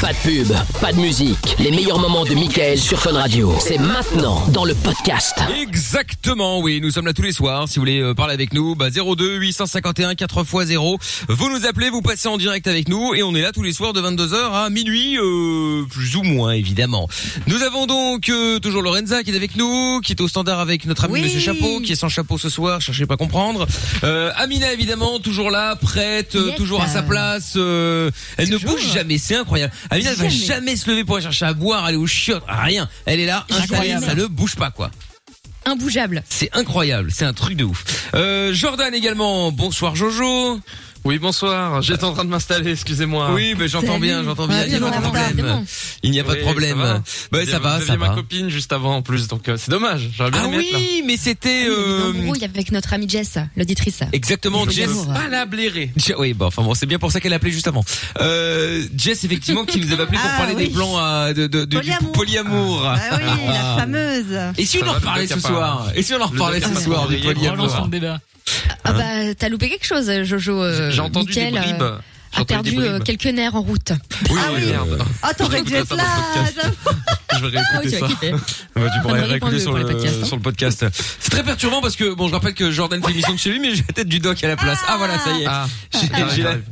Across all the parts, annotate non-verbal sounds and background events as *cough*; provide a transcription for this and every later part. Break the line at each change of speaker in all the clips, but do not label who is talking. Pas de pub, pas de musique. Les meilleurs moments de Michael sur Fun Radio. C'est maintenant dans le podcast.
Exactement, oui, nous sommes là tous les soirs. Si vous voulez euh, parler avec nous, bah 02 851 4x0. Vous nous appelez, vous passez en direct avec nous et on est là tous les soirs de 22h à minuit, euh, plus ou moins évidemment. Nous avons donc euh, toujours Lorenza qui est avec nous, qui est au standard avec notre ami
Oui.
Monsieur Chapeau, qui est sans chapeau ce soir, cherchez pas à comprendre. Euh, Amina évidemment, toujours là, prête, euh,
Yes.
toujours à sa place. euh, elle ne bouge jamais, c'est incroyable. Amina elle va
Jamais.
jamais se lever pour aller chercher à boire, aller aux chiottes, rien. Elle est là, installée,
Incroyable.
ça ne bouge pas quoi.
Imbougeable.
C'est incroyable, c'est un truc de ouf. Euh, Jordan également, bonsoir Jojo.
Oui, bonsoir. J'étais en train de m'installer, excusez-moi.
Oui, bah, j'entends
Salut.
bien, j'entends bien,
Ouais,
il n'y a
bien,
pas de
bon,
problème.
pardon.
Il n'y a pas de
Oui,
problème.
ça va.
Bah, ça va,
Vous
ça
aviez ma
va.
copine juste avant en plus, donc euh, c'est dommage. J'aurais bien
Ah
aimé être là.
oui, mais
Ah,
c'était... euh,
L'embrouille avec notre amie Jess, l'auditrice.
Exactement,
Il y a
Jess.
l'amour.
Pas la blairer.
Je- Oui, bon, enfin bon, c'est bien pour ça qu'elle a appelé juste avant. Euh, Jess, effectivement, qui nous avait appelé pour
Ah,
parler
oui.
des plans à, de, de- du-
Polyamour.
du polyamour.
Ah oui, la fameuse.
Et si on en
Ça va, le
reparlait
mec a
ce
pas-
soir Et si on en reparlait
mec a
ce
pas
soir du
brillé,
polyamour
relançons
débat.
Ah bah, t'as loupé quelque chose, Jojo. euh,
J'ai entendu
Mickaël,
des bribes.
euh,
J'ai
a
entendu
perdu
des
euh,
bribes.
quelques nerfs en route.
Oui,
Ah oui, merde.
Ah, t'aurais dû
J'aurais
être
écouté
là.
ça dans le podcast.
j'avoue.
Je vais réécouter ça.
Bah, tu pourrais
devrait
réécouter
répondre
sur
pour
le,
le podcast, hein.
sur le podcast. C'est très perturbant parce que, bon, je rappelle que Jordan fait l'émission de chez lui, mais j'ai la tête du doc à la place. Ah, voilà, ça y est.
Ah,
J'ai-
j'arrive,
j'ai la-
j'arrive.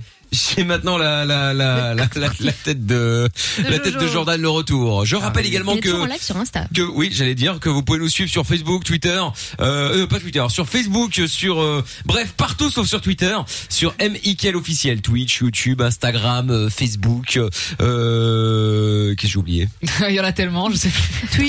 J'ai maintenant la, la, la, la, la, la tête de, la tête de
Jojo.
Jordan le retour.
Ah,
Je rappelle également
Il est
que,
toujours en live sur Insta.
que oui, j'allais dire que vous pouvez nous suivre sur Facebook, Twitter, euh, euh, pas Twitter, sur Facebook, sur euh, bref partout sauf sur Twitter, sur MIKL officiel, Twitch, YouTube, Instagram, euh, Facebook, euh, euh, qu'est-ce que j'ai oublié *laughs*
Il y en a tellement, je sais plus.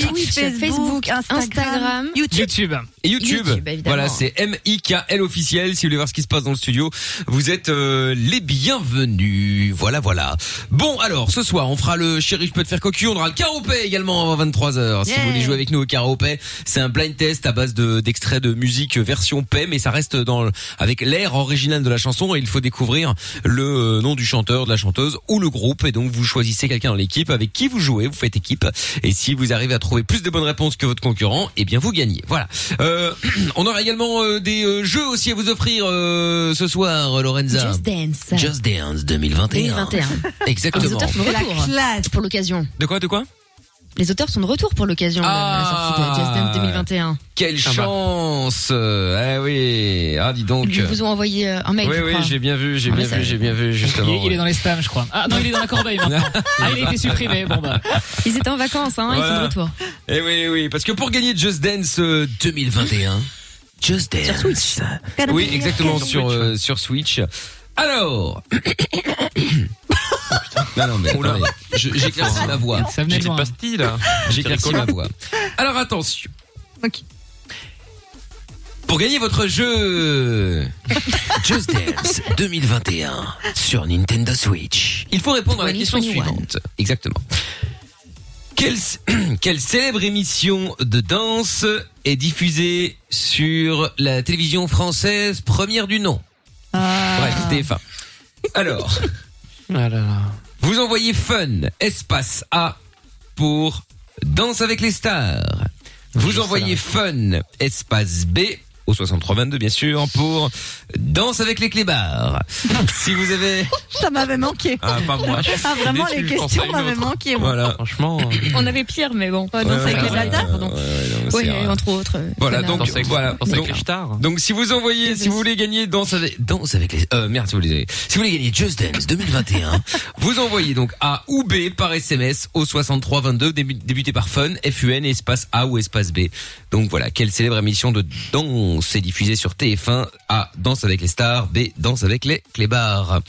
*laughs*
Twitch,
Twitch,
Facebook,
Facebook,
Instagram,
Instagram,
YouTube.
YouTube.
Et YouTube.
YouTube, évidemment.
voilà, c'est MIKL officiel. Si vous voulez voir ce qui se passe dans le studio, vous êtes euh, les bienvenus. Voilà, voilà. Bon, alors, ce soir, on fera le chéri, je peux te faire cocu. On aura le karaopé également avant 23h. Si
Yeah.
vous voulez jouer avec nous au karaopé, c'est un blind test à base de d'extraits de musique version paix, mais ça reste dans le- avec l'air original de la chanson et il faut découvrir le euh, nom du chanteur, de la chanteuse ou le groupe. Et donc, vous choisissez quelqu'un dans l'équipe avec qui vous jouez, vous faites équipe. Et si vous arrivez à trouver plus de bonnes réponses que votre concurrent, eh bien, vous gagnez. Voilà. Euh, *clears throat* on aura également euh, des euh, jeux aussi à vous offrir euh, ce soir, euh, Lorenza.
Just Dance.
Just Dance 2021.
2021. Les
Exactement.
auteurs sont de
C'est la
retour
classe.
pour l'occasion.
De quoi, de quoi
Les auteurs sont de retour pour l'occasion de
Ah.
la sortie de Just Dance 2021.
Quelle
Ah bah.
chance Ah oui, ah dis donc.
Ils vous ont envoyé euh, un mail,
Oui,
je
oui,
crois.
j'ai bien vu, j'ai
Ah,
bien
mais ça-
vu, j'ai bien vu,
Il,
justement.
est- il est dans les spams, je crois. Ah non, il est dans la corbeille
*laughs*
maintenant. Ah, il a été supprimé. Bon bah.
Ils étaient en vacances, hein, ils sont
Voilà.
de retour.
Eh oui, oui, parce que pour gagner Just Dance euh, 2021, Just Dance. Oui, exactement sur euh, sur Switch. Alors. *coughs* non, non, mais
Oula.
attendez, je- j'éclaircis ma voix.
Ça venait
J'ai
de
des
loin.
pastilles, là.
J'éclaircis ma voix. Alors attention.
Ok.
Pour gagner votre jeu Just Dance 2021 sur Nintendo Switch, il faut répondre à la question
2021.
suivante. Exactement. Quelle, *clears throat* quelle célèbre émission de danse est diffusée sur la télévision française première du nom Bref, TF1. Alors,
Ah là là.
vous envoyez fun, espace A pour danse avec les stars. Vous envoyez fun, espace B au 6322 bien sûr pour danse avec les
*laughs*
clébards. si vous avez
Ça m'avait manqué.
ah pas moi.
Ah, vraiment,
déçu,
les
je pensais à
questions
une
m'avaient
autre.
manqué. moi.
Voilà.
Franchement, euh,
On avait pire, mais bon.
Ouais, danse avec
Ouais,
les
ouais,
bâtards,
ouais,
pardon.
ouais, non, c'est
Oui,
rare.
entre autres. euh,
Voilà,
connard.
donc-
danse avec,
voilà.
danse avec
Donc-
les stars.
Donc si vous envoyez, si vous voulez gagner danse avec danse avec les euh, merde si vous voulez si vous voulez gagner Just Dance 2021, vous envoyez donc A ou B par SMS au 63 22 débu- débuté par Fun FUN espace A ou espace B. Donc voilà quelle célèbre émission de danse est diffusée sur TF1 A danse avec les stars B danse avec les clébards.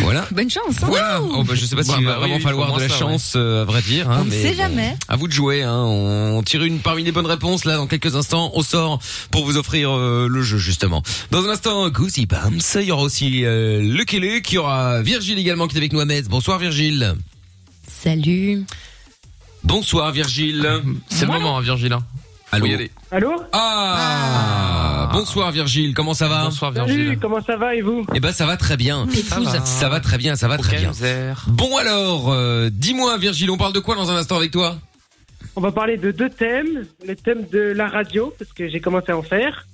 Voilà.
Bonne chance. hein.
Voilà. Oh, bah, je sais pas
Bah,
s'il va
bah,
vraiment
oui,
falloir
faut
de la
moins ça, ouais.
chance, euh, à vrai dire. Hein,
On ne
mais
sait
bon,
jamais.
À vous de jouer. Hein. On tire une parmi les bonnes réponses là dans quelques instants. On sort pour vous offrir euh, le jeu justement. Dans un instant, Goosey Bumps. Il y aura aussi euh, Lucky Luke. Il y aura Virgile également qui est avec nous à Metz. Bonsoir Virgile.
Salut.
Bonsoir Virgile.
C'est le moment, hein, Virgile. hein.
Allô.
Faut y aller.
Allô
Ah. Bonsoir Virgile. Comment ça va
Bonsoir,
Salut,
Virgile.
comment ça va et vous
Eh ben ça va très bien. Ça va très bien. Ça va très
Ok,
bien.
misère.
Bon alors, euh, dis-moi Virgile, on parle de quoi dans un instant avec toi
On va parler de deux thèmes. Le thème de la radio, parce que j'ai commencé à en faire,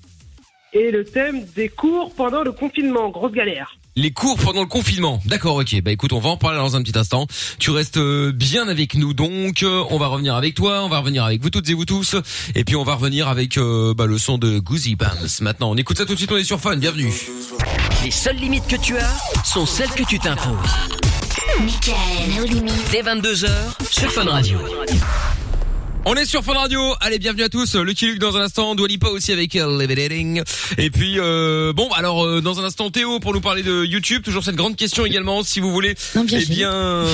et le thème des cours pendant le confinement, grosse galère.
les cours pendant le confinement. D'accord, ok. Bah écoute, on va en parler dans un petit instant. Tu restes euh, bien avec nous donc. Euh, On va revenir avec toi, on va revenir avec vous toutes et vous tous. Et puis on va revenir avec euh, bah, le son de Goosey Bands. Maintenant, on écoute ça tout de suite, on est sur Fun, bienvenue.
Les seules limites que tu as sont celles que tu t'imposes.
Michael, nos limites.
Dès 22h sur Fun Radio.
On est sur Fun Radio. Allez, bienvenue à tous. Lucky Luke dans un instant, Dwalipa aussi avec euh, Levitating. Et puis euh, bon, alors euh, dans un instant Théo pour nous parler de YouTube, toujours cette grande question également si vous voulez.
Non, bien
eh
joué.
bien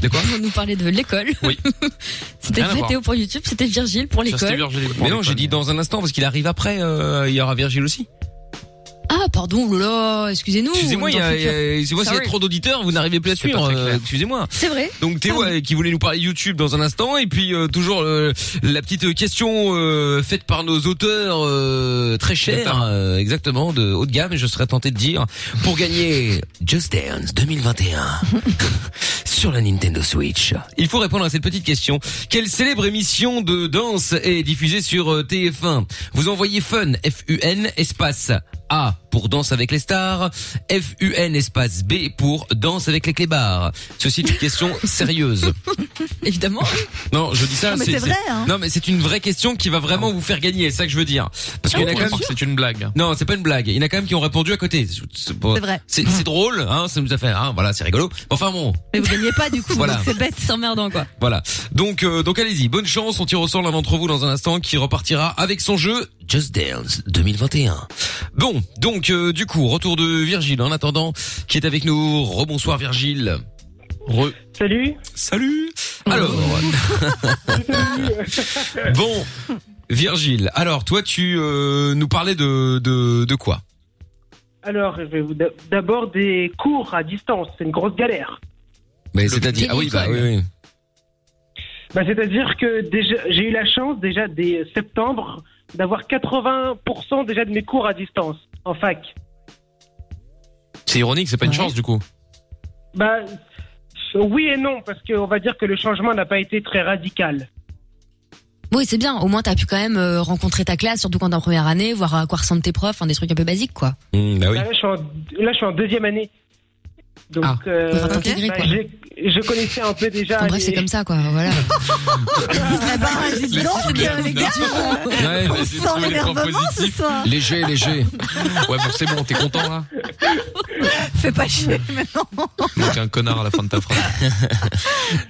de quoi
On nous parlait de l'école.
Oui.
C'était
Rien à
pas
voir.
Théo pour YouTube, c'était Virgile pour
Ça, c'était
l'école.
Virgile.
Mais non, j'ai dit dans un instant parce qu'il arrive après. euh, il y aura Virgile aussi.
Ah, pardon, lola, excusez-nous.
Excusez-moi, il y a,
on est dans le
il y
futur.
a- excusez-moi s'il y a
Sorry.
trop d'auditeurs, vous n'arrivez plus à
C'est pas
suivre.
très
euh,
clair.
excusez-moi.
C'est vrai.
Donc Théo
Pardon.
euh, qui voulait nous parler YouTube dans un instant et puis euh, toujours euh, la petite question euh, faite par nos auteurs euh, très chers euh, exactement de haut de gamme je serais tenté de dire pour gagner Just Dance
*laughs*
2021 sur la Nintendo Switch. Il faut répondre à cette petite question. Quelle célèbre émission de danse est diffusée sur euh, TF1 Vous envoyez Fun F-U-N espace A pour Danse avec les stars, F-U-N espace B pour Danse avec les clébards. Ceci est une question
*laughs*
sérieuse.
*laughs*
Évidemment.
Non, je dis ça.
Non, mais c'est vrai, hein.
Non, mais c'est une vraie question qui va vraiment vous faire gagner. C'est ça que je veux dire.
Ah
Parce qu'il y en a quand même.
C'est une blague.
Non, c'est pas une blague. Il y en a quand même qui ont répondu à côté. C'est pas-
C'est vrai.
C'est c'est drôle, hein. Ça nous a fait, hein, Voilà, c'est rigolo. Enfin bon,
Mais vous gagnez pas du coup,
Voilà.
donc c'est bête.
C'est emmerdant, quoi.
Voilà. Donc, euh, donc allez-y. Bonne chance. On tire au sort l'un d'entre vous dans un instant qui repartira avec son jeu Just Dance 2021. Bon, donc euh, du coup, retour de Virgile en attendant, qui est avec nous. Rebonsoir Virgile. Re-
Salut.
Salut. Alors. *laughs* bon, Virgile. Alors, toi, tu euh, nous parlais de de, de quoi
Alors, je vais vous d'a- d'abord des cours à distance. C'est une grosse galère.
Mais c'est-à-dire ah oui, bah oui, oui.
Bah, C'est-à-dire que déjà, j'ai eu la chance déjà dès septembre d'avoir 80% déjà de mes cours à distance en fac.
C'est ironique, c'est pas une
Ouais.
chance du coup.
Bah oui et non parce qu'on va dire que le changement n'a pas été très radical.
Oui, c'est bien. Au moins, t'as pu quand même euh, rencontrer ta classe, surtout quand t'es en première année, voir à quoi ressemblent tes profs, enfin, des trucs un peu basiques, quoi.
Hum, bah oui.
Là, je suis en, là, je suis en deuxième année. Donc,
Ah.
euh,
Faut t'intégrer,
bah,
quoi.
j'ai- je connaissais un peu déjà.
Enfin, bref, c'est
les-
comme ça, quoi. Voilà.
*laughs* Eh ben, dis donc, euh, les gars, euh,
Ouais,
on sent l'énervement ce soir.
léger, léger.
*laughs* Ouais, bon, c'est bon, t'es content là
*laughs* Fais pas chier maintenant.
Non, T'es un connard à la fin de
*laughs*
ta phrase.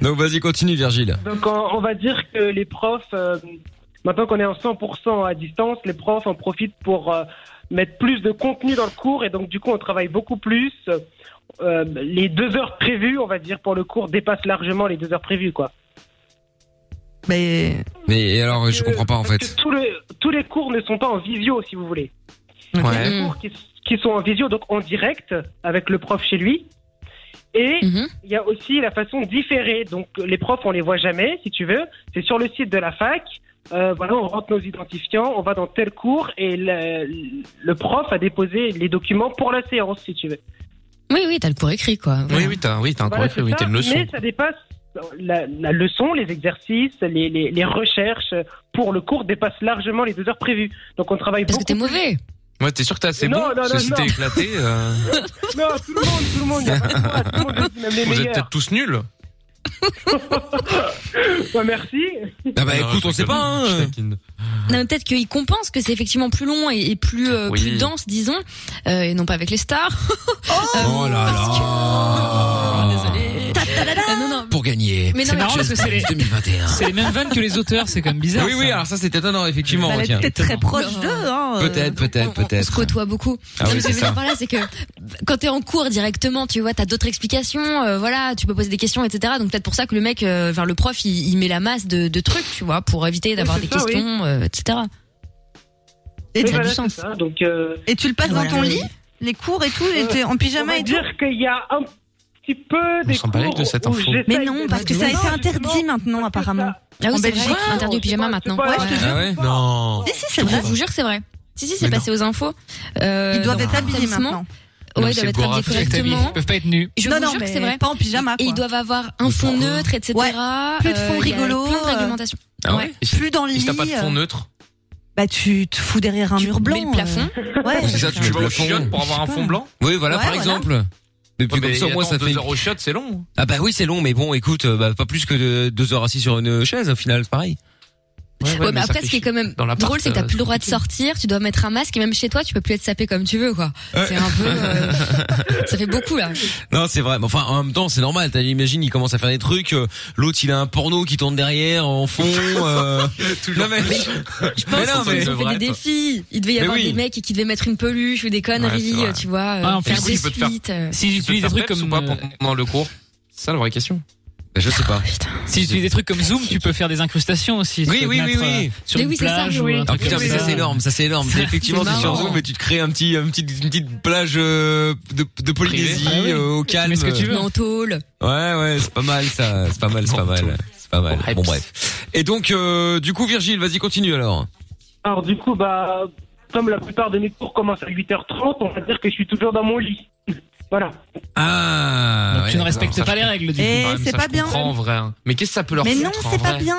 Donc vas-y, continue Virgile.
Donc on, on va dire que les profs, euh, maintenant qu'on est en 100% à distance, les profs en profitent pour euh, mettre plus de contenu dans le cours et donc du coup on travaille beaucoup plus. Euh, les deux heures prévues, on va dire, pour le cours dépassent largement les deux heures prévues, quoi.
Mais
Mais et alors, je
Euh,
comprends pas en
parce
fait.
que tous les- tous les cours ne sont pas en visio, si vous voulez.
Ouais.
Les
Mm.
cours qui, qui sont en visio, donc en direct avec le prof chez lui. Et
Mhm.
il y a aussi la façon différée. Donc les profs, on les voit jamais, si tu veux. C'est sur le site de la fac. Euh, voilà, on rentre nos identifiants, on va dans tel cours et le, le prof a déposé les documents pour la séance, si tu veux.
Oui, oui, t'as le cours écrit, quoi.
Oui,
Voilà.
oui, t'as oui, t'as un
Voilà,
coiffé,
c'est
oui,
ça.
t'as une leçon.
Mais ça dépasse la, la leçon, les exercices, les, les- les recherches pour le cours dépassent largement les deux heures prévues. Donc on travaille
Parce que
beaucoup.
t'es mauvais.
Ouais, t'es sûr que t'as assez
Non,
bon
non,
Parce
non,
que si
non.
t'es éclaté, euh,
Non, tout le monde, tout le monde, il y a pas de
*laughs*
choix, tout le monde, je dis même les
vous êtes
meilleurs.
peut-être tous nuls.
Ouais, Bah, merci.
Ah bah
Non,
écoute,
je
on sait
déconne,
pas. hein.
je taquine.
Non, mais peut-être qu'ils compensent que c'est effectivement plus long et, et plus, euh,
Oui.
plus dense, disons, euh, et non pas avec les stars.
Oh là là.
Désolée. Ah, non, non.
Pour gagner.
Mais non,
C'est
mais-
marrant parce que c'est les,
2021.
c'est les mêmes vannes que les auteurs, c'est quand même bizarre.
oui, oui,
ça.
alors ça c'était étonnant, effectivement.
ça va
tiens.
être peut-être très proche
Non.
d'eux. Hein, euh.
Peut-être, peut-être,
On- on- On se
peut-être.
côtoie beaucoup.
Ah
Non,
oui,
mais ce
c'est
que je
ça.
veux dire par là, c'est que quand t'es en cours directement, tu vois, t'as d'autres explications, euh, voilà, tu peux poser des questions, etc. Donc peut-être pour ça que le mec, euh, enfin le prof, il, il met la masse de, de trucs, tu vois, pour éviter d'avoir
c'est
des
ça, oui.
questions, euh, etc.
Et
Oui,
tu,
ça a
voilà,
du
c'est
sens.
ça. Donc, euh,
et tu le passes
Voilà.
dans ton lit, les cours et tout, et t'es en
on
pyjama
va
et tout.
dire qu'il y a un petit peu des
s'en bat
cours
avec de cette
où
info.
j'essaye
Mais non,
de-
parce que ça a
Non,
été interdit
justement,
maintenant,
parce que
apparemment.
ça-
Ah oui,
En
c'est
Belgique,
vrai,
Non,
interdit au
c'est
pyjama
pas-
maintenant.
c'est pas-
Ouais, je te
c'est
jure.
pas-
Ah ouais
Non.
Si, si, c'est
Je
vrai.
vous jure, c'est vrai. Si, si, c'est
Mais
passé aux infos. Euh,
Ils doivent
dans
être
un
habillés
établissement.
maintenant.
Non,
Ouais,
mais
ils doivent
c'est
être
Bora,
habillés
faut être habillé.
correctement.
Ils peuvent pas être nus.
Je
non,
vous
non,
jure que
mais
c'est vrai.
pas en pyjama.
Et
quoi.
ils doivent avoir un fond neutre, etc.
Plus de fond
Euh, il y a
rigolo,
Plein de
euh,
réglementations.
Ah
Ouais.
ouais Et si-
Plus dans le
et
lit.
si t'as pas de
euh,
fond neutre
Bah, tu te fous derrière un mur blanc. euh.
mets le plafond.
Ouais.
C'est ça, tu mets
Tu
le
vas au
plafond.
chiotte pour avoir un fond blanc
Oui, voilà,
Ouais,
par
voilà.
exemple. Et puis
Ouais,
comme
mais
ça, moi,
attends,
ça
deux
fait.
heures au chiotte, c'est long.
Ah bah oui, c'est long, mais bon, écoute, euh, bah, pas plus que de- deux heures assis sur une chaise, au final, c'est pareil.
Ouais, mais après, ce qui est quand même
Dans l'appart,
drôle, c'est que t'as
euh,
plus le droit de sortir, tu dois mettre un masque et même chez toi, tu peux plus être sapé comme tu veux, quoi. C'est un *laughs* peu, euh,
*laughs*
ça fait beaucoup là.
Non, c'est vrai. Mais Enfin, en même temps, c'est normal. T'as- J'imagine, il commence à faire des trucs. euh, L'autre, il a un porno qui tourne derrière en
*laughs*
fond. euh,
Toujours.
Non, mais-
Je pense
Mais non, mais-
qu'ils ont fait des défis. Il devait y
Mais
avoir
oui.
des mecs qui devaient mettre une peluche ou des
Ouais,
conneries,
c'est vrai.
euh, tu vois. euh,
Ah, en
faire
plus,
des
il peut te faire-
suites. euh.
Si
Tu peux
j'utilise des
faire
trucs
peps
comme
ou pas
euh,
pendant le cours C'est ça la vraie question.
Bah, je sais pas.
si j'utilise des trucs comme Zoom, tu peux faire des incrustations aussi. Tu
Oui,
peux te
oui, oui,
mettre,
oui.
euh, Sur
Mais
une
oui, c'est ça,
plage ou
oui.
un
Ah
truc
putain,
comme
mais ça c'est énorme, ça c'est énorme. C'est effectivement,
C'est
c'est sur
marrant.
Zoom, mais tu te crées un petit, un petit, une petite plage euh, de, de Polynésie
Privée. Ah oui.
euh, au
Tu
calme.
mets ce que tu veux.
Mais en tôle.
Ouais, ouais, c'est pas mal ça. C'est pas mal, c'est pas mal. C'est pas mal.
Bon,
Bon bref. Et donc, euh, du coup, Virgile, vas-y, continue alors.
Alors du coup, bah, comme la plupart de mes cours commencent à 8h30, on va dire que je suis toujours dans mon lit. voilà.
Ah.
Donc, tu ne
ouais.
respectes
ça,
pas
je
les règles, du coup.
Et
Ouais, mais
Eh, c'est
ça,
pas
je
bien.
comprends, En vrai. hein. Mais qu'est-ce que ça peut leur
Mais
foutre
non,
en
c'est pas
vrai
bien.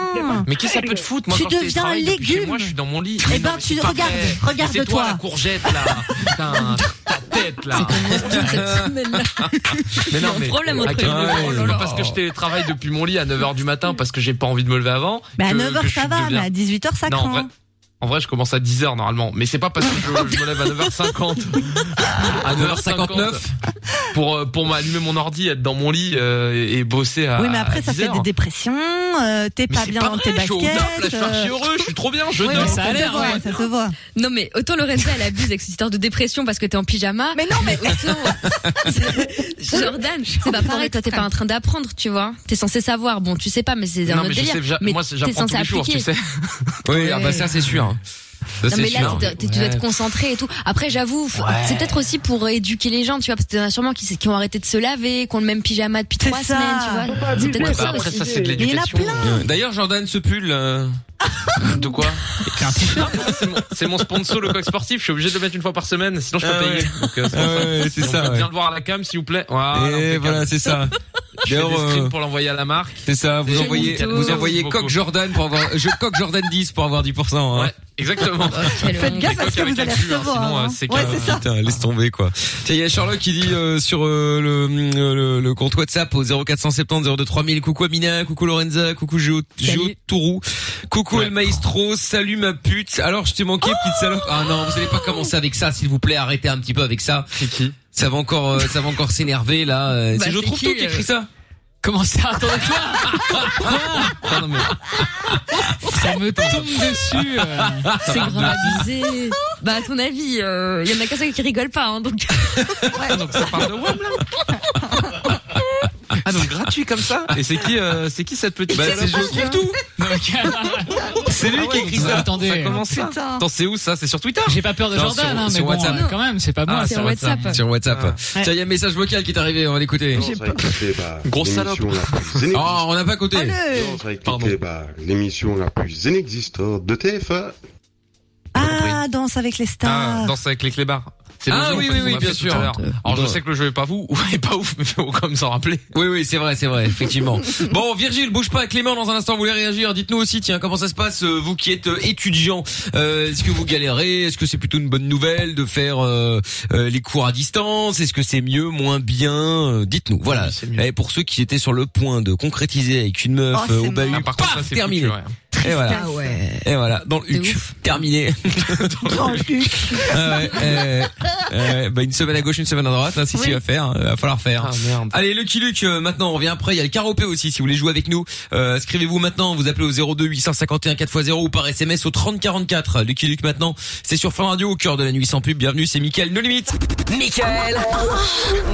Mais qu'est-ce que ça peut te foutre Moi,
Tu
quand je
deviens
télétravaille depuis chez
légume.
Moi, je suis dans mon lit.
Eh
Mais
ben,
non, mais
tu-
c'est pas
regarde,
vrai.
regarde-toi.
C'est toi la courgette là.
*laughs*
Putain, ta tête là. *laughs* Euh,
Mais non,
Il y a un
mais-
problème
Ah,
entre les deux.
ouais.
Oh là là.
Parce que je télétravaille depuis mon lit à 9h du matin parce que j'ai pas envie de me lever avant.
Bah, à
que- que
9h,
je
ça
suis
va, mais
devenu-
à 18h, ça
Non, en vrai,
craint.
en vrai, je commence à 10h normalement. Mais c'est pas parce que je, je me lève
*laughs*
à 9h50. à
9h59.
Pour, euh, pour m'allumer mon ordi, être dans mon lit euh, et, et bosser à.
Oui, mais après,
à
ça fait
10h.
des dépressions, euh, t'es
Mais
pas
c'est
bien
pas
dans
vrai,
tes
je suis au taf, là, je
baskets.
suis archi
euh,
heureux, je suis *laughs* trop bien, je
ouais,
dors. hein. Bah,
mais
ça a
ça se
l'air,
voit,
ouais.
ça se voit.
Non, mais autant Lorenza, elle abuse avec cette histoire de dépression parce que t'es en pyjama.
Mais non, mais
*laughs* Jordan, c'est pas pareil, toi t'es pas en train d'apprendre, tu vois. T'es censé savoir, bon tu sais pas, mais c'est un
Non,
autre
mais je
délire.
sais, j'a-
mais
moi, c'est- j'apprends tous les jours, tu sais.
Oui, ah bah ça c'est sûr. Ça
Non
c'est
mais là,
sûr.
t'es- t'es- tu dois être concentré et tout. Après, j'avoue, faut- c'est peut-être aussi pour éduquer les gens, tu vois, parce que t'en as sûrement qui, qui ont arrêté de se laver, qui ont le même pyjama depuis
C'est
trois
ça.
semaines, tu
Faut
vois.
pas
C'est
abuser.
peut-être
Ouais,
ça
Bah, après,
aussi.
ça, c'est de
il y en a
l'éducation. hein.
plein.
D'ailleurs, Jordan, ce pull. euh, *laughs*
De quoi Non, mais ça, c'est mon- C'est mon sponsor, le coq sportif. Je suis obligé de le mettre une fois par semaine, sinon je peux
Ah ouais.
payer. Donc, euh, c'est pour
Ah ouais, c'est
Donc,
ça, ouais.
Viens le voir à la cam, s'il vous plaît. Voilà,
Et
Ah, impeccable.
voilà, c'est
*laughs*
ça.
Je fais des
D'ailleurs, euh,
scripts pour l'envoyer à la marque.
c'est ça. Vous
J'ai
envoyez,
mis tout.
vous envoyez
Merci
coq
beaucoup.
Jordan pour avoir, je coq Jordan 10 pour avoir 10%. Hein.
Ouais,
*laughs*
exactement.
Quelle
faites
honte.
gaffe à
coques
ce que
avec
vous allez
un cul, hein,
recevoir.
sinon,
hein.
euh, c'est
Ouais,
que-
c'est ça.
Putain, Ah, laisse tomber quoi. Tiens, il y a Charlotte qui dit euh, sur euh, le, le le compte WhatsApp au 0470 02 3000 coucou Amina, coucou Lorenza, coucou Géo, Géo Tourou, coucou El Maestro, salut ma pute. Alors je t'ai manqué
Oh
petite salope. Ah non, vous allez pas commencer avec ça s'il vous plaît, arrêtez un petit peu avec ça.
C'est qui
Ça va encore euh, ça va encore s'énerver là. euh,
Bah,
c'est je
c'est
trouve
qui,
tout qui
euh,
écrit ça.
Comment ça Attends,
*laughs* Ah, non, mais-
ça me tombe dessus. euh.
C'est
Ah,
grave abusé. Bah, à ton avis, euh, il y en a qu'un seul qui rigole pas, hein, donc.
Donc ça parle de web là Ah donc gratuit comme ça Et c'est qui euh, c'est qui cette petite
Bah, c'est je trouve tout.
*laughs*
C'est lui
Ah
qui
ouais,
écrit
donc,
ça.
Attendez.
Ça commence ça
Putain.
Attends, c'est où ça C'est sur Twitter
J'ai pas peur de
Non,
Jordan,
sur-
hein, mais
sur
bon,
WhatsApp. Ah,
euh, quand même, c'est pas moi.
c'est
sur
un WhatsApp.
Sur WhatsApp. Tiens, il y a un message vocal qui est arrivé, on va l'écouter.
Non, ça a été,
*laughs*
bah,
Grosse
l'émission la plus
Oh,
inex-
on n'a pas coté.
Allez.
Non, ça a été,
Pardon.
bah, l'émission la plus inexistante de TF1.
Ah, danse avec les
Ah,
stars.
danse avec les clébards. C'est le
Ah
jeu, en
oui,
fait,
oui,
qu'on
oui,
m'a
bien
fait tout
sûr.
à l'heure. Alors je
Bon.
sais que le jeu est pas
*laughs*
vous, est pas ouf, mais faut quand même s'en rappeler.
Oui, oui, c'est vrai, c'est vrai, effectivement. bon, Virgile, bouge pas, Clément, dans un instant, vous voulez réagir. Dites-nous aussi, tiens, comment ça se passe, euh, vous qui êtes euh, étudiant, euh, est-ce que vous galérez Est-ce que c'est plutôt une bonne nouvelle de faire euh, euh, les cours à distance Est-ce que c'est mieux, moins bien Euh, Dites-nous, voilà.
Oui, c'est mieux.
Et pour ceux qui étaient sur le point de concrétiser avec une meuf
Oh,
euh,
c'est
au bahut,
marrant.
Ah, Par
paf,
contre, ça c'est hein.
terminé.
foutu, ouais.
Et voilà,
Ah ouais.
et voilà, dans le
De
huc, terminé.
Dans le cul.
Ah ouais, euh, euh, bah, une semaine à gauche, une semaine à droite, hein, si tu vas faire, hein, va falloir faire.
Ah merde.
Allez, Lucky Luke, euh, maintenant on revient après. Il y a le karaopé aussi. Si vous voulez jouer avec nous, euh, inscrivez-vous maintenant. Vous appelez au 02 851 4x0 ou par SMS au 3044. Lucky Luke maintenant, c'est sur Fun Radio au cœur de la nuit sans pub. Bienvenue, c'est Mickaël No Limite.
Michael,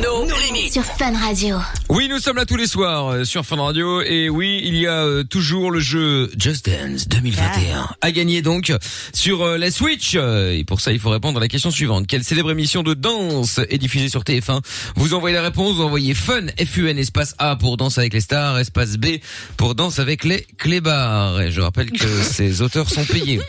nos limites.
Sur Fun Radio.
Hmm,
Oui, nous sommes là tous les soirs euh, sur Fun Radio et oui, il y a euh, toujours le jeu Just Dance 2021
Ah.
à gagner donc sur euh, la Switch. Euh, Et pour ça, il faut répondre à la question suivante. Quelle célèbre émission de danse est diffusée sur TF1 Vous envoyez la réponse, vous envoyez Fun, FUN, espace A pour Danse avec les stars, espace B pour Danse avec les clébards. Et je rappelle que
*laughs*
ces auteurs sont payés.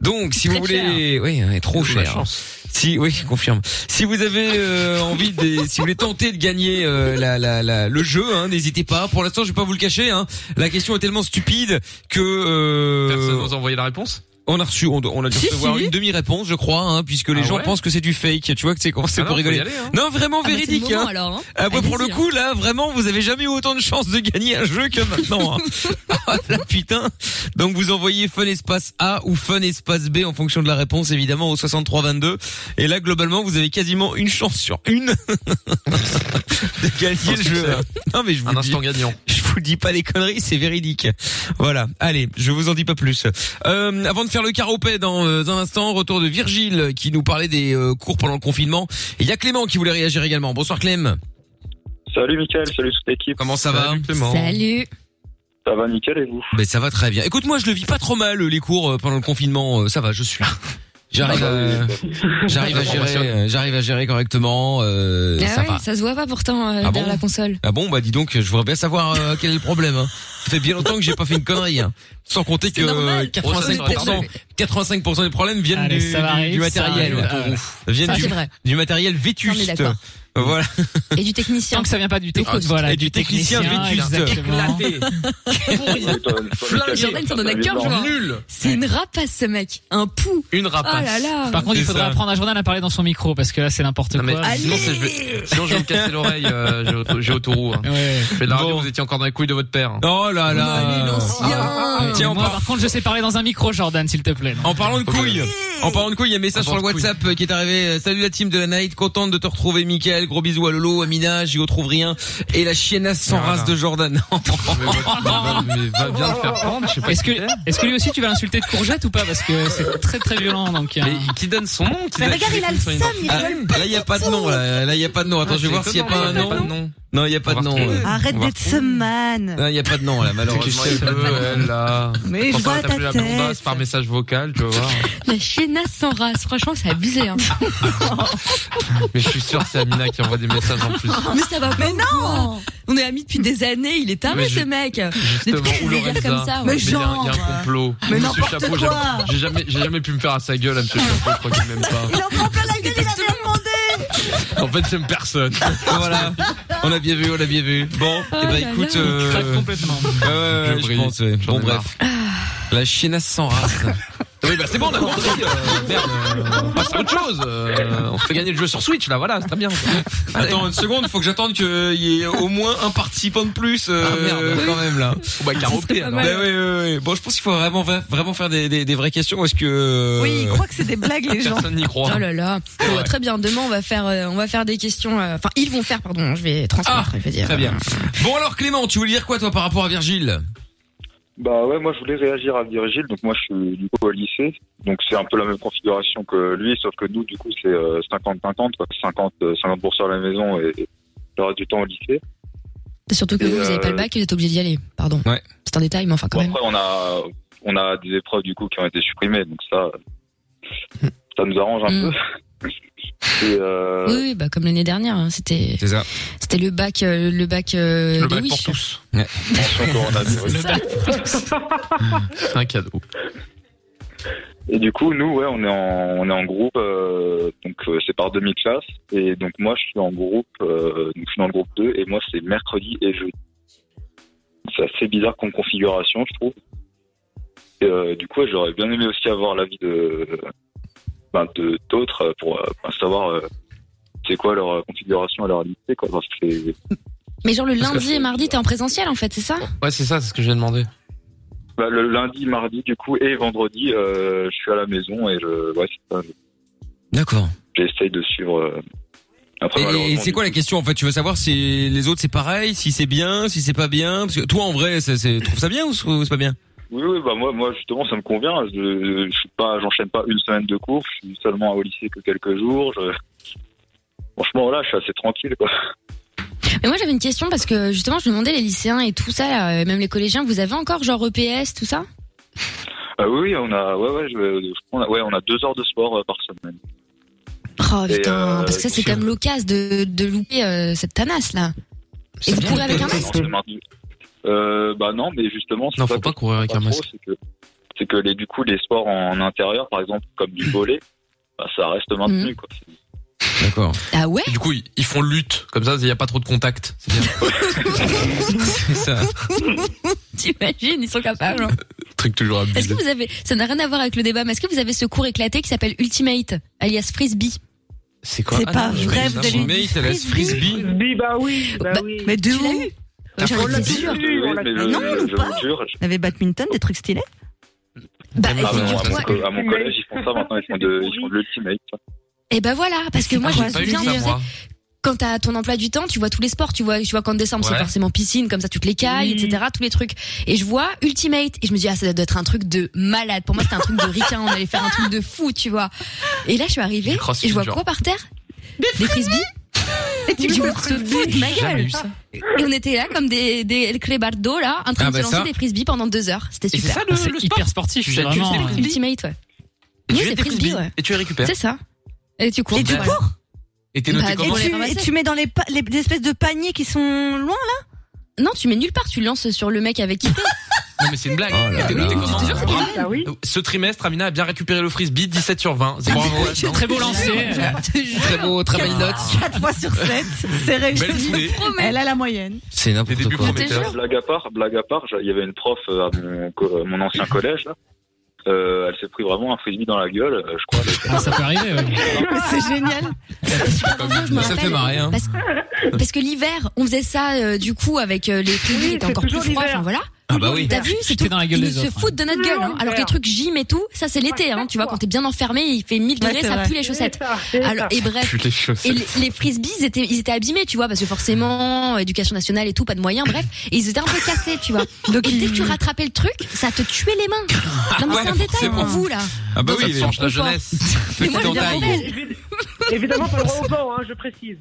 Donc, si vous voulez... Oui, ouais, trop
J'ai eu la
cher.
chance.
Si oui, je confirme. Si vous avez euh, envie de, si vous voulez tenter de gagner euh, la, la, la- le jeu, hein, n'hésitez pas. Pour l'instant, je vais pas vous le cacher. Hein. La question est tellement stupide que euh,
Personne n'ose envoyer la réponse
On a reçu, on, on a dû
Si,
recevoir
si.
une demi-réponse, je crois, hein, puisque les
Ah
gens
ouais
pensent que c'est du fake. Tu vois que c'est comment c'est
Ah non,
pour
faut y
rigoler.
aller, hein.
Non, vraiment
Ah bah, c'est le
véridique.
moment,
hein.
alors, hein.
Ah bah, pour le
Allez-y,
coup, là, vraiment, vous avez jamais eu autant de chances de gagner un jeu que maintenant. hein.
*laughs*
ah là, putain. Donc vous envoyez fun espace A ou fun espace B en fonction de la réponse, évidemment, au 6322. Et là, globalement, vous avez quasiment une chance sur une *laughs* de gagner le jeu. hein. Non mais je vous
Un
le dis.
instant gagnant.
Je vous dis pas les conneries, c'est véridique. Voilà. Allez, je vous en dis pas plus. Euh, avant de faire le caropet dans euh, un instant, retour de Virgile qui nous parlait des euh, cours pendant le confinement. Et il y a Clément qui voulait réagir également. Bonsoir Clem.
Salut Mickaël, salut toute l'équipe.
Comment ça va
Salut.
Ça va nickel et vous
Ben ça va très bien. Écoute, moi je le vis pas trop mal euh, les cours euh, pendant le confinement. Euh, ça va, je suis. J'arrive
Ah bah oui.
à,
*laughs*
j'arrive à gérer, euh, j'arrive à gérer correctement. euh,
Ah
ça
ouais,
va.
ça se voit pas pourtant euh,
Ah bon
derrière la console.
Ah bon, bah dis donc, je voudrais bien savoir euh, quel est le problème. hein. Ça fait bien longtemps que j'ai pas fait une connerie. hein. Sans compter que euh,
C'est normal.
85%, 85% des problèmes viennent
Allez,
du,
ça va
du-
arriver,
du
ça
matériel,
arrive.
autour. viennent
Ça,
du,
c'est vrai.
du matériel
On est
vétuste.
d'accord.
Voilà.
Et du
Tant
technicien.
que ça vient pas du technicien,
Ah,
voilà,
et du technicien vétuste.
exactement.
Oui, toi- toi, Mickaël,
Jordan, ça
t'as
donne à
des
cœur,
dents.
genre.
Nul.
C'est une rapace ce mec. Un pou.
Une
Oh là
rapace.
là.
Par contre, il
C'est
faudrait
ça.
apprendre à Jordan à parler dans son micro parce que là, c'est n'importe
Non,
quoi.
mais
Allez
sinon, c'est- je vais, sinon, je vais me casser l'oreille, euh, j'ai- j'ai autoroute. Hein.
Ouais.
Je fais de la radio,
Bon.
vous étiez encore dans les couilles de votre père. hein. Ah,
Oh là
Allez,
là.
l'ancien.
Ouais.
Tiens, on
Moi,
part-
par contre, je sais parler dans un micro, Jordan, s'il te plaît. non
En parlant de
Ok.
couilles, en parlant de couilles, il y a un message
En
sur le
parlant de
WhatsApp euh, qui est arrivé. Euh, Salut la team de la night, contente de te retrouver, Michael. Gros bisous à Lolo, à Mina, j'y retrouve rien. Et la chiennasse sans
Voilà.
race de Jordan.
Mais va- va- mais va
*laughs*
bien le faire prendre, je sais pas.
Est-ce que, est-ce que lui aussi tu vas l'insulter de courgette ou pas Parce que c'est très très violent donc. euh,
Mais qui donne son nom qui
Mais
donne-
regarde, il a le
son
seum, il
Ah,
rigole.
là, il y a pas de nom. Là, Là, il y a pas de nom. Attends, je vais voir s'il y a pas un nom. Non, il y a pas de nom.
On va
euh.
retrouver.
Arrête
On va
d'être ce man.
Ah,
Non, il y a pas de nom là, malheureusement.
Malheureusement, il
Euh,
peut, elle, là.
Mais je
Pourtant,
vois
elle t'appelait
ta
la blondasse
tête.
par message vocal, tu vas voir.
La chiennasse sans race. Franchement, c'est abusé. Hein.
Mais je suis sûr, c'est Amina qui envoie des messages en
*laughs*
plus.
Mais ça va pas. Mais non. On est amis depuis des années. Il est taré
Mais je-
ce mec.
Justement,
Depuis
ou
qu'il délire
Lorenza.
comme ça.
Mais
ouais.
Mais il y, a un- il y a
genre.
un complot.
Mais
Monsieur
n'importe
Chapeau,
quoi.
jamais- j'ai jamais, j'ai jamais pu me faire à sa gueule, à Monsieur Chapeau, je crois qu'il m'aime pas.
Il en prend plein la gueule, il a rien demandé.
En fait, j'aime personne. *laughs*
Voilà. On a bien vu, on a bien vu. Bon,
Oh
eh
là
ben écoute,
là.
euh,
craque complètement.
ouais, ouais, ouais,
Je
je
brille.
pense, ouais.
J'en
Bon
ai marre.
bref. La chiennasse sans race.
Oui, bah c'est bon, on a compris. euh, merde, euh, on passe à autre chose. euh, on se fait gagner le jeu sur Switch, là, voilà, c'est très bien.
Attends une seconde, faut que j'attende qu'il y ait au moins un participant de plus euh,
Ah, merde.
quand même là.
On
*laughs*
va caroper,
pas
alors.
mal.
Ben ouais, ouais, ouais. Bon, je pense qu'il faut vraiment vra- vraiment faire des, des, des vraies questions parce que euh,
Oui, il croit que c'est des blagues, les gens.
Personne n'y croit.
Oh là là. Bon, bah, très bien. Demain, on va faire, euh, on va faire des questions. euh, Enfin, ils vont faire, pardon. Je vais transmettre.
Ah.
je vais dire.
très bien. Bon alors Clément, tu voulais dire quoi toi par rapport à Virgile
Bah ouais, moi je voulais réagir à Virgile, donc moi je suis du coup au lycée, donc c'est un peu la même configuration que lui, sauf que nous du coup c'est euh, 50-50, quoi. 50, euh, 50% à la maison et et le reste du temps au lycée.
Surtout que
Et
vous, vous avez pas le
euh,
bac, vous êtes obligé d'y aller. Pardon.
Ouais.
C'est un détail, mais enfin quand
Bon,
même.
après on a, on a des épreuves du coup qui ont été supprimées, donc
*laughs*
ça, ça nous arrange un
Mm.
peu. *laughs* Et, euh,
Oui, oui, bah comme l'année dernière, hein, c'était
C'est ça.
c'était le bac euh, le bac euh,
Le
des
bac pour
Wish.
tous.
mention coronavirus.
C'est un cadeau.
Et du coup, nous, ouais, on est en, on est en groupe, euh, donc euh, c'est par demi-classe. Et donc moi, je suis en groupe, euh, donc je suis dans le groupe 2, et moi, c'est mercredi et jeudi. C'est assez bizarre comme configuration, je trouve. Et, euh, du coup, j'aurais bien aimé aussi avoir l'avis de ben, de- d'autres euh, pour, euh, pour savoir euh, c'est quoi leur euh, configuration à leur lycée, quoi. Parce que c'est-
Mais genre le
Parce que
lundi et mardi, t'es en présentiel en fait, c'est ça
Ouais, c'est ça, c'est ce que je viens de demander.
bah, le lundi, mardi, du coup, et vendredi, euh, je suis à la maison et je, ouais, c'est ça.
D'accord.
J'essaye de suivre. euh, Après,
Ah
Et,
bah,
et
malheureusement,
c'est quoi la question en fait Tu veux savoir si les autres c'est pareil, si c'est bien, si c'est pas bien Parce que toi en vrai, c'est- c'est- tu trouves ça bien ou c'est ou c'est pas bien
Oui, oui, bah moi, moi justement, ça me convient. Je, je suis pas, j'enchaîne pas une semaine de cours. Je suis seulement au lycée que quelques jours. Je... Franchement, voilà, je suis assez tranquille, quoi.
Mais moi j'avais une question parce que justement je me demandais les lycéens et tout ça, là, euh, même les collégiens, vous avez encore genre EPS tout ça
Ah oui, oui, on a, ouais, ouais, je, on a, ouais, on a deux heures de sport euh, par semaine.
Oh
Et,
putain,
euh,
parce que ça c'est quand même l'occasion de, de louper euh, cette tanasse là. Et vous *laughs* courez avec un masque
Non, c'est maintenu. Euh, bah non, mais justement, c'est
Non,
ça
faut
que
pas courir
je
avec un
comprends pas
masque.
trop, C'est que, c'est que les, du coup, les sports en, en intérieur, par exemple, comme
Mmh.
du volet, bah, ça reste maintenu,
Mmh.
quoi.
D'accord.
Ah ouais
Et du coup, ils ils font lutte. Comme ça, il n'y a pas trop de contact. C'est bien.
*laughs*
C'est ça. *laughs*
T'imagines, ils sont capables. hein.
truc toujours
Est-ce que
abusé.
vous avez, ça n'a rien à voir avec le débat, mais est-ce que vous avez ce cours éclaté qui s'appelle Ultimate, alias Frisbee
C'est
quoi
C'est
Ah
pas
non, je
vrai,
connais
vous
ça,
avez
moi.
une
Mate, elle a ce frisbee.
bah oui, bah, oui.
Mais de où
T'as
J'en
pas
étais
dit,
sûre.
oui, oui, mais
Mais
je-
Non, on
je
ou
vous
pas
jure,
On avait badminton, des trucs stylés
Bah,
Ah, mais non, à,
figure-toi
mon,
que-
à mon collège, ils font ça maintenant, ils font de, ils font de l'ultimate.
Et ben voilà, parce que moi je me
pas eu
souviens,
ça,
tu sais,
moi.
quand t'as ton emploi du temps, tu vois tous les sports, tu vois, tu vois qu'en décembre
Ouais.
c'est forcément piscine, comme ça tu te les cailles, etc. Tous les trucs. Et je vois Ultimate et je me dis ah ça doit être un truc de malade. Pour moi c'était un truc de ricain, on allait faire un truc de fou, tu vois. Et là je suis arrivée
crossfit,
et je vois
genre.
quoi par terre Des frisbees. Et tu
joues
me
au
te foutre de ma
J'ai jamais
gueule.
eu ça.
Et on était là comme des des clébardos là, en train
Ah,
de
bah,
se lancer
ça.
des frisbees pendant deux heures. C'était
Et c'est
super.
ça, le- Ah, c'est le sport hyper sportif,
Tu
c'est
jettes
vraiment,
des
euh,
frisbees. Ultimate ouais.
Et
Oui
tu jettes
c'est
des
frisbee
frisbees
ouais.
et tu les récupères.
C'est ça. Et tu cours.
Et tu
Bah,
cours Et t'es noté
Bah,
comment
et tu-
Et tu mets dans les, pa- les des espèces de paniers qui sont loin là
Non, tu mets nulle part, tu lances sur le mec avec qui t'es.
Non mais c'est une blague. Et t'es noté
Ah,
comment Bravo.
bah
Ce trimestre, Amina a bien récupéré le frisbee 17 sur 20.
Ah,
C'est bravo.
Très beau lancer.
Très beau, très belle note.
4 fois sur 7, c'est
Belle
réussi.
foulée.
Elle a la moyenne.
C'est n'importe
quoi. Blague à part, blague à part, j'a- il y avait une prof euh, à mon, co- mon ancien
*laughs*
collège. là. Euh, elle s'est pris vraiment un frisbee dans la gueule, euh, je crois. elle-
Ah, Ça peut arriver, ouais.
Mais *laughs* c'est génial.
Ah. je me
Ça fait
rappelle,
marrer, hein.
Parce, parce que l'hiver, on faisait ça euh, du coup avec euh, les pluies, il était encore plus froid. Enfin voilà.
Ah bah oui.
T'as vu, c'est tout.
dans la gueule
Ils
des
se
autres,
foutent de notre gueule. hein. Alors que les trucs gym et tout, ça c'est l'été. Hein. Tu vois, quand t'es bien enfermé, il fait 1000
Ouais,
degrés,
c'est
ça
vrai.
pue les chaussettes. Alors et bref.
Pue les chaussettes.
Et les, les frisbees, ils étaient, ils étaient abîmés, tu vois, parce que forcément, éducation nationale et tout, pas de moyens, bref. Et ils étaient un peu cassés,
*laughs*
tu vois. Donc, et dès que tu rattrapais le truc, ça te tuait les mains. Non,
*laughs*
mais
Ouais,
c'est un détail
forcément.
pour vous, là.
Ah bah
Dans
oui,
un
il
sport
change la
confort.
jeunesse.
Mais moi,
Petite
je viens
entaille.
rebelle.
Évidemment, pas le droit au gant, hein, je précise.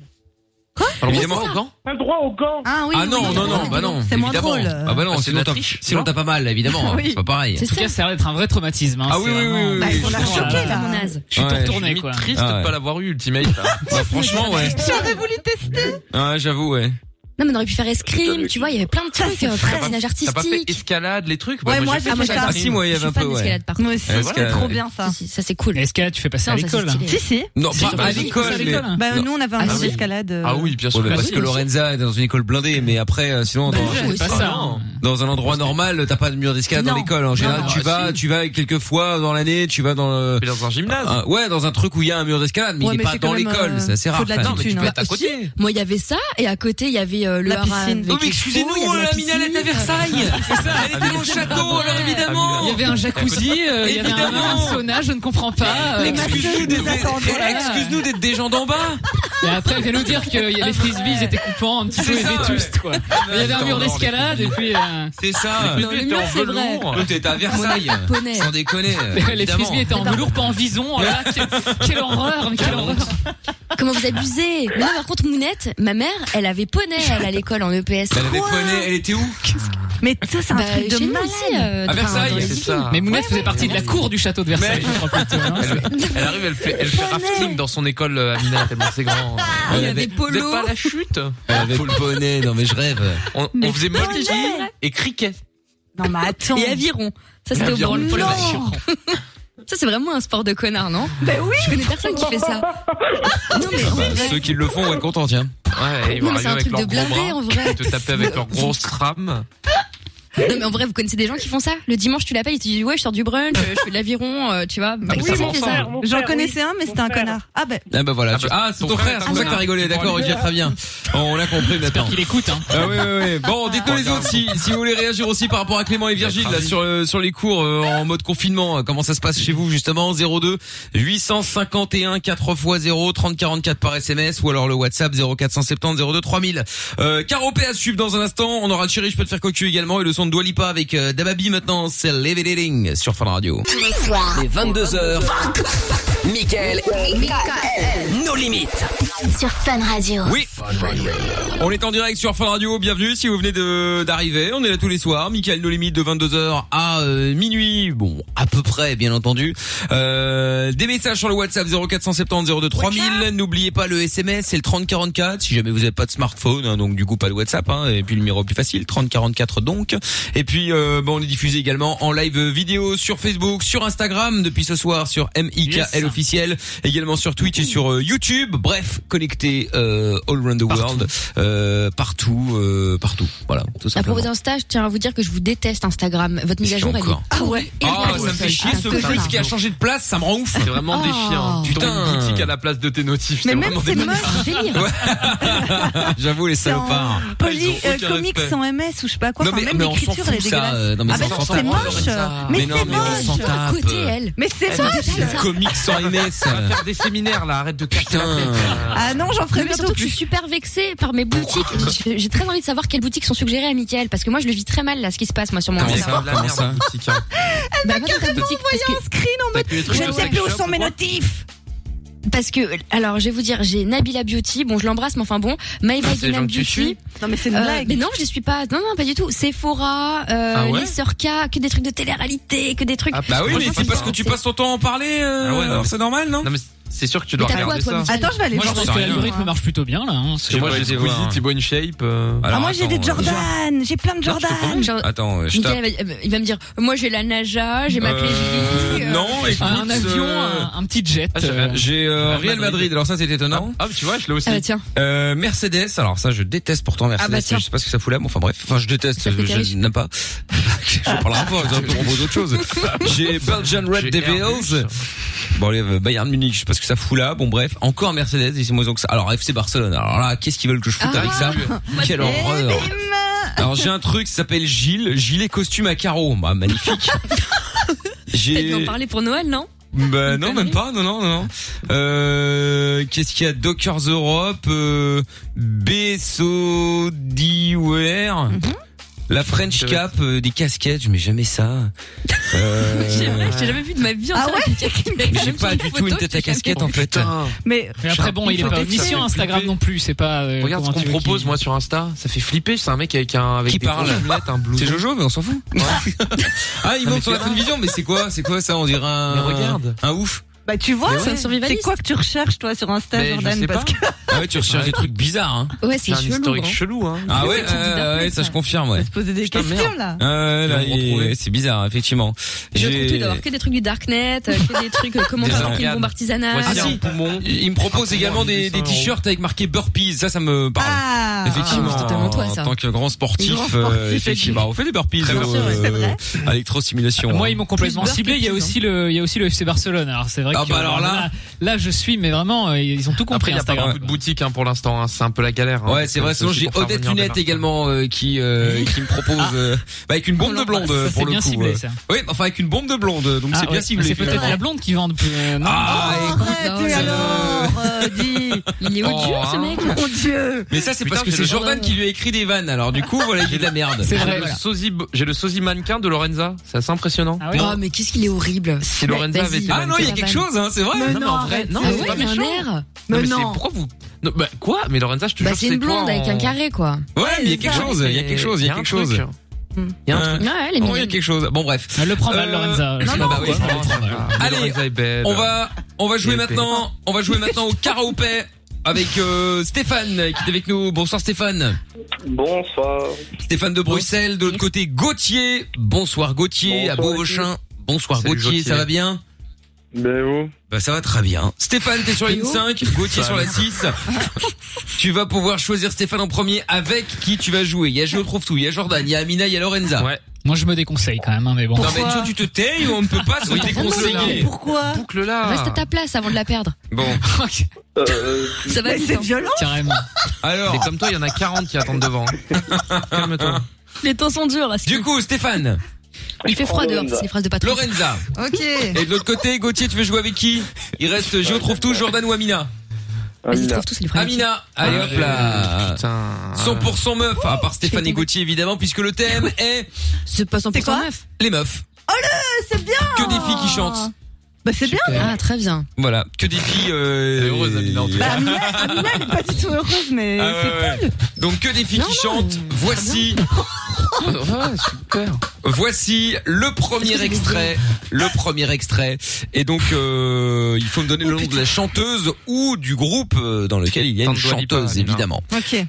Évidemment.
Pas le droit au gant.
Ah
ah non, non, non, bah non,
C'est moins
évidemment.
drôle.
Ah bah non,
Ah, c'est de
sinon
la
t'as-
triche,
sinon t'as pas mal, évidemment. hein,
*laughs* Oui.
C'est pas pareil.
En tout cas, ça a l'air d'être un vrai traumatisme. Hein.
Ah oui,
C'est
oui, oui,
vraiment-
oui, Bah, oui. ils ont l'air
Franchement,
choqués, là.
Mon naze.
Je suis
Ouais,
tout
je
retourné,
suis
quoi.
triste de Ah ouais. pas
l'avoir eu, Ultimate.
*laughs*
Bah, franchement, ouais.
J'aurais voulu tester.
Ouais, j'avoue, ouais.
Non, mais on aurait pu faire escrime, tu vois, il y avait plein de trucs, euh, patinage
T'as pas fait
artistique.
escalade, les trucs Bah,
Ouais, moi,
j'ai fait
ah, moi, j'ai
escalade.
pas-
Ah si, moi, il y avait un peu, ouais.
Moi aussi,
Ouais, escalade, ouais.
ça.
Ça, c'est cool.
Escalade, tu fais passer à
Non, ça, c'est
l'école.
stylé. Si, si.
Non,
Si,
pas
si,
à
si,
l'école,
si, si,
mais-
si,
hein.
si.
Bah,
Non.
nous, on avait un
Ah,
cours
oui.
d'escalade. euh,
Ah oui, bien sûr. parce que Lorenza est dans une école blindée, mais après, euh, sinon,
Bah,
dans,
je fais pas ça, hein.
dans un endroit normal, t'as pas de mur d'escalade dans
Non.
l'école. En général,
Non, non,
tu
ah,
vas,
si.
tu vas quelques fois dans l'année, tu vas dans le...
dans un gymnase.
ouais, dans un truc où il y a un mur d'escalade, mais
Ouais,
il est
mais
pas
c'est
dans
quand même,
l'école.
euh,
C'est assez
faut
rare.
de la
Non, mais tu
thune,
peux
hein.
être à côté.
Si, Moi, il y avait ça, et à côté, il y avait euh, le
La
haras
piscine.
avec
Non mais
les
excusez-nous,
chevaux, il y avait la
la Minal est à
piscine. *laughs*
Versailles.
Ah,
Elle était dans le château, alors évidemment.
Il y avait un jacuzzi, euh, il y avait un, un
Évidemment.
sauna, je ne comprends pas. euh,
Excuse-nous d'être- excuse-nous d'être des gens d'en bas.
Et après, viens nous dire que y a les frisbees ils étaient coupants, un petit
C'est
peu et
ça, Ah, bah,
vétustes, quoi. Il y avait un mur d'escalade, et puis, euh,
C'est ça.
Non, le mur, c'est vrai.
Eux, T'es à Versailles.
poney.
Sans déconner.
*laughs* les
évidemment.
frisbees étaient en velours, pas en vison. Oh là là, quelle, quelle horreur, mais quelle
Ah
horreur.
Comment vous abusez Mais non, par contre, Mounette, ma mère, elle avait poney, elle, à l'école en EPS.
Elle avait
Quoi
poigné, elle était où
Mais ça, c'est un
Bah,
truc de
chez nous
malade.
aussi, euh,
À
enfin, dans
Versailles,
les
c'est
villes.
ça.
Mais Mounette faisait partie de la cour du château de Versailles,
Mais-
je crois plutôt. hein. *laughs*
Elle arrive, elle fait, elle fait rafting dans son école, euh, Amina, tellement c'est
Ah,
grand.
Il
Elle
y avait
avait,
Vous êtes
Polo.
pas à la chute
elle avait poney, non mais je rêve.
On, on faisait monkey et cricket.
Non, mais attends.
Et aviron. Ça, c'était au
Aviron,
branle
le polo, c'est
chiant.
*laughs* Ça, c'est vraiment un sport de connard, non
Bah oui.
Je connais personne qui fait ça. Non, mais en vrai.
Ceux qui le font, on va être contents, tiens.
Ouais, ils
Non,
vont
mais c'est
arriver
un
avec
truc de
leurs gros
blindé,
bras.
en vrai.
Te taper avec leurs grosses rames.
Non, mais en vrai, vous connaissez des gens qui font ça Le dimanche, tu l'appelles, il te dit Ouais, je sors du brunch, euh, je fais de l'aviron, euh, tu vois.
mais
Qui
ça
c'est
va
qui fait
ensemble.
ça
Mon
J'en
frère,
connaissais
oui.
un, mais c'était un connard. Ah, bah.
Ah bah voilà.
Ah
tu-
bah,
Ah, c'est ton,
ton
frère,
frère,
c'est pour ça que t'as rigolé, d'accord, ok, très bien. On l'a compris
J'espère
maintenant.
qu'il écoute, hein.
Ah oui, oui, oui. Bon, dites-nous les autres si, si vous voulez réagir aussi par rapport à Clément et Virgile là, sur, euh, sur les cours euh, en mode confinement. euh, Comment ça se passe chez vous justement 02 851 4 x 0 30 44 par SMS ou alors le WhatsApp 0470 02 3000. Euh, Caropé à suivre dans un instant. On aura Chéri, je peux te faire cocu également et le son de Dwalipa avec euh, Dababy maintenant. C'est Levelating sur Fun Radio.
Tous les soirs.
Les 22h, Mickaël,
Michael.
nos limites.
Sur Fun Radio.
Oui. On est en direct sur Fun Radio. Bienvenue si vous venez de d'arriver. On est là tous les soirs. Michael No Limite de 22h à euh, minuit. Bon, à peu près, bien entendu. Euh, des messages sur le WhatsApp 0470 02 3000. N'oubliez pas le SMS, c'est le 3044. Si jamais vous n'avez pas de smartphone, hein, donc du coup pas de WhatsApp. hein. et puis le numéro plus facile, 3044 donc. Et puis, euh, bon, on est diffusé également en live vidéo sur Facebook, sur Instagram depuis ce soir, sur MIKL
Yes.
officiel, également sur Twitch et sur euh, YouTube. Bref, connecté euh, all around the world, euh, partout, euh, partout. Voilà, tout
À
simplement.
propos d'Insta, je tiens à Ah, vous dire que je vous déteste Instagram. Votre mise à jour, elle est.
encore
Ah ouais.
Ah, ça me fait chier ce truc qui a changé de place, ça me rend ouf. C'est
vraiment défiant.
Putain,
Une boutique à la place de tes notifs.
Oh. Mais
c'est
même
vraiment
c'est
dégueulasse.
moche, délire.
J'avoue les salopards. Ils
Poly,
ont
Oh. euh,
aucun
comics
respect.
sans MS ou je sais pas quoi.
Non,
Enfin,
mais-
même
mais on s'en
l'écriture,
fout,
elle est
ça,
dégueulasse.
euh, non, mais
ah
ça,
bah
on
non,
s'en
c'est
tape,
moche.
ça.
Mais
Mais non,
c'est
mais on s'en
moche.
tape. Ah,
Côté
peu.
elle.
Mais
Eh,
c'est moche.
Comics sans MS.
On va faire des séminaires là, arrête de casser la tête.
Ah non, j'en ferai
mais
bientôt
surtout que je
plus.
suis super vexée par mes boutiques. J'ai j'ai très envie de savoir quelles boutiques sont suggérées à Michael parce que moi je le vis très mal là ce qui se passe moi sur mon
Comment
Insta.
ça Comment ça
Bah, va dans ta boutique, parce que-
Screen en
T'as
mode.
que les trucs
Je
de
ne sais
sexe
plus où
shop
sont
ou
mes
quoi
notifs.
Parce que, alors, je vais vous dire, j'ai Nabila Beauty, bon, je l'embrasse, mais enfin bon, Maeva
C'est les gens
Guinan
que tu
Beauty.
suis.
Non, mais c'est une
Euh,
blague.
mais non, je les suis pas. Non, non, pas du tout. Sephora, euh,
Ah ouais
les Sorka, que des trucs de télé-réalité, que des trucs.
Ah,
Bah oui, mais
Franchement,
c'est parce
ça.
que tu passes ton temps à en parler, euh,
Ah ouais, non,
alors
mais-
c'est normal, non
Non mais c'est sûr que tu
Mais
dois
t'as quoi,
regarder
toi,
ça.
Michel
Attends, je vais aller
Moi, je
voir.
pense
j'en
que
sais rien.
l'algorithme marche plutôt bien, là. hein.
Parce que moi
J'ai
j'ai
pas été voir.
Squeezie, Thibaut InShape. euh,
Ah,
Alors,
moi j'ai
attends,
des
euh,
Jordan. J'ai plein de
Non, je te
Jordan.
Genre,
Attends, euh, je tape.
Mickaël va- euh, il va me dire, moi j'ai la Naja, j'ai ma
Euh,
Clélie, euh,
*laughs* Non, écoute,
Un avion,
euh,
un, un petit jet.
Ah, j'avais-
euh,
J'ai euh,
Real
Real
Madrid.
Madrid, alors ça c'est étonnant.
Ah, mais tu vois, je l'ai aussi.
Ah bah tiens,
Euh, Mercedes, alors ça je déteste pourtant Mercedes,
Ah bah tiens.
je sais pas ce que ça fout là, mais enfin bref, enfin je déteste,
Ça fait
je,
terrible.
je n'aime pas. *laughs* je parlerai pas, je propose autre chose. J'ai Belgian Red
J'ai
Devils.
Airbus.
Bon allez, euh, Bayern Munich, je sais pas ce que ça fout là. Bon bref, encore Mercedes, ils sont moins que ça. Alors FC Barcelone. Alors là, qu'est-ce qu'ils veulent que je foute
Ah.
avec ça Quelle horreur. Alors j'ai un truc qui s'appelle Gilles, gilet costume à carreaux. Bah magnifique.
peut-être
J'ai
d'en parler pour Noël, non
bah non,
connerie.
même pas, non, non, non. non. Euh, Qu'est-ce qu'il y a Dockers Europe, euh, BSODWare, E la French
Je-
Cap, euh, des casquettes, je mets jamais ça. Euh,
J'ai vrai, je t'ai jamais vu de ma vie en
Ah ouais
mais j'ai pas du tout une tête à casquette en fait.
Putain.
Mais
Mais Oh, après, bon, il est pas
Peut-être
hein,
ça
omniscient
fait
Instagram
flipper.
non plus. C'est pas. euh,
Regarde ce
comment
qu'on
tu veux
propose,
qu'il-
moi, sur Insta. Ça fait flipper. C'est un mec avec un, avec
Qui
des grosses
parle
lunettes, un
C'est
blouson.
Jojo, mais on s'en fout. ah, il
Non,
monte
mais
sur la
c'est vrai.
télévision, mais c'est quoi C'est quoi ça On dirait un.
Mais regarde.
Un ouf.
bah tu vois,
Mais ouais.
c'est- c'est
survivaliste.
quoi que tu recherches toi sur Insta, bah,
Mais je
Jordan
sais
Parce
pas.
que
Ah ouais, tu recherches des trucs bizarres. Hein.
Ouais,
C'est
c'est
un
chelou.
historique
hein.
chelou, hein.
Ah ouais,
C'est ça,
euh,
c'est dark
ouais,
net,
ça je
ça.
confirme, ouais.
se poser des
Putain,
questions
merde.
là.
Ah ouais, là,
Je vais me
il-
retrouver.
c'est bizarre, effectivement.
Je trouve
J'ai-
tout d'avoir que des trucs du darknet, euh, que des trucs euh, comment
Des
fabriquer une
organes.
bombe artisanale.
Voici
Ah,
un
si.
poumon.
Il me propose
Ah,
également
bon,
des, des
il descend en haut.
t-shirts avec marqué burpees. Ça, ça me parle.
Ah,
effectivement,
c'est totalement toi, ça.
en tant que grand sportif,
Les grands sportifs,
euh, effectivement, on fait des burpees
Très bien sûr, ouais, c'est vrai.
à électrostimulation.
Moi,
hein.
ils m'ont complètement
Plus beurre
ciblé.
que
Il y a
pizza.
aussi le, il y a aussi le FC Barcelone. Alors, c'est vrai
Ah
que
bah alors là-
là, là, je suis, mais vraiment, euh, ils ont tout
Après,
compris.
il n'y a pas
Instagram.
beaucoup de boutiques hein, pour l'instant. hein. C'est un peu la galère. hein.
Ouais, c'est vrai. Sinon,
aussi
j'ai
pour faire
Odette
venir des
Lunette
marques.
également euh, qui euh, qui me propose euh, bah, avec une bombe de blonde
Ça,
euh,
c'est
pour le
bien
coup.
ciblé,
euh.
ça.
Oui, enfin avec une bombe de blonde, donc
Ah,
c'est
ouais.
bien ciblé.
C'est peut-être
finalement.
la blonde qui vend. plus- euh, non.
Ah,
Oh,
écoute,
arrête,
non,
et
ça-
alors, euh, dis.
Il est odieux
Oh,
ce mec.
Mon Dieu.
mais ça c'est
Putain,
parce que
j'ai
c'est
le-
Jordan qui lui a écrit des vannes. Alors du coup, voilà, il est de la merde.
C'est
J'ai
vrai.
le
voilà.
sosie- J'ai le sosie mannequin de Lorenza. C'est assez impressionnant.
Ah oui.
Oh, mais qu'est-ce qu'il est horrible.
Si Lorenza
Vas-y.
avait été
Ah non, il y a
la
quelque
vanne.
chose, hein, c'est vrai.
Mais
non, mais
non,
en vrai,
arrête,
non,
Ah
c'est
ouais,
pas
il y a un
méchant.
air.
Non,
Mais
mais c'est
non.
pourquoi vous non, bah, quoi Mais Lorenza, je te
Bah,
jure,
c'est une
toi
blonde
en-
avec un carré, quoi.
Ouais, mais il y a
c'est
quelque
ça.
chose, il y a quelque chose, il y a
un
quelque
truc.
chose.
Il y a un
Ouais. Oh, il y
truc.
Ouais, elle est
a
mignonne.
quelque chose. Bon bref.
Elle le prend mal,
Euh,
Lorenza. Je sais
*laughs* non,
pas
bah oui,
pourquoi.
elle le prend mal. Allez,
Lorenza est belle.
On va, on va jouer
Et
maintenant, on va jouer maintenant au karaopé avec euh, Stéphane qui est avec nous. Bonsoir Stéphane.
Bonsoir.
Stéphane de Bruxelles, de l'autre côté Gauthier. Bonsoir Gauthier à
Bonsoir,
Beauvauchin. Bonsoir
Salut,
Gauthier,
Gauthier.
ça va bien
Ben où
bah ça va très bien. Stéphane, t'es sur la ligne 5, Gauthier sur la 6. *laughs* tu vas pouvoir choisir Stéphane en premier avec qui tu vas jouer. Il y a Je trouve tout, il y a Jordan, il y a Amina, il y a Lorenza.
Ouais.
Moi, je me déconseille quand même, hein, mais bon.
Non
Pourquoi
mais toi tu te tais ou on ne peut pas se
Oui,
Mais
déconseiller.
Pourquoi
Boucle là.
Reste à ta place avant de
*laughs*
la perdre.
Bon,
euh,
Ça va
Mais
vite.
c'est
hein.
violent.
Carrément.
alors
Et comme toi, il y en a 40 qui attendent devant. hein. *laughs* Calme-toi.
Les temps sont durs. là.
du coup Stéphane,
Il fait froid
Lorenza.
dehors. C'est les phrases de patron.
Lorenza.
Ok.
Et de l'autre côté, Gauthier, tu veux jouer avec qui Il reste Géo trouve tout, Jordan ou Amina
Vas-y,
Amina.
trouve tout, c'est les phrases.
Amina, allez hop là
Ah, Putain.
100% meuf, à part Stéphane et Gauthier évidemment, puisque le
*laughs*
thème est
C'est pas 100%
C'est quoi
meuf.
les meufs.
Euh, C'est bien.
Que des filles qui chantent.
Bah c'est bien.
Ah, très bien.
Voilà, que des filles. Euh...
Elle est heureuse, Amina, en tout
Bah Amina, Amina, elle est pas du tout heureuse, mais
Ah ouais,
c'est
ouais, ouais. Donc que des filles
Non,
qui
non,
chantent. *laughs* Voici,
Ouais, super.
voici le premier extrait, le premier extrait. Et donc euh, il faut me donner le nom de la chanteuse ou du groupe euh, dans lequel il y a
Tant
une
de Dua Lipa,
chanteuse
Amina.
*laughs*
évidemment.
Ok.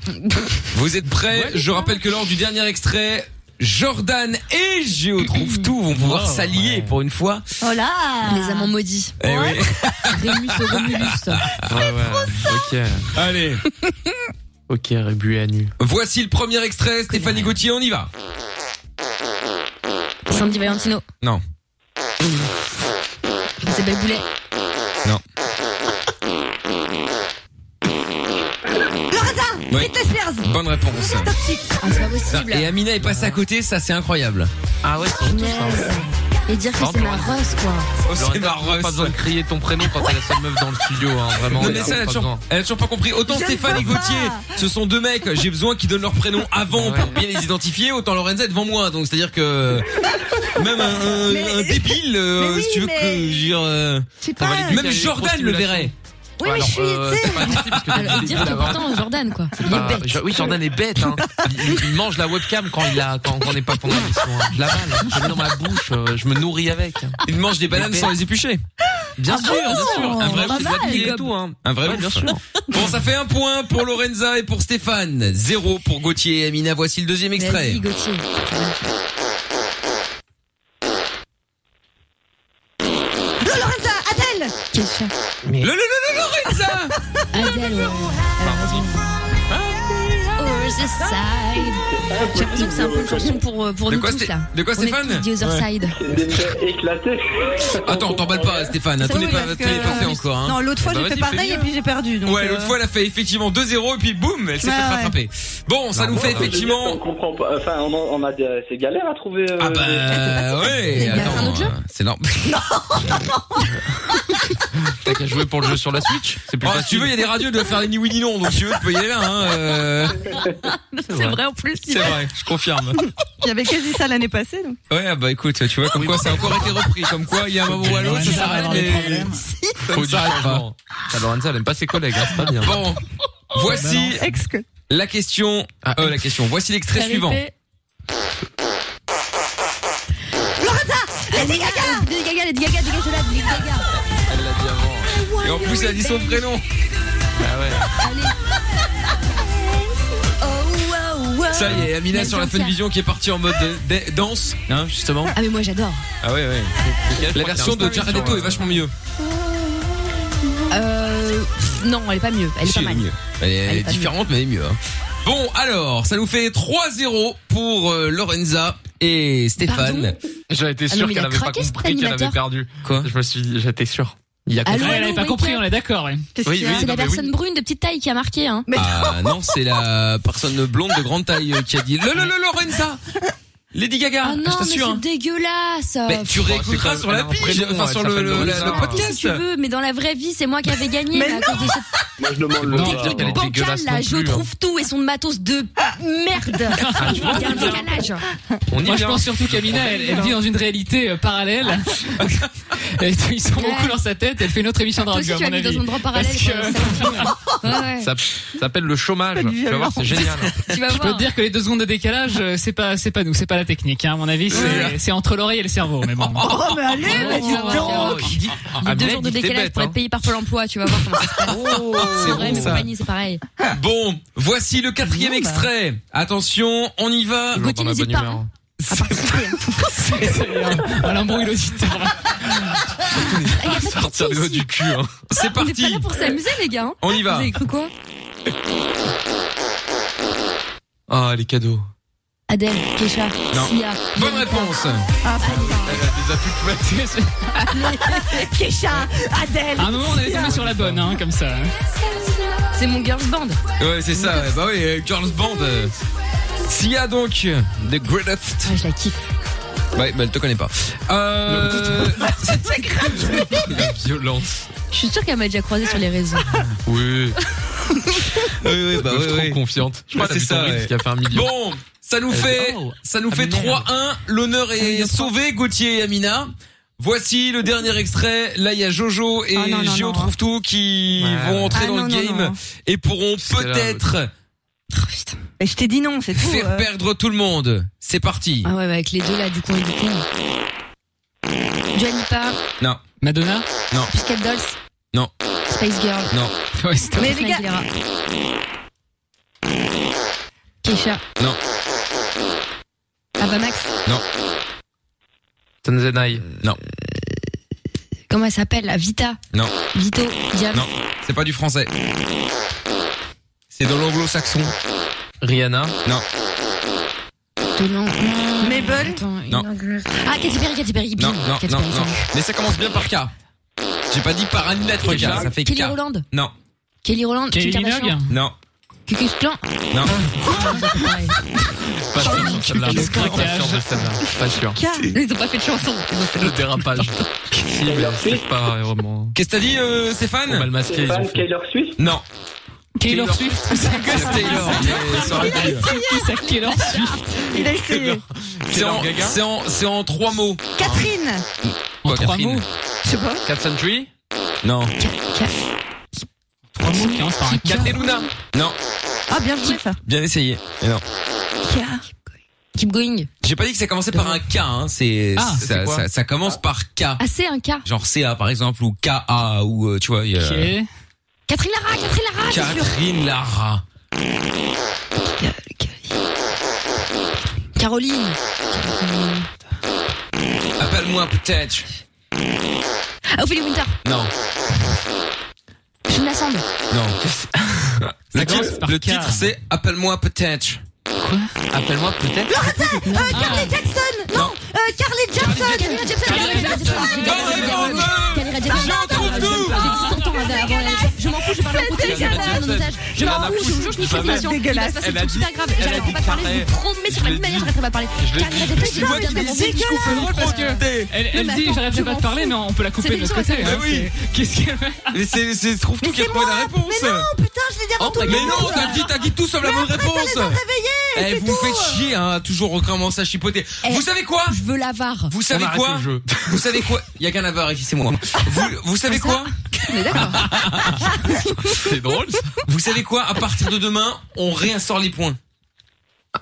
Vous êtes prêts Je rappelle que lors du dernier extrait, Jordan et Géo trouve tout vont pouvoir s'allier pour une fois.
Oh là Les amants maudits.
Eh oui.
Rémus et Romulus.
Ah Ouais, ouais. Ok. Allez.
Ok, rébué à nu.
Voici le premier extrait, Stéphanie Gauthier, on y va.
Sandy Valentino.
Non.
C'est bel boulet.
Non.
Le radar
Oui.
Britney Spears
Bonne réponse.
Ah, c'est pas possible.
Et Amina est passée à côté, ça c'est incroyable. Ah ouais,
Punaise. Et dire que c'est ma rose, quoi.
Oh, c'est
Laurent, t'as
marrant.
Pas besoin de crier ton prénom quand t'as la seule meuf dans le studio, hein, vraiment.
Non
y
mais
a
ça, elle a,
pas besoin.
toujours, elle a toujours pas compris. Autant
Je ne
Stéphane
peux
et Gauthier, ce sont deux mecs, j'ai besoin qu'ils donnent leur prénom avant pour bien les identifier, autant Lorenza est devant moi. Donc c'est-à-dire que même un, un-
Mais-
un débile, euh,
Mais oui,
si tu veux
mais-
que... je veux dire, euh,
Je sais pas.
Enfin, valide-
même
les
Jordan le
prostulations.
verrait.
Oui, mais je suis.
Alors, euh,
tu sais,
c'est pas possible parce que t'as
Alors,
dit
dire que
d'avoir-
pourtant, Jordan, quoi. Il
Bah,
est bête.
Jo- oui, Jordan est bête. Hein. Il, il mange la webcam quand il a, quand, quand on n'est pas pendant l'émission. Hein. Je l'avale, je le mets dans ma bouche, euh, je me nourris avec.
Il mange des bananes sans les éplucher. Ah
Bien sûr, bien sûr.
Un vrai
pas
ouf,
mal,
il est
les
et
gobes.
tout, hein. Un vrai
Ouais,
ouf.
bien sûr.
*laughs* Bon, ça fait un point pour Lorenza et pour Stéphane. Zéro pour Gauthier et Amina. Voici le deuxième extrait.
Vas-y, Gauthier.
Lorenza, Adèle
Quel chat.
Le, le, le, le, Lorenza!
Adèle. euh, Over the side. J'ai l'impression que c'est un peu une chanson pour, euh, pour
De
nous
quoi,
tous,
Sté-
là.
de quoi,
On est
Stéphane
tous The Other Side.
éclaté.
Attends, t'emballes pas, Stéphane. hein,
Ça
Tout
oui,
n'est pas,
parce
tout n'est
que- euh,
pas fait encore, hein.
Non, l'autre fois
Bah,
j'ai
vas-y,
fait
fais-le.
pareil et puis j'ai perdu. donc,
Ouais,
euh,
l'autre
*laughs*
fois, elle a fait effectivement 2-0 et puis boum, elle s'est
Ouais,
fait
ouais.
rattraper. Bon, ça
Ah
Non,
nous
bon,
fait
bah,
attends,
effectivement...
On comprend pas. Enfin, on, en- on a des- c'est galère à trouver. euh,
Ah bah ouais,
facile. Il y a un
attends,
autre jeu
euh, c'est normal.
*laughs* T'as qu'à jouer pour le jeu sur la Switch. C'est plus
Oh,
facile.
si tu veux, il y a des radios de faire les ni oui ni non, donc si tu veux, tu peux y aller là. Hein, euh,
C'est vrai, en plus.
C'est vrai, je confirme.
*laughs* Il y avait quasi ça l'année passée. Donc.
Ouais, bah écoute, tu vois, comme quoi ça a encore été
*laughs*
repris, comme quoi il y a un moment ou à l'autre, ça s'arrête. mais- Ça
Faut
ne
du
s'arrête pas.
changement. Ça, Lorenza, elle aime pas ses collègues, hein, c'est pas bien.
Bon, voici
Ex que.
la question. Euh, la question. Voici l'extrait suivant.
Lady Gaga Lady Gaga, Lady Gaga, dégage de là, Lady Gaga.
Elle l'a dit avant.
Et en plus, elle a dit son prénom.
Ah ouais.
Ça y est, Amina sur la
fin
Fun Vision qui est partie en mode de- de- danse, hein, justement.
Ah mais moi j'adore.
Ah ouais, ouais. La version de
hein.
Jaradetto est vachement mieux.
Euh, pff, non, elle est pas mieux. Elle est
Si,
pas mal.
mieux. Elle est,
Elle est pas
différente, mais elle est mieux. hein. Bon, alors, ça nous fait 3-0 pour euh, Lorenza et Stéphane.
J'en étais
Ah non,
sûr
mais il
qu'elle
a
avait pas
craqué, cet
compris qu'elle avait
animateur.
perdu.
Quoi
Je me suis dit, j'étais sûr. Il y a
Allô,
Ouais, elle
allô,
avait pas
Ah oui,
compris,
Pierre.
on est d'accord. ouais.
Qu'est-ce
Oui,
qu'il y a
oui,
C'est
non, mais
la personne brune de petite taille qui a marqué. Hein.
Mais
Ah non, c'est la personne blonde de grande taille euh, qui a dit le, le, le, Lorenza Lady Gaga,
Ah
je
non, mais
t'assure.
c'est
hein.
dégueulasse.
Mais tu
Oh,
réécouteras
c'est
sur la
quand même un
pige,
prénom,
enfin
elle
sur le,
s'appelle
le- la-
Lorenza.
le
Ah,
Si
podcast.
tu veux, mais dans la vraie vie, c'est moi qui avais gagné.
Mais
là, à cause de cette
Moi, je demande le.
Bon, dire
nom.
qu'elle est
bancale
dégueulasse non
là, je
plus, hein.
trouve tout et son matos de merde. Il y a un décalage.
On y
Moi, je
vient.
pense surtout qu'Amina, elle, elle vit dans une réalité euh, parallèle. *laughs* Elle- Ils sont beaucoup dans sa tête. Elle fait une autre émission de
Toi aussi
radio,
tu
à
as
mon
mis dans
avis.
un endroit parallèle.
Parce que-
quoi, ça va. *laughs* Ouais, ouais.
Ça ça s'appelle le chômage.
Pas de
Tu vas voir,
violence.
c'est *laughs* génial. hein.
Tu vas
Je peux
voir.
te dire que les deux secondes de décalage, euh, c'est pas, c'est pas nous, c'est pas la technique. Hein. À mon avis, c'est c'est entre l'oreille et le cerveau. Mais bon.
Oh, mais allez,
Oh,
mais dis
ça va, ça va.
donc
Oh, il dit-
Il
Ah,
y a deux
Ahmed,
jours de
il était
décalage
bête,
pour
hein.
être payé par Pôle emploi, tu vas voir comment ça se passe. c'est vrai,
bon,
mais
ça.
compagnie, c'est pareil.
Bon, voici le quatrième
Non, Ah. bah.
extrait. Attention, on y va.
Toujours
Gauthier
dans la
n'hésite
bah, bonne
pas, hein.
humeur.
C'est, euh, *laughs* On embrouille l'auditeur.
Ah, y a pas de
Sortir
pitié
les doigts
ici.
du cul. hein.
C'est
On est pas
parti.
là pour s'amuser, les gars. hein.
On y
Vous
va.
avez cru quoi
Ah, les cadeaux.
Adèle, Keisha,
Non.
Sia.
Bonne
Bianca.
réponse.
Keisha, Adèle.
À un moment, on avait tombé sur la bonne, hein, comme ça.
C'est mon girls band.
Ouais, c'est ça. ouais. Bah oui, euh, Girls Band. euh. Sia donc, The Greatest.
Ah, je la kiffe.
Ouais, bah elle te connaît pas. Euh...
La violence.
Je suis sûre qu'elle m'a déjà croisée sur les réseaux.
Oui.
*laughs* oui, oui, bah
Je
oui,
suis trop
oui.
confiante. Je
Ouais,
crois que
c'est
c'est
ça,
ça.
Ah, ouais.
qui a fait un million.
Bon, ça nous
Elle
fait,
dit, oh,
ça nous fait
Amina.
3-1. L'honneur est sauvé, Gauthier et Amina. Voici le dernier extrait. Là, il y a Jojo et
Ah, non, non,
Gio
non.
trouve tout qui
Ouais.
vont entrer
Ah,
dans
non,
le
non,
game
non.
et pourront
C'était là,
peut-être
Mais je t'ai dit non, c'est tout.
faire
euh.
perdre tout le monde. C'est parti.
Ah ouais, bah, avec les deux là, du coup, du coup. Johnny Parr,
Non,
Madonna
Pussycat Dolls.
Non.
Space Girl.
non,
Ouais, c'était-
Mais
Christina
les gars-
Aguilera. Keisha.
Non.
Ah Ava Max.
Non.
Tanzanaï.
Non.
Comment elle s'appelle la Vita.
Non.
Vito. Diane.
Non. C'est pas du français. C'est de l'anglo-saxon.
Rihanna.
Non.
De l'an- non.
Mabel.
Attends, une
Non.
anglaise. Ah, Katy Perry, Katy Perry.
Non,
Bien,
non,
Katy
non,
Perry,
non.
salut.
Mais ça commence bien par K. J'ai pas dit par une lettre,
Kelly
gars.
Roland.
Ça fait K.
Kelly Roland.
Non.
Kelly Roland.
Kelly
Kim Kardashian.
Minogue
Non.
Cucus Clan.
Non.
Pas sûr, celle-là.
Quel
Pas
craquage.
sûr de celle-là. Pas sûr.
Ils ont pas fait de chanson.
Le dérapage. Si, mais c'est pas vraiment.
Qu'est-ce que t'as dit, euh, Stéphane
Mal masqué, ils ont fait.
Swift
Non.
Taylor Swift. C'est quoi
C'est
ça
Taylor. mais ça aurait pu.
Qui ça Taylor Swift
Il a essayé.
C'est en,
Taylor Gaga
c'est en, c'est en trois mots.
Catherine.
En
Trois mots.
Je sais pas.
Cat Century.
Non.
Trois mots qui commencent par un K.
Cataluna. Non.
Ah, bien joué ça.
Bien essayé. Mais non.
Keep going.
J'ai pas dit que ça commençait par un K. Hein. C'est,
Ah,
ça,
c'est quoi
ça, ça commence par K.
Ah, c'est un cas.
Genre CA par exemple ou KA ou euh, tu vois. il y a-
Ok.
Catherine Lara, Catherine Lara, bien sûr.
Catherine Lara.
Caroline.
Appelle-moi peut-être.
Ah, Ophélie Winter.
Non.
Je l'assemble.
Non. Le
commence
titre,
par
le
K.
titre, c'est Appelle-moi peut-être.
Appelle-moi peut-être.
Carly Jackson. Non. euh, Carly Jackson.
Camila Jackson. Camila Jackson.
réponse.
Camila Jackson.
Je trouve tout.
J'ai 100 ans avant avant la Jackson. Je m'en fous, je parle en continu, je parle dans mon visage. Je m'en fous, je vous jure, je nique
Jamais.
l'émission. Il va se passer
Elle
des
a
trucs
dit-
super graves.
elle a
J'arrêterai
dit
pas de parler, je
carré.
vous promets, sur la
Je
même
l'ai
manière,
dit.
j'arrêterai pas de parler.
l'ai
Camila
dit.
Jackson,
C'est moi
bien dans mon visage.
parce que elle, elle
mais
dit
attends,
j'arrête
je
pas
m'en
de parler,
fous.
non, on peut la couper
C'est
de l'autre
une
côté.
soirée,
hein,
oui.
c'est- Qu'est-ce qu'elle fait
Mais *laughs*
*laughs*
c'est, c'est, trouve tout
Mais
qui a
c'est
trouvé
moi.
la réponse.
Mais non, putain, je l'ai dit avant
Oh,
tout le
mais
monde.
non, t'as dit, t'as dit tout sauf la bonne réponse.
Réveillé.
Eh,
c'est
vous
tout.
faites chier, hein, toujours recommencer à chipoter.
Eh.
Vous savez quoi
Je veux l'avare.
Vous savez
On arrête
quoi
le jeu.
Vous savez quoi Il y a qu'un avare ici, c'est moi. Vous, vous
Ah,
savez quoi
Mais d'accord.
*laughs* C'est drôle. ça.
Vous savez quoi À partir de demain, on réinsort les points.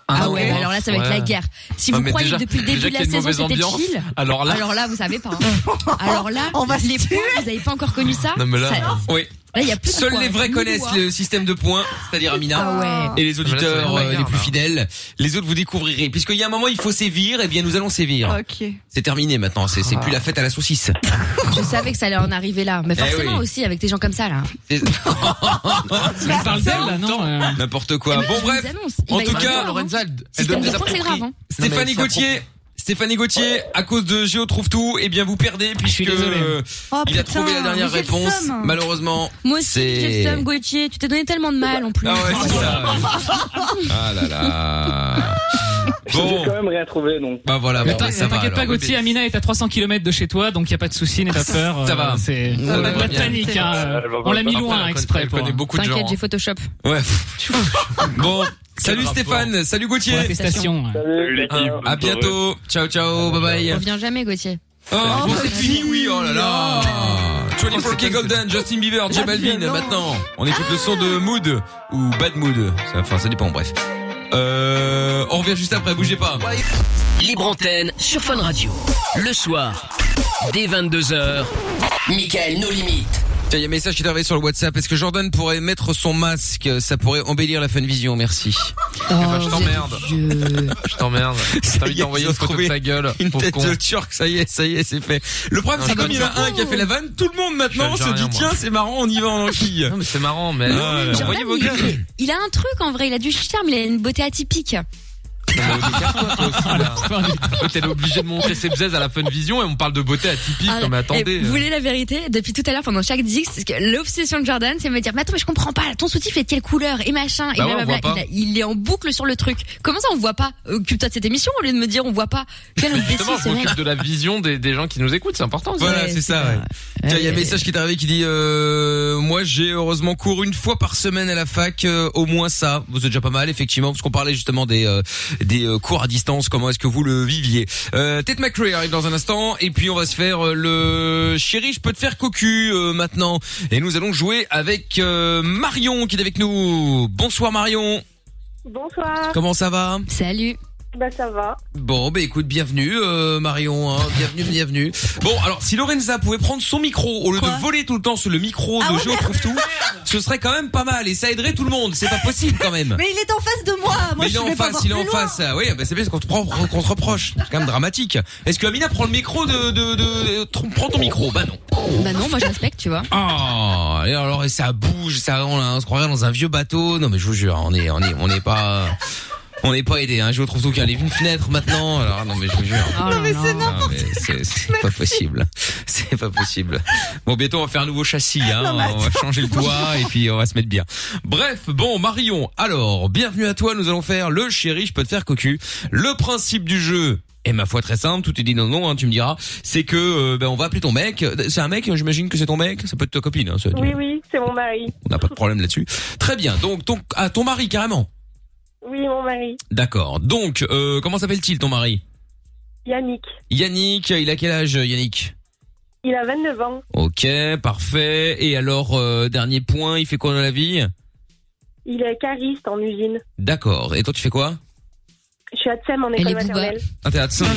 Ah ouais, bah alors là, ça va être la
Ouais.
guerre. Si
Non,
vous
mais
croyez
déjà-
que depuis le
déjà
début de la
qu'il y a une
saison, c'était
mauvaise ambiance.
chill.
Alors là.
Alors là, vous savez pas. hein. Alors là,
On va se
les points, vous avez pas encore connu ça
Non, mais là-
Ça-
Oui.
là, il y a plus de
Seuls
points.
les vrais
Nous,
connaissent
hein.
le système de points, c'est-à-dire Amina.
Ah ouais.
Et les
Ah,
auditeurs
mais là, c'est
euh,
la
les plus
bagarre,
fidèles, les autres vous découvrirez. Puisqu'il y a un moment, il faut sévir, et bien nous allons sévir.
Ok.
C'est terminé maintenant, c'est
Ah.
c'est plus la fête à la saucisse.
Je savais que ça allait en arriver là. Mais
Eh oui.
forcément aussi, avec des gens comme ça, là.
C'est-
Elle parle d'elle là, non euh,
N'importe quoi. Bon
Eh ben, Je vous
bref,
annonce, il
en
va y
tout
avoir
cas,
des morts, hein.
Lorenzalde, elle
Système
donne
de
des
points, c'est
approches.
grave. hein.
Stéphanie
Non, mais c'est
Gauthier, Stéphanie Gauthier, à cause de Géo trouve tout, eh bien vous perdez puisque
suis désolé.
euh,
Oh,
il a
putain,
trouvé la dernière
mais j'ai le
réponse.
seum.
Malheureusement,
Moi aussi, j'ai
c'est
le seum, Gauthier. Tu t'es donné tellement de mal en plus.
Ah ouais, c'est ça.
*laughs*
Ah là là.
J'ai quand
Bon,
même rien trouvé, donc.
bah voilà, bon,
mais t'in-
bah, ça va.
T'inquiète pas,
alors.
Gauthier, Amina est à 300 km de chez toi, donc y a pas de souci, n'aie pas peur.
Ça
euh,
va.
C'est
va
pas
bien.
de panique. hein, euh,
Elle va
On l'a mis
pas-
loin
Elle
exprès.
connaît-
pour-
Elle connaît beaucoup de gens. hein.
T'inquiète, j'ai Photoshop.
Ouais. Bon, salut
rapport.
Stéphane, salut
Pour la
Gauthier.
festation. ouais.
Salut
Hein, À bientôt. Ciao ciao, bye bye.
Reviens jamais, Gauthier.
Oh,
Ah,
bon, c'est
bah,
fini,
oui.
oui, oh là là 24K Golden, Justin Bieber, J Balvin,
violence.
maintenant, on écoute le son de Mood, ou Bad Mood, Ça- enfin, ça dépend, bref. Euh, on revient juste après, bougez pas.
Libre antenne sur Fun Radio. Le soir, dès 22h, Michael nos limites.
Tiens, il y a un message qui est arrivé sur le WhatsApp. Est-ce que Jordan pourrait mettre son masque? Ça pourrait embellir la Funvision, merci.
bah, je t'emmerde. Je t'emmerde. Je
Ça y
t'invite
est,
à envoyer
ils ont
une photo
trouvé
de ta gueule.
Une
pauvre
tête
con.
de turc, ça y est, ça y est, c'est fait. Le problème,
Non,
c'est
je
comme
suis
il y en a un qui a fait la vanne, tout le monde maintenant
Je suis
se dit,
algérien, moi.
tiens, c'est marrant, on y va en enquille.
Non, mais c'est marrant, mais.
Non, mais
Euh,
Jordan,
Envoyez vos gueules.
Il a un truc en vrai, il a du charme, il a une beauté atypique.
Toi, T'es obligé de montrer ses bzaises à la fun vision et on parle de beauté atypique.
Ah,
Non, mais
eh,
attendez.
vous voulez la vérité Depuis tout à l'heure, pendant chaque dix, parce que l'obsession de Jordan, c'est de me dire, mais attends, mais je comprends pas, ton soutif est de quelle couleur et machin, et
Bah ouais, on
blablabla.
voit pas.
il, a- il est en boucle sur le truc. Comment ça, on voit pas Occupe-toi de cette émission au lieu de me dire, on voit pas. Quel imbécile
euh, Justement,
ce
je
mec.
m'occupe de la vision des, des gens qui nous écoutent, c'est important. ça.
Voilà,
Ouais,
c'est
c'est
ça. ouais. Tiens, il y a un message qui est arrivé qui dit euh, moi j'ai heureusement cours une fois par semaine à la fac, euh, au moins ça. Vous êtes déjà pas mal effectivement parce qu'on parlait justement des euh, des euh, cours à distance. Comment est-ce que vous le viviez euh, Ted McRae arrive dans un instant et puis on va se faire euh, le chéri, je peux te faire cocu euh, maintenant et nous allons jouer avec euh, Marion qui est avec nous. Bonsoir Marion,
Bonsoir,
comment ça va
Salut.
Bah ça va.
Bon, bah écoute, bienvenue euh, Marion, hein, bienvenue, bienvenue. Bon, alors si Lorenza pouvait prendre son micro au lieu de voler tout le temps sur le micro
Ah
de Géo trouve tout, ce serait quand même pas mal et ça aiderait tout le monde. C'est pas possible quand même.
Mais il est en face de moi. Moi,
Mais il
je
est en
vais pas
face,
voir
il est en
plus loin.
face. Ah Oui, bah c'est bien ce qu'on te, prend- qu'on te reproche. C'est quand même dramatique. Est-ce que Amina prend le micro de, de, de- de- tr- prends ton micro Bah non.
Bah non, moi je respecte, tu vois.
Ah, et alors et ça bouge, ça on, on se croirait dans un vieux bateau. Non mais je vous jure, on est on est on n'est pas on n'est pas aidé. Hein. Je trouve tout qu'il y a une fenêtre maintenant. Alors non mais je vous jure.
Non, mais c'est
Ah,
n'importe
mais c'est- C'est pas possible. C'est pas possible. Bon, bientôt, on va faire un nouveau châssis. Hein.
Non, mais
on va
attends.
changer le toit et puis on va se mettre bien. Bref, bon, Marion, alors, bienvenue à toi. Nous allons faire le chéri, je peux te faire cocu. Le principe du jeu est, ma foi, très simple. Tout est dit non, non, hein, tu me diras. C'est que euh, ben, on va appeler ton mec. C'est un mec, j'imagine que c'est ton mec. Ça peut être ta copine. Hein, ça, tu-
Oui, oui, c'est mon mari.
On n'a pas de problème là-dessus. Très bien. Donc, ton, à ton mari, carrément.
Oui, mon mari.
D'accord. Donc, euh, comment s'appelle-t-il, ton mari
Yannick.
Yannick, il a quel âge, Yannick
Il a 29 ans.
Ok, parfait. Et alors, euh, dernier point, il fait quoi dans la vie
Il est cariste en usine.
D'accord. Et toi, tu fais quoi
Je suis à Tsem en école maternelle.
Ah, t'es à Tsum.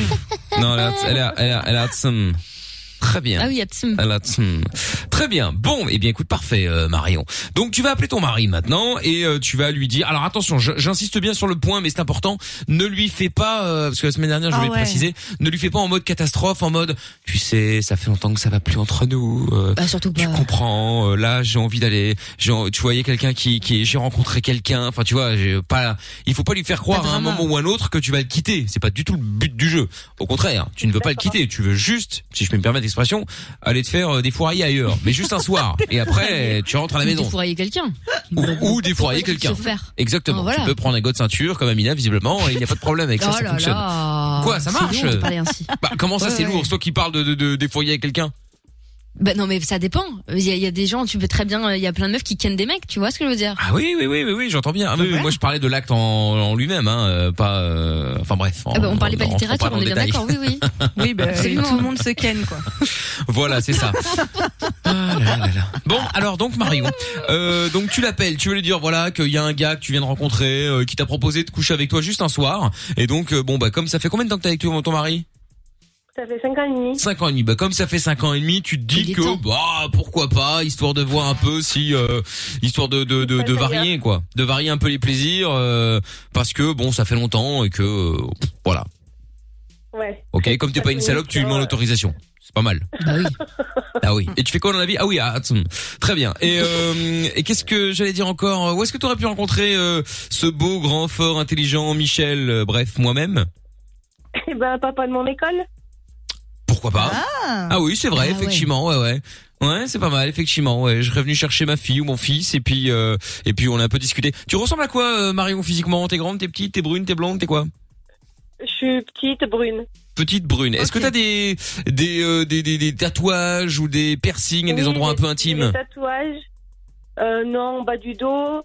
Non, elle est à- elle est à- elle est à- elle est à Tsum. Très bien.
Ah oui, Atsum.
Elle est à Tsum. Très bien. Bon, eh bien, écoute, parfait, euh, Marion. Donc, tu vas appeler ton mari maintenant et euh, tu vas lui dire... Alors, attention, je- j'insiste bien sur le point, mais c'est important. Ne lui fais pas... euh, parce que la semaine dernière, je
Ah
voulais
ouais.
le préciser. Ne lui fais pas en mode catastrophe, en mode... Tu sais, ça fait longtemps que ça va plus entre nous. euh,
surtout pas.
tu comprends euh, là j'ai envie d'aller j'ai en- tu voyais quelqu'un qui qui j'ai rencontré quelqu'un enfin tu vois j'ai pas il faut pas lui faire croire à un moment ou un autre que tu vas le quitter c'est pas du tout le but du jeu au contraire tu ne veux pas le quitter tu veux juste si je peux me permettre l'expression aller te faire euh, des fourrailles ailleurs mais juste un soir et
*laughs*
après tu rentres à la
Ou
maison
défourailler quelqu'un.
ou, ou défourailler
Faut se
quelqu'un
faire.
exactement
Ah, voilà.
tu peux prendre un go de ceinture comme Amina visiblement et il n'y a pas de problème avec ça
oh
ça
là
fonctionne
là.
quoi ça
C'est
marche
long de parler ainsi.
bah comment ça
Ouais,
c'est
ouais.
lourd toi qui parles de de, de défourailler avec quelqu'un
Bah non, mais ça dépend. Il y, a- il y a des gens, tu peux très bien, euh, il y a plein de meufs qui kennent des mecs, tu vois ce que je veux dire
Ah oui, oui, oui, oui, oui j'entends bien. Ah, mais Moi, je parlais de l'acte en, en lui-même, hein, euh, pas. euh, enfin bref.
Ah bah, on parlait pas
rentre
littérature,
dans le
on est bien
détail.
d'accord,
*laughs*
oui, oui.
Oui, bah,
Absolument.
tout le monde se ken, quoi.
Voilà, c'est ça. Ah là là là là. Bon, alors donc Marion, euh, donc tu l'appelles, tu veux lui dire voilà qu'il y a un gars que tu viens de rencontrer, euh, qui t'a proposé de coucher avec toi juste un soir, et donc euh, bon bah comme ça fait combien de temps que t'es avec toi, ton mari
Ça fait 5 ans et demi. *laughs*
5 ans et demi. Bah, comme ça fait 5 ans et demi, tu te dis que bah pourquoi pas, histoire de voir un peu si euh, histoire de de, de, de varier quoi, de varier un peu les plaisirs euh, parce que bon, ça fait longtemps et que euh, pff, voilà.
Ouais.
OK, comme t'es pas une salope, tu lui demandes l'autorisation. C'est pas mal.
Bah oui.
Ah oui. Et tu fais quoi dans la vie Ah oui, ah, attends. très bien. Et, euh, et qu'est-ce que j'allais dire encore Où est-ce que tu aurais pu rencontrer euh, ce beau, grand, fort, intelligent Michel euh, Bref, moi-même.
Eh ben, papa de mon école.
Pourquoi pas
Ah.
Ah oui, c'est vrai,
Ah ouais.
effectivement, ouais, ouais. Ouais, c'est pas mal, effectivement. Ouais, je serais venu chercher ma fille ou mon fils et puis euh, et puis on a un peu discuté. Tu ressembles à quoi, euh, Marion, physiquement T'es grande, t'es petite, t'es brune, t'es blonde, t'es quoi
Je suis petite, brune.
Petite brune. Est-ce que t'as des des, euh, des des des tatouages ou des piercings et des
Oui,
endroits un peu
Des
intimes
tatouages. Euh, non, en bas du dos.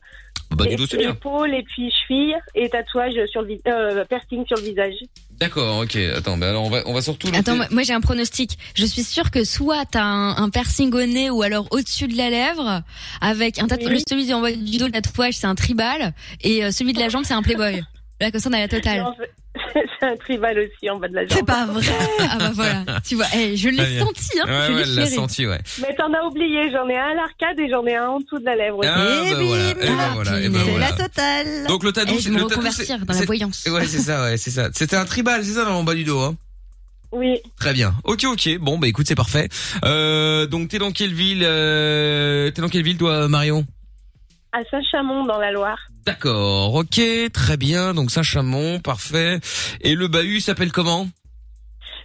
Bah du
Et-
dos, c'est bien.
Épaule et puis cheville et tatouage sur le vi- euh, piercing sur le visage. *laughs*
D'accord, ok. Attends, mais alors on va on va surtout.
Attends, moi, moi, j'ai un pronostic. Je suis sûre que soit t'as un, un piercing au nez ou alors au-dessus de la lèvre, avec un tatouage.
Oui.
Celui du, en bas du dos, le tatouage, c'est un tribal, et euh, celui de la jambe, c'est un playboy. Là, comme ça, on a la totale.
Non, c'est c'est un tribal aussi en bas de la jambe. C'est pas
vrai. ah bah
*laughs*
voilà. Tu vois, eh, je
Très
l'ai
bien.
senti, hein.
Ouais,
je
ouais,
l'ai
elle l'a
flairé.
senti, ouais.
Mais t'en as oublié, j'en ai un à l'arcade et j'en ai un en dessous de la lèvre. aussi.
Ah, bah voilà, eh bah voilà, eh bah
C'est
voilà.
la totale.
Donc le tatou,
Eh, je
c'est-
vais me
le tatou,
reconvertir
c'est-
dans la
c'est-
voyance.
Ouais, c'est ça, ouais, c'est ça. C'était un tribal, c'est ça, en bas du dos, hein.
*laughs*
Oui.
Très bien. Ok, ok. Bon, bah écoute, c'est parfait. Euh, donc t'es dans quelle ville euh, T'es dans quelle ville, toi, Marion
À Saint-Chamond, dans la Loire.
D'accord. Ok, très bien. Donc Saint-Chamond, parfait. Et le bahut s'appelle comment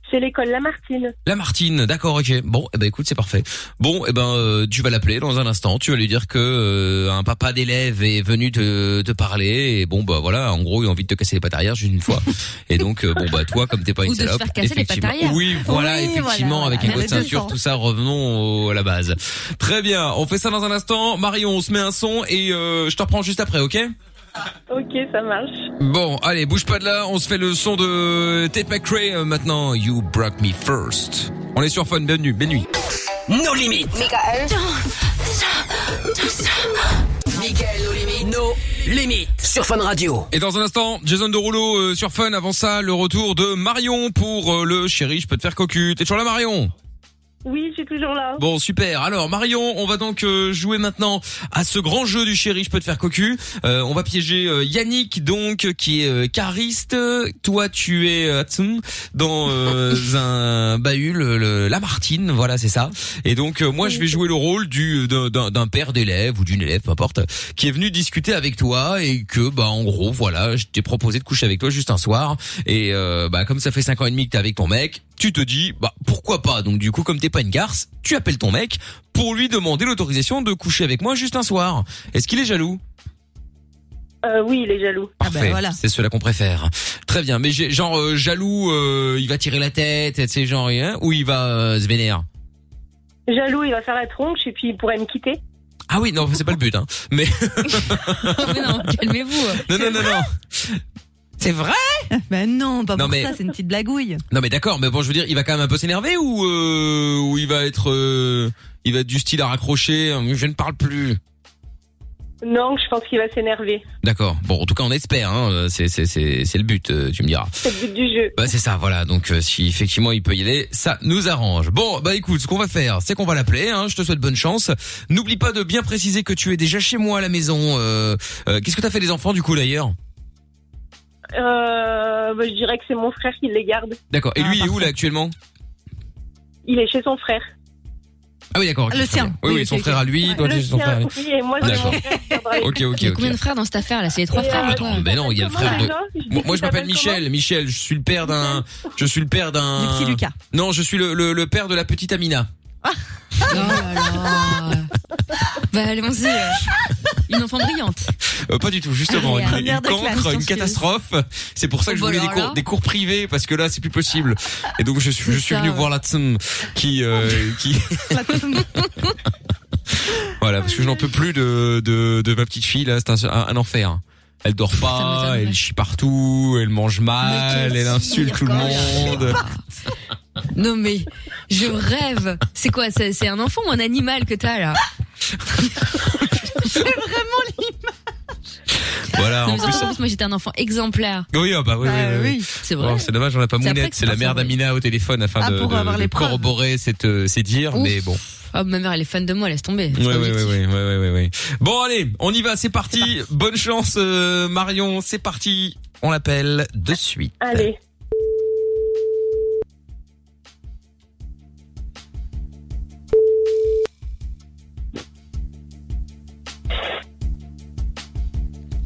C'est l'école Lamartine.
La Martine, d'accord, ok. Bon, eh ben écoute, c'est parfait. Bon, eh ben euh, tu vas l'appeler dans un instant. Tu vas lui dire que euh, un papa d'élève est venu te, te parler. Et bon, bah voilà, en gros, il a envie de te casser les pattes arrière juste une
*laughs*
fois. et donc, euh, bon bah toi, comme t'es pas
Ou
une
de se
salope,
faire casser les pattes
effectivement-
arrière.
Oui, voilà,
Oui,
effectivement,
voilà,
avec
voilà.
une
Les
grosse
deux
ceinture,
sens.
tout ça. Revenons au- à la base. Très bien, on fait ça dans un instant. Marion, on se met un son et euh, je te reprends juste après, ok
Ok, ça marche.
Bon, allez, bouge pas de là, on se fait le son de Tate McRae euh, maintenant. You brought me first. On est sur Fun, bienvenue, bienvenue.
Nos limites.
Michael.
Michael, nos limites. Nos les mythes sur Fun Radio.
Et dans un instant, Jason Derulo euh, sur Fun. Avant ça, le retour de Marion pour euh, le chéri, je peux te faire cocu. T'es toujours là, Marion
Oui, je suis toujours là.
Bon, super. Alors, Marion, on va donc euh, jouer maintenant à ce grand jeu du chéri, je peux te faire cocu. Euh, on va piéger euh, Yannick, donc, qui est euh, cariste. Toi, tu es euh, Hatsum, dans euh, un bahut, le- le- Lamartine, voilà, c'est ça. Et donc, euh, moi, je vais jouer le rôle du d'un- d'un d'un père d'élève ou d'une élève, peu importe, qui est venu discuter avec toi et que, bah, en gros, voilà, je t'ai proposé de coucher avec toi juste un soir. Et euh, bah, comme ça fait cinq ans et demi que t'es avec ton mec, tu te dis, bah, pourquoi pas Donc, du coup, comme t'es pas une garce, tu appelles ton mec pour lui demander l'autorisation de coucher avec moi juste un soir. Est-ce qu'il est jaloux
Euh, oui, il est jaloux.
Ah bah
Parfait. C'est cela qu'on préfère. Très bien. Mais j'ai- genre euh, jaloux, euh, il va tirer la tête, tu sais, genre hein, ou il va euh, se vénère.
Jaloux, il va faire la tronche et puis il pourrait me quitter.
Ah oui, non, c'est pas le but, hein. Mais *laughs*
non, calmez-vous.
non, non, non, non. C'est vrai
*laughs* Ben non, pas
Non,
pour
mais-
ça, c'est une petite blagouille.
Non, mais d'accord. Mais bon, je veux dire, il va quand même un peu s'énerver ou euh, ou il va être, euh, il va être du style à raccrocher. euh, Je ne parle plus.
Non, je pense qu'il va s'énerver.
D'accord. Bon, en tout cas, on espère. Hein. euh, C'est c'est c'est c'est le but. euh, Tu me diras.
C'est le but du jeu.
Bah c'est ça, voilà. Donc euh, si effectivement il peut y aller, ça nous arrange. Bon, bah écoute, ce qu'on va faire, c'est qu'on va l'appeler. Hein, je te souhaite bonne chance. N'oublie pas de bien préciser que tu es déjà chez moi à la maison. euh, euh, Qu'est-ce que t'as fait des enfants du coup d'ailleurs
Euh, bah, je dirais que c'est mon frère qui les garde.
D'accord. Et
Ah,
lui, il est où là actuellement
Il est chez son frère.
Ah oui, d'accord. ok,
Le
très
tien.
bien. Oui,
Oui,
oui, son
ok,
frère à lui. Toi,
Le
t'es chez son
sien,
frère à lui.
oui, et moi, j'ai
D'accord.
mon frère qui gardera les-
Ok, ok,
Il y a
ok.
combien de frères dans cette affaire là C'est les trois
Et,
frères hein ou
euh,
quoi
Ben non, il y a le
Comment
frère de.
alors Je dis
Moi,
qu'il
moi, je m'appelle
s'appelle
Michel. Michel, je suis le père d'un. Je suis le père d'un.
Du petit Lucas.
Non, je suis le, le, le père de la petite Amina.
Oh là là. Bah allons-y. euh, Une enfant brillante.
Euh, pas du tout, justement.
Ah,
Une, une
merde, la classe,
cancre, une
excuse.
catastrophe. C'est pour ça que je
Bon,
voulais des
alors
cours,
là.
des cours privés parce que là c'est plus possible. Et donc je suis, je suis
ça,
venu
ouais.
voir la tsum qui, euh, qui, voilà, parce que je n'en peux plus de, de, de ma petite fille là. C'est un, un, un enfer. hein. Elle dort pas, elle chie partout, elle mange mal, elle insulte tout le monde.
Non mais je rêve. C'est quoi C'est c'est un enfant ou un animal que t'as là
C'est vraiment
Voilà, en
Non, mais surtout,
plus.
en plus, moi j'étais un enfant exemplaire.
Oui, ah bah oui,
Bah
oui, oui,
oui, c'est vrai.
Bon, c'est dommage, on n'a pas
C'est après
Mounette,
que
c'est la
ça
mère
ressemble.
d'Amina au téléphone afin
Ah,
de,
pour
de-
avoir
de
les preuves.
corroborer cette, euh, ces dires,
Ouf.
mais bon.
Oh, ma mère elle est fan de moi, laisse tomber.
Ouais, ouais, ouais, ouais, ouais, ouais, ouais, ouais. Bon, allez, on y va, c'est parti. Bonne chance, euh, Marion, c'est parti. On l'appelle de suite.
Ah,
Allez.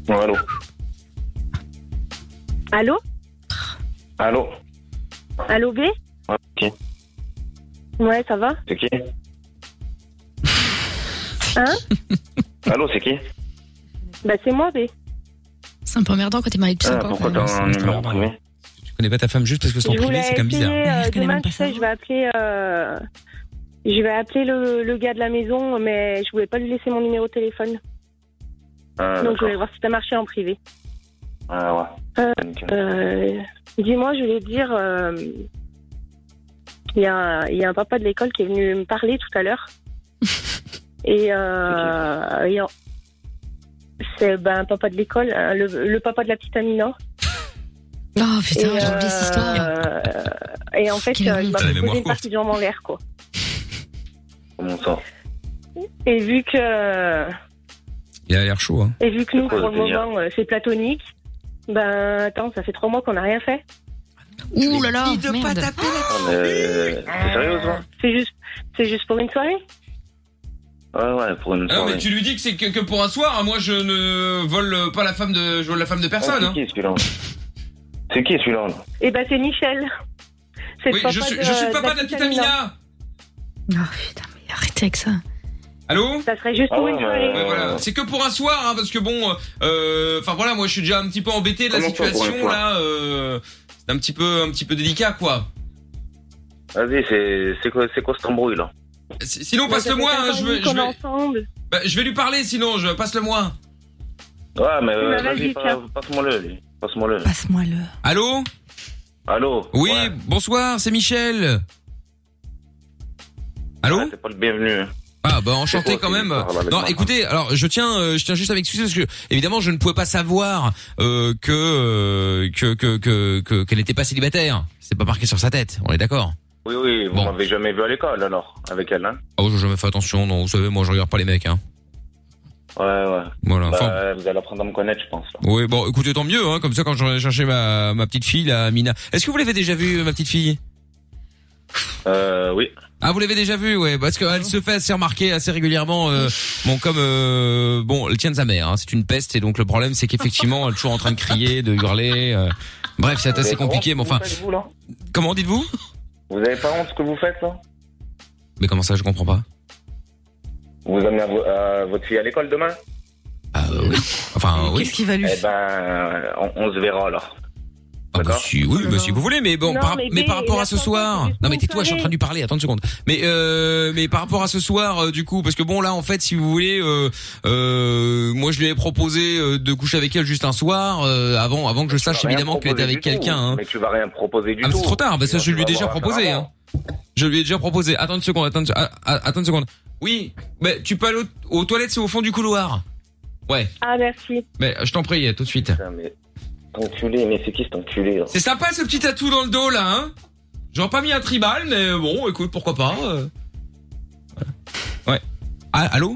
Bon, allô
Allô
Allô
Allô, B
Ouais, Ok,
Ouais, ça va
c'est qui
*laughs*
Hein
Allô, c'est qui
Bah, c'est moi, B.
C'est un peu emmerdant quand t'es marié depuis
Ah,
5 ans.
Pourquoi t'as un numéro privé
Tu connais pas ta femme juste parce que son
Je
privé,
voulais
c'est quand même
essayer,
bizarre.
euh, demain, tu sais, je vais appeler, euh, je vais appeler le, le gars de la maison, mais je voulais pas lui laisser mon numéro de téléphone.
Ah,
Donc, je
d'accord.
voulais voir si ça marchait en privé.
Ah, ouais.
Euh, euh, Dis-moi, je voulais te dire, euh, il y, a un- il y a un papa de l'école qui est venu me parler tout à l'heure. Et, euh, et en- c'est ben, un papa de l'école, hein, le, le papa de la petite Amina.
Oh putain,
Et,
j'ai oublié cette histoire.
euh, et en fait,
Quelle
euh, il
honte.
m'a
T'as la
proposé
mémoire
une partie de jambes en l'air, quoi.
Comment ça
Et vu que,
Il a l'air chaud, hein.
et vu que nous,
quoi,
pour le
le délire
moment, euh, c'est platonique, ben attends, ça fait trois mois qu'on n'a rien fait.
Ouh là là,
merde.
Ah, mais, euh, T'es sérieuse, là
C'est juste, c'est juste pour une soirée.
Ouais, ouais, pour une
Ah,
soirée.
mais tu lui dis que c'est que, que pour un soir, hein, moi je ne vole euh, pas la femme de, je vole la femme de personne,
Ah,
hein.
C'est qui celui-là C'est qui celui-là là
Et ben c'est Michel. C'est le
Oui,
papa
je suis,
de-
je suis
de
papa de la petite Amina.
Arrêtez avec ça.
Allô
Ça serait juste
pour une soirée.
Ouais, voilà. C'est que pour un soir, hein, parce que bon, euh, enfin voilà, moi je suis déjà un petit peu embêté de la
Comment ça, pour un
situation
soir
là. euh, c'est un petit peu, un petit peu délicat, quoi.
Vas-y, c'est- c'est quoi, c'est quoi cette embrouille là
Si- Sinon
Ouais, ça fait
passe-le-moi,
cinq
hein,
ans et
je
demi
vais, je
qu'on est
vais-
ensemble.
bah, je vais lui parler. Sinon, je passe-le-moi.
Ouais, mais euh,
Mais vas-y,
vas-y, pa-
tiens.
passe-moi le. lui. Passe-moi le.
Passe-moi le.
Allô
Allô
Oui,
Ouais.
bonsoir, c'est Michel. Allô
Ouais, bah, T'es Ah, pas le bienvenu. hein.
Ah bah enchanté quand même. Non, écoutez, alors je tiens, euh, je tiens juste à m'excuser parce que évidemment je ne pouvais pas savoir euh, que euh, que que que que- qu'elle n'était pas célibataire. C'est pas marqué sur sa tête. On est d'accord.
Oui, oui, vous m'avez jamais vu à l'école alors, avec elle, hein
Ah oui, j'ai jamais fait attention. Non, vous savez, moi je regarde pas les mecs. Hein.
Ouais, ouais.
Voilà.
Bah,
enfin-
Vous allez apprendre à me connaître, je pense.
Oui, bon, écoutez, tant mieux. Hein, comme ça, quand j'aurai cherché ma ma petite fille, la Mina. Est-ce que vous l'avez déjà vue, ma petite fille
Euh, oui.
Ah, vous l'avez déjà vue, ouais, parce qu'elle se fait assez remarquer assez régulièrement. euh, bon, comme euh, bon, elle tient de sa mère. hein, c'est une peste et donc le problème, c'est qu'effectivement, elle est toujours en train de crier, de hurler. euh. Bref, c'est assez compliqué, mais enfin.
Vous, là
Comment dites-vous
hein vous avez pas honte ce que vous faites, hein là
Mais comment ça, je comprends pas.
Vous amenez à vo- à votre fille à l'école demain
Enfin, Ah, euh, oui.
Qu'est-ce qu'il va lui Eh ben, on, on se verra, alors.
Ah bah si, oui, bah si vous voulez, mais bon,
Non,
par,
mais
mais,
B,
par rapport
la
à ce
chanson,
soir,
c'est
non mais tais-toi,
sponsorisé.
je suis en train de lui parler, attends une seconde. Mais euh, mais par rapport à ce soir, euh, du coup, parce que bon là, en fait, si vous voulez, euh, euh, moi je lui ai proposé euh, de coucher avec elle juste un soir, euh, avant avant que je sache
Tu vas rien
évidemment qu'elle était
proposer
avec
du tout.
quelqu'un. hein.
Mais tu vas rien proposer du
Ah, mais
tout.
c'est trop tard, bah ça
Tu
je lui ai
vas
déjà
avoir un
proposé.
avant.
Hein. Je lui ai déjà proposé. Attends une seconde, attends, une- ah, ah, attends une seconde. Oui, mais tu peux aller aux, aux toilettes, c'est au fond du couloir. Ouais,
Ah, merci.
mais euh, je t'en prie, à tout de suite.
Enculé, mais c'est qui cet enculé hein là
C'est sympa ce petit tatou dans le dos là, hein J'aurais pas mis un tribal, mais bon, écoute, pourquoi pas. euh. Voilà. Ouais. Ah, allô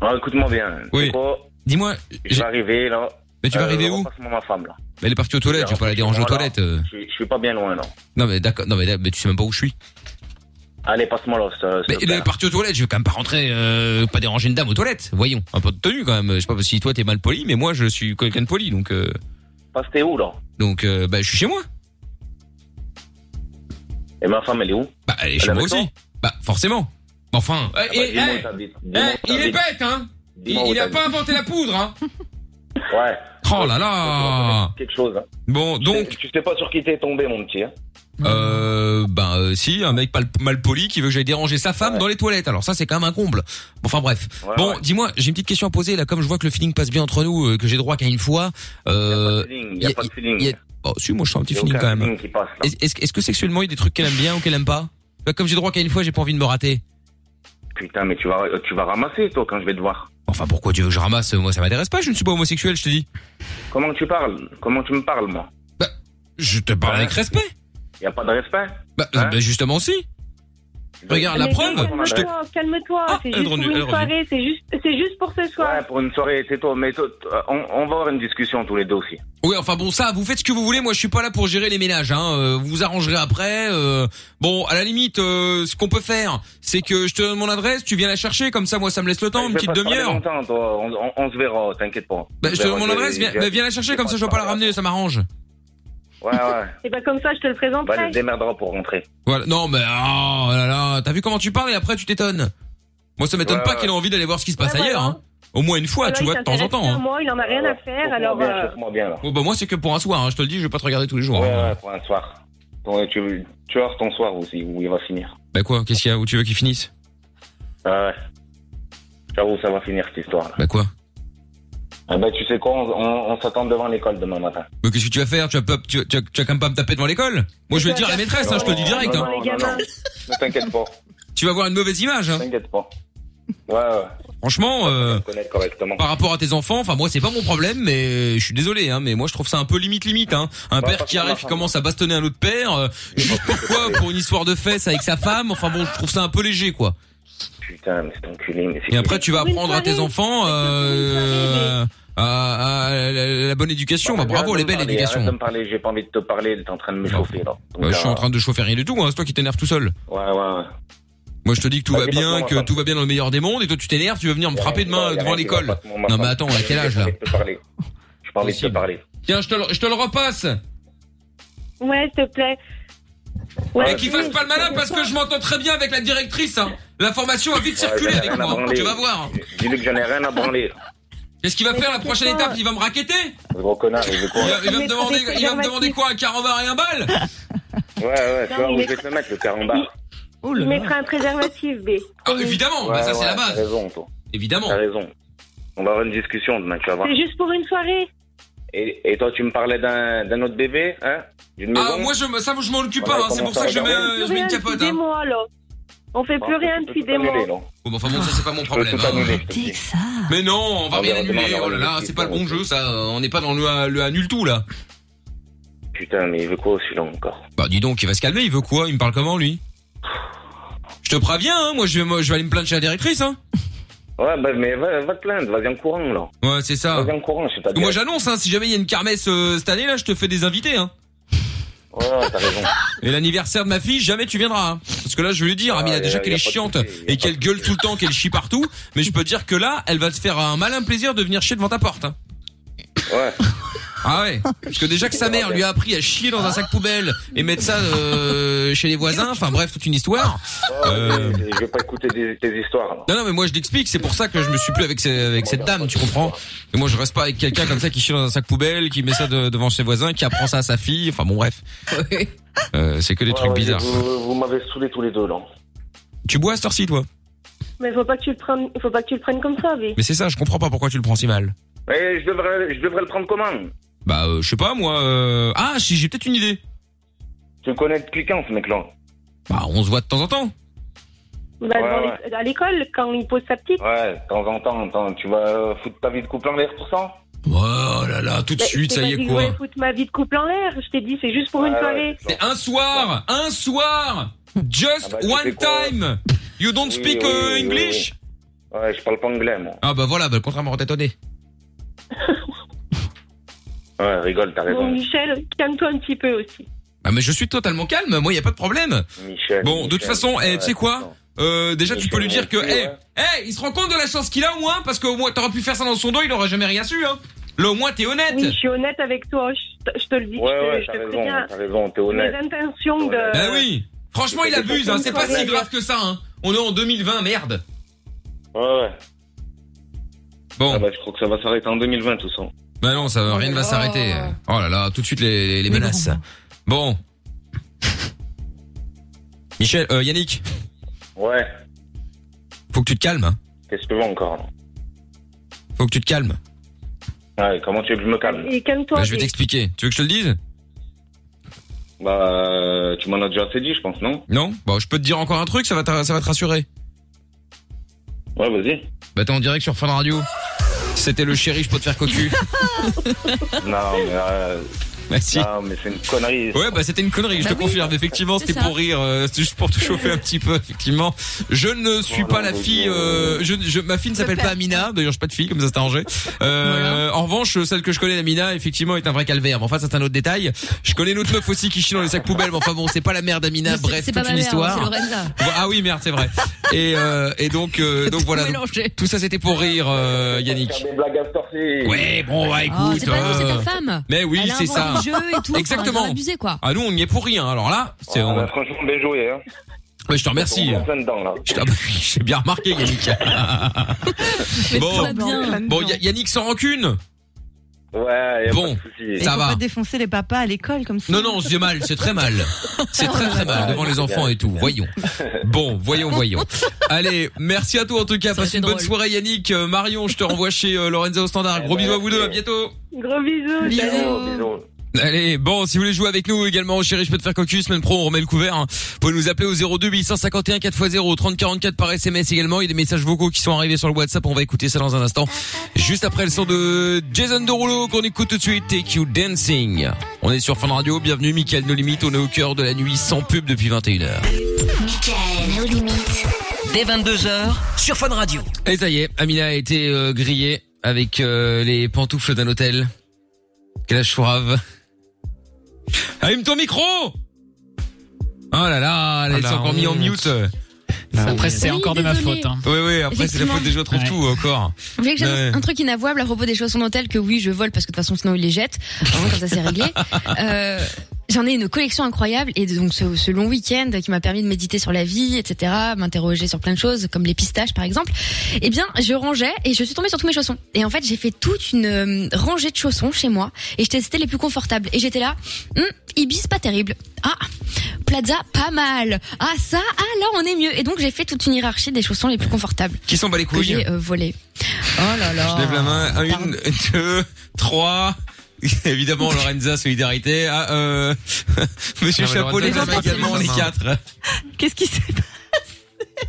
Ah, Écoute-moi bien.
Oui.
C'est quoi
Dis-moi.
Je vais arriver là.
Mais tu vas arriver où
Passe-moi ma femme là.
Elle est partie aux toilettes, je vais pas la déranger aux
Voilà.
toilettes. euh.
Je, je suis pas bien loin là.
Non mais d'accord, non mais, là, mais tu sais même pas où je suis.
Allez, passe-moi là. ce-
Mais
ce
elle est
père.
partie aux toilettes, je vais quand même pas rentrer, euh, pas déranger une dame aux toilettes. Voyons, un peu de tenue quand même. Je sais pas si toi t'es mal poli, mais moi je suis quelqu'un de poli, donc. euh,
Passe t'es où là
donc euh, bah je suis chez moi.
Et ma femme elle est où
Bah elle est chez
est
moi
avec
aussi. Bah forcément. Enfin.
Ah, bah,
eh,
dis-moi
eh,
où t'habites.
eh,
Dis-moi où
il est
t'habites.
bête hein. Il,
Dis-moi où
il a
t'habites.
pas inventé la poudre hein.
Ouais.
Oh là là.
Quelque chose. hein.
Bon, donc.
Tu sais- Tu sais pas sur qui t'es tombé, mon petit. hein.
Euh, ben euh, si, un mec mal, mal poli qui veut que j'aille déranger sa femme dans les toilettes. Alors ça, c'est quand même un comble. Bon, Enfin bref. bon, dis-moi, j'ai une petite question à poser là. Comme je vois que le feeling passe bien entre nous, euh, que j'ai droit qu'à une fois. Euh,
Il y a pas de feeling.
y a- oh, si, moi je sens un petit
Y a
feeling
aucun
quand même.
feeling qui passe, là.
Est-ce est-ce que sexuellement il y a des trucs qu'elle aime bien ou qu'elle aime pas Bah, Comme j'ai droit qu'à une fois, j'ai pas envie de me rater.
Putain, mais tu vas, euh, tu vas ramasser toi quand je vais te voir.
Enfin, pourquoi tu veux que je ramasse Moi, Ah, bah, ça m'intéresse pas. Je ne suis pas homosexuel, je te dis.
Comment tu parles Comment tu me parles, moi
Bah,
Hein?
Je te parle avec respect.
Y a pas de respect Hein?
Bah, euh, bah, justement si. Regarde la
Mais
preuve. Je te- Ah,
Calme-toi, calme-toi. c'est
elle
juste
est
pour
revenue, elle est
une
revenue.
soirée, c'est juste, c'est juste pour ce soir.
Ouais, pour une soirée, c'est toi. Mais toi, t- on, on va avoir une discussion tous les deux aussi.
Oui, enfin bon, ça, vous faites ce que vous voulez. Moi, je suis pas là pour gérer les ménages. Hein. Euh, Vous vous arrangerez après. euh, Bon, à la limite, euh, ce qu'on peut faire, c'est que je te donne mon adresse, tu viens la chercher. Comme ça, moi, ça me laisse le temps, une
Je vais
petite
pas te parler
demi-heure.
longtemps, toi. On, on- on se verra, t'inquiète pas.
Bah,
On
je
se
te
verra,
donne mon
j'ai-
adresse, viens,
j'ai-
bah, viens la chercher. Comme ça, je vais pas la ramener, ça m'arrange.
Ouais, ouais.
Et bah, comme ça, je te le présente.
Bah, elle se démerdera pour rentrer.
Voilà. Non, mais oh là là, t'as vu comment tu parles et après tu t'étonnes. Moi, ça m'étonne
Ouais,
pas
ouais.
qu'il ait envie d'aller voir ce qui se passe ailleurs. Hein. Au moins une fois,
Alors,
tu
il
vois, de temps en
s'intéresse
temps.
pas à
hein.
Moi, il en a rien à faire, alors. euh,
Bon, bah moi, c'est que pour un soir. hein. Je te le dis, je vais pas te regarder tous les jours.
Ouais,
hein.
ouais, pour un soir. Ton- tu, tu vas avoir ton soir aussi, où il va finir.
Bah quoi Qu'est-ce qu'il y a Où tu veux qu'il finisse
Ah ouais. J'avoue, ça va finir cette histoire-là.
Bah quoi
Ah bah, tu sais quoi, on, on- on s'attend devant l'école demain matin.
Mais qu'est-ce que tu vas faire tu vas, pas, tu, vas- tu vas- tu vas quand même pas me taper devant l'école Moi je vais le dire à la maîtresse, hein, je te le dis direct.
Non,
hein.
non, non, non. Ne t'inquiète pas.
Tu vas avoir une mauvaise image. Hein.
T'inquiète pas. Ouais, ouais.
Franchement, euh,
connaître correctement.
par rapport à tes enfants, enfin moi c'est pas mon problème, mais je suis désolé, hein, mais moi je trouve ça un peu limite limite. Hein. Un
Bah,
père
parce
qui
que
arrive,
ma
qui
femme-
commence à bastonner un autre père, euh, juste pourquoi Pour une histoire de fesses avec sa femme, enfin bon je trouve ça un peu léger quoi.
Putain, mais c'est enculé, mais c'est.
Et après tu vas apprendre à tes enfants euh, à, à la, la bonne éducation, bah, bravo les belles
Arrête de me parler,
éducations.
arrête de me parler, j'ai pas envie de te parler, t'es en train de me chauffer là.
Bah, je suis en train de chauffer rien du tout, hein, c'est toi qui t'énerves tout seul.
Ouais, ouais, ouais.
Moi, je te dis que tout va
Vas-y, passe-moi
bien,
ma
que
femme.
tout va bien dans le meilleur des mondes, et toi, tu t'énerves, tu veux venir me frapper demain
Il y a
devant
rien qui va,
l'école.
passe-moi ma
Non, mais
femme.
attends, on a quel âge,
J'ai
là
pas envie de te parler. J'ai pas envie de te parler.
Tiens, je te, le, je te le repasse.
Ouais, s'il te plaît. Ouais,
et Eh, qu'il fasse pas le malin parce que je m'entends très bien avec la directrice. hein. L'information va vite
Ouais,
circuler
j'en ai
avec
rien à
moi.
branler.
Tu vas voir.
Dis-lui que j'en ai rien à branler.
Qu'est-ce qu'il va faire la prochaine
pas.
étape Il va me raqueter
Le gros connard, il veut quoi
Il va, il va me demander, il va me demander quoi Un carambar et un bal
Ouais, ouais, tu
Non,
vois
il
où
est-
je vais te le mettre, le carambar.
Oh
il mettra un préservatif, B.
Ah, évidemment, bah,
Ouais,
ça, c'est
ouais,
la base.
T'as raison, toi.
Évidemment.
T'as raison. On va avoir une discussion demain, tu vas voir.
C'est juste pour une soirée.
Et, et toi, tu me parlais d'un d'un autre bébé, hein D'une
Ah,
maison
moi, je, me- ça, je m'en occupe
Ouais,
pas. hein, C'est
comment
pour ça
ça
que
va
je mets,
faire
euh, je mets une capote. hein.
moi là. On fait plus rien depuis des mois.
Bon, bah, enfin bon, ça c'est pas mon problème. hein. Mais non, on va rien annuler. Oh là là, c'est pas le bon jeu, ça. On n'est pas dans le, le annule tout là.
Putain, mais il veut quoi celui-là encore
Bah dis donc, il va se calmer, il veut quoi Il me parle comment lui Je te préviens, hein, moi je vais, moi, je vais aller me plaindre chez la directrice. Hein.
Ouais, bah, mais va, va te plaindre, vas-y en courant là.
Ouais, c'est ça.
Vas-y en courant, je sais pas.
Parce que moi j'annonce, hein, si jamais il y a une carmesse euh, cette année là, je te fais des invités. Hein.
Ouais,
*laughs*
t'as raison.
Et l'anniversaire de ma fille, jamais tu viendras. hein. Parce que là, je vais lui dire, Amina,
y a-
déjà
Ah, y a
qu'elle est
pas de
chiante et qu'elle gueule tout le temps, qu'elle chie partout, mais je peux te dire que là, elle va te faire un malin plaisir de venir chier devant ta porte. hein.
Ouais.
Ah ouais. Parce que déjà que sa mère lui a appris à chier dans un sac poubelle et mettre ça euh, chez les voisins, enfin bref, toute une histoire. Euh,
Je vais pas écouter des- tes histoires là.
Non, non, mais moi je l'explique, c'est pour ça que je me suis plus avec, ce- avec cette dame, tu comprends Et moi je reste pas avec quelqu'un comme ça qui chie dans un sac poubelle, qui met ça de- devant ses voisins, qui apprend ça à sa fille, enfin bon bref. Euh, c'est que des
Ouais,
trucs
ouais,
bizarres.
Vous, vous m'avez saoulé tous les deux là.
Tu bois à cette heure-ci toi
Mais faut pas que tu le prennes, faut pas que tu le prennes comme ça, oui.
Mais c'est ça, je comprends pas pourquoi tu le prends si mal.
Mais Eh, je devrais, je devrais le prendre comment
Bah euh, je sais pas moi... euh, Ah si, j'ai peut-être une idée.
Tu le connais depuis quand ce mec là
Bah on se voit de temps en temps.
Bah,
Ouais,
dans
ouais.
les- À l'école, quand il pose sa petite.
Ouais, de temps en temps, attends, tu vas euh, foutre ta vie de couple en l'air pour ça
Oh là là, tout de
Bah,
suite,
je t'ai
ça
pas
y
dit
est
que Je
quoi
voulais foutre ma vie de couple en l'air. Je t'ai dit, c'est juste pour une soirée.
C'est un soir, un soir, just
bah, tu
one
sais quoi
time. You don't
Oui,
speak
oui,
euh,
oui, oui,
English.
oui. Ouais, je parle pas anglais moi.
Ah bah voilà, bah, contrairement à t'étonner.
*laughs* Ouais, rigole, t'as
Bon,
raison.
Michel, calme-toi un petit peu aussi.
Ah mais je suis totalement calme, moi y a pas de problème.
Michel.
Bon, de toute
Michel,
façon, eh,
ouais,
tu sais quoi Euh, déjà, tu peux lui dire que,
Michel,
eh,
ouais.
eh, il se rend compte de la chance qu'il a au moins, parce qu'au moins, t'aurais pu faire ça dans son dos, il aurait jamais rien su, hein. Là, au moins, t'es honnête.
Oui, je suis honnête avec toi. Je te, je te le dis.
Ouais,
je te,
ouais,
je
t'as
te
raison,
préviens.
t'as raison, t'es honnête.
Mes intentions de.
Bah oui. Franchement, il
c'est
abuse,
pas
hein. C'est pas
comme ça.
si grave que ça, hein. On est en 2020, merde.
Ouais, ouais.
Bon.
Ah bah, je crois que ça va s'arrêter en 2020 tout ça.
Bah non, ça, rien ne va s'arrêter. Oh là là, tout de suite les, les- les menaces. Bon. Michel, euh, Yannick,
Ouais,
faut que tu te calmes. hein.
qu'est-ce que tu veux encore là
Faut que tu te calmes.
Ouais, comment tu veux que je me calme
Et calme-toi.
Bah, je vais
oui.
t'expliquer. Tu veux que je te le dise
Bah, euh, tu m'en as déjà assez dit, je pense, non
Non Bon, je peux te dire encore un truc, ça va, te- ça va te rassurer.
Ouais, vas-y.
Bah t'es en direct sur Fun Radio. C'était le chéri, je peux te faire cocu.
non, mais. Euh...
Merci.
Non, mais c'est une connerie.
Ouais, bah c'était une *laughs* connerie, je te confirme. Effectivement, c'était pour rire, euh, c'était juste pour te chauffer un petit peu. Effectivement, je ne suis pas la fille. euh, je, je- ma fille ne s'appelle pas Amina. D'ailleurs, je suis pas de fille, comme ça c'est arrangé. Euh, En revanche, celle que je connais, Amina, effectivement, est un vrai calvaire. Mais enfin, ça, c'est un autre détail. Je connais une autre meuf aussi qui chie dans les sacs poubelles. Mais enfin bon, c'est pas la mère d'Amina. Bref,
C'est
toute
pas ma
hein,
une
mère, hein,
histoire.
c'est Lorenza.
Bon, Ah oui, merde, c'est vrai. Et, euh, et donc, euh, donc voilà. Donc, tout ça, c'était pour rire, euh, Yannick.
Des blagues à sortir.
Ouais, bon, ouais, écoute.
Oh, c'est pas nous, c'est
euh,
ta femme.
Mais oui,
Elle a
c'est
inventé
ça.
le jeu et tout.
Exactement.
Enfin, abusé quoi.
Ah, nous, on y est pour rien. Alors là, c'est.
Ouais,
on-
bah, franchement, bien joué, hein.
Ouais, je te remercie.
On est en plein dedans, là.
Je t'en- J'ai bien remarqué,
*laughs*
Yannick. bon, bon, Ya- Yannick sans rancune.
Ouais,
bon,
Et
ça
faut
va.
pas défoncer les papas à l'école comme ça.
Non, non, c'est mal, c'est très mal. C'est
*laughs*
très très mal devant les enfants et tout. Voyons. Bon, voyons, voyons. Allez, merci à toi en tout cas. Passe une bonne soirée, Yannick. Euh, Marion, je te renvoie chez euh, Lorenzo au standard. Gros bisous à vous deux. À bientôt.
Gros bisous.
Bisous. bisous.
Allez, bon, si vous voulez jouer avec nous également, oh, chérie, je peux te faire cocu, semaine pro, on remet le couvert. hein. Vous pouvez nous appeler au 02 851 4x0, 30 44 par SMS également. Il y a des messages vocaux qui sont arrivés sur le WhatsApp, on va écouter ça dans un instant. Juste après le son de Jason Derulo qu'on écoute tout de suite, Take You Dancing. On est sur Fun Radio, bienvenue, Michael No Limite, on est au cœur de la nuit sans pub depuis 21h.
Michael, nos limites. Dès 22h sur Fun Radio.
Et ça y est, Amina a été euh, grillée avec euh, les pantoufles d'un hôtel. Quelle chourave. Allume ton micro Oh là là,
Ah
elle
Oh la
s'est encore mis en
honte.
mute.
La Après, honte. c'est Oui, encore de ma désolée. faute, hein.
Oui, oui, après c'est la
Effectivement.
faute des gens trop
Ouais.
tout euh, encore.
Vous voulez que j'annonce
Ouais.
un truc inavouable à propos des chaussons d'hôtel que oui, je vole parce que de toute façon sinon ils les jettent. En vrai, comme ça
*laughs*
c'est réglé. Euh, J'en ai une collection incroyable et donc ce, ce long week-end qui m'a permis de méditer sur la vie, etc., m'interroger sur plein de choses comme les pistaches par exemple. Eh bien, je rangeais et je suis tombée sur tous mes chaussons. Et en fait, j'ai fait toute une euh, rangée de chaussons chez moi et je testais les plus confortables. Et j'étais là, Hum, Ibis pas terrible. Ah, Plaza pas mal. Ah ça, ah là on est mieux. Et donc j'ai fait toute une hiérarchie des chaussons les plus confortables.
Qui s'en bat les
que
couilles
j'ai euh, volé. Oh là là.
Je lève la main. Un, Une, deux, trois. *laughs* Évidemment, Lorenza, solidarité. Ah, euh, *laughs* Monsieur
Non, mais
Chapeau, les
Lorenza,
mains
c'est
également,
pas
les
possible.
quatre.
Qu'est-ce qui s'est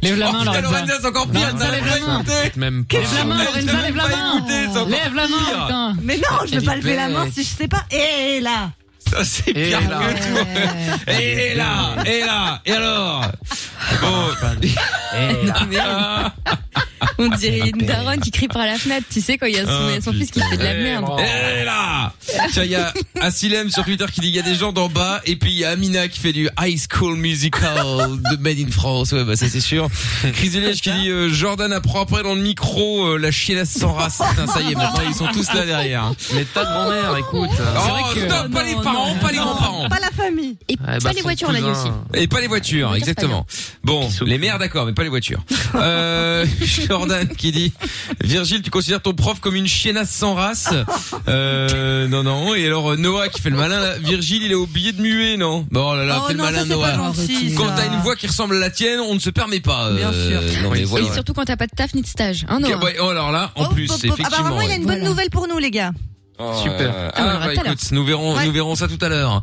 Lève la
Oh,
main,
putain,
Lorenza.
Lorenza, c'est encore pire.
Lorenza,
elle
lève
t'a
la
même
main.
pas écouté.
Même
Lève la main,
Elle t'a même
Lorenza, lève la
pas
main.
écouté, c'est encore
Lève la main,
pire.
putain.
Mais non, je veux pas lever la main si je sais pas. Et là
Ça, c'est pire
là.
que tout. Et là, et là, et alors Bon.
*laughs*
Et là.
On dirait une daronne qui crie par la fenêtre, tu sais, quand il y a
Ah,
son, son fils qui fait de la merde.
Et là Tiens, il y a Asilem sur Twitter qui dit il y a des gens d'en bas et puis il y a Amina qui fait du High School Musical de Made in France. Ouais, bah ça c'est sûr. Chris Delège qui dit euh, Jordan apprend après dans le micro euh, la chiennasse sans race. Putain, ça y est, maintenant ils sont tous là derrière. Mais tas de mon air, écoute.
C'est vrai
Oh,
que-
stop, pas les parents, pas les grands-parents.
Pas la famille.
Et
Ouais, bah, son cousin. Et pas les voitures, exactement. Bon, les mères d'accord, mais pas les voitures.
*laughs*
Euh, Jordan qui dit Virgile, tu considères ton prof comme une chiennasse sans
*laughs*
race euh, Non, non. Et alors euh, Noah qui fait le malin. là. Virgile, il a oublié de muer, non Bon, oh là là,
Oh
fais
non,
le malin,
ça, c'est
Noah.
pas gentil,
quand
ça.
t'as une voix qui ressemble à la tienne, on ne se permet pas. euh,
Bien sûr.
Non, mais voilà.
Et surtout quand t'as pas de taf ni de stage, hein, non
Ok, ouais, oh, alors là, en plus,
Ah,
Pop, pop.
bah,
effectivement.
Apparemment, il y a
ouais.
une bonne nouvelle pour nous, les gars.
Super.
Ah, on
Ah,
verra
bah,
tout à l'heure.
écoute, nous verrons, nous verrons ça tout à l'heure.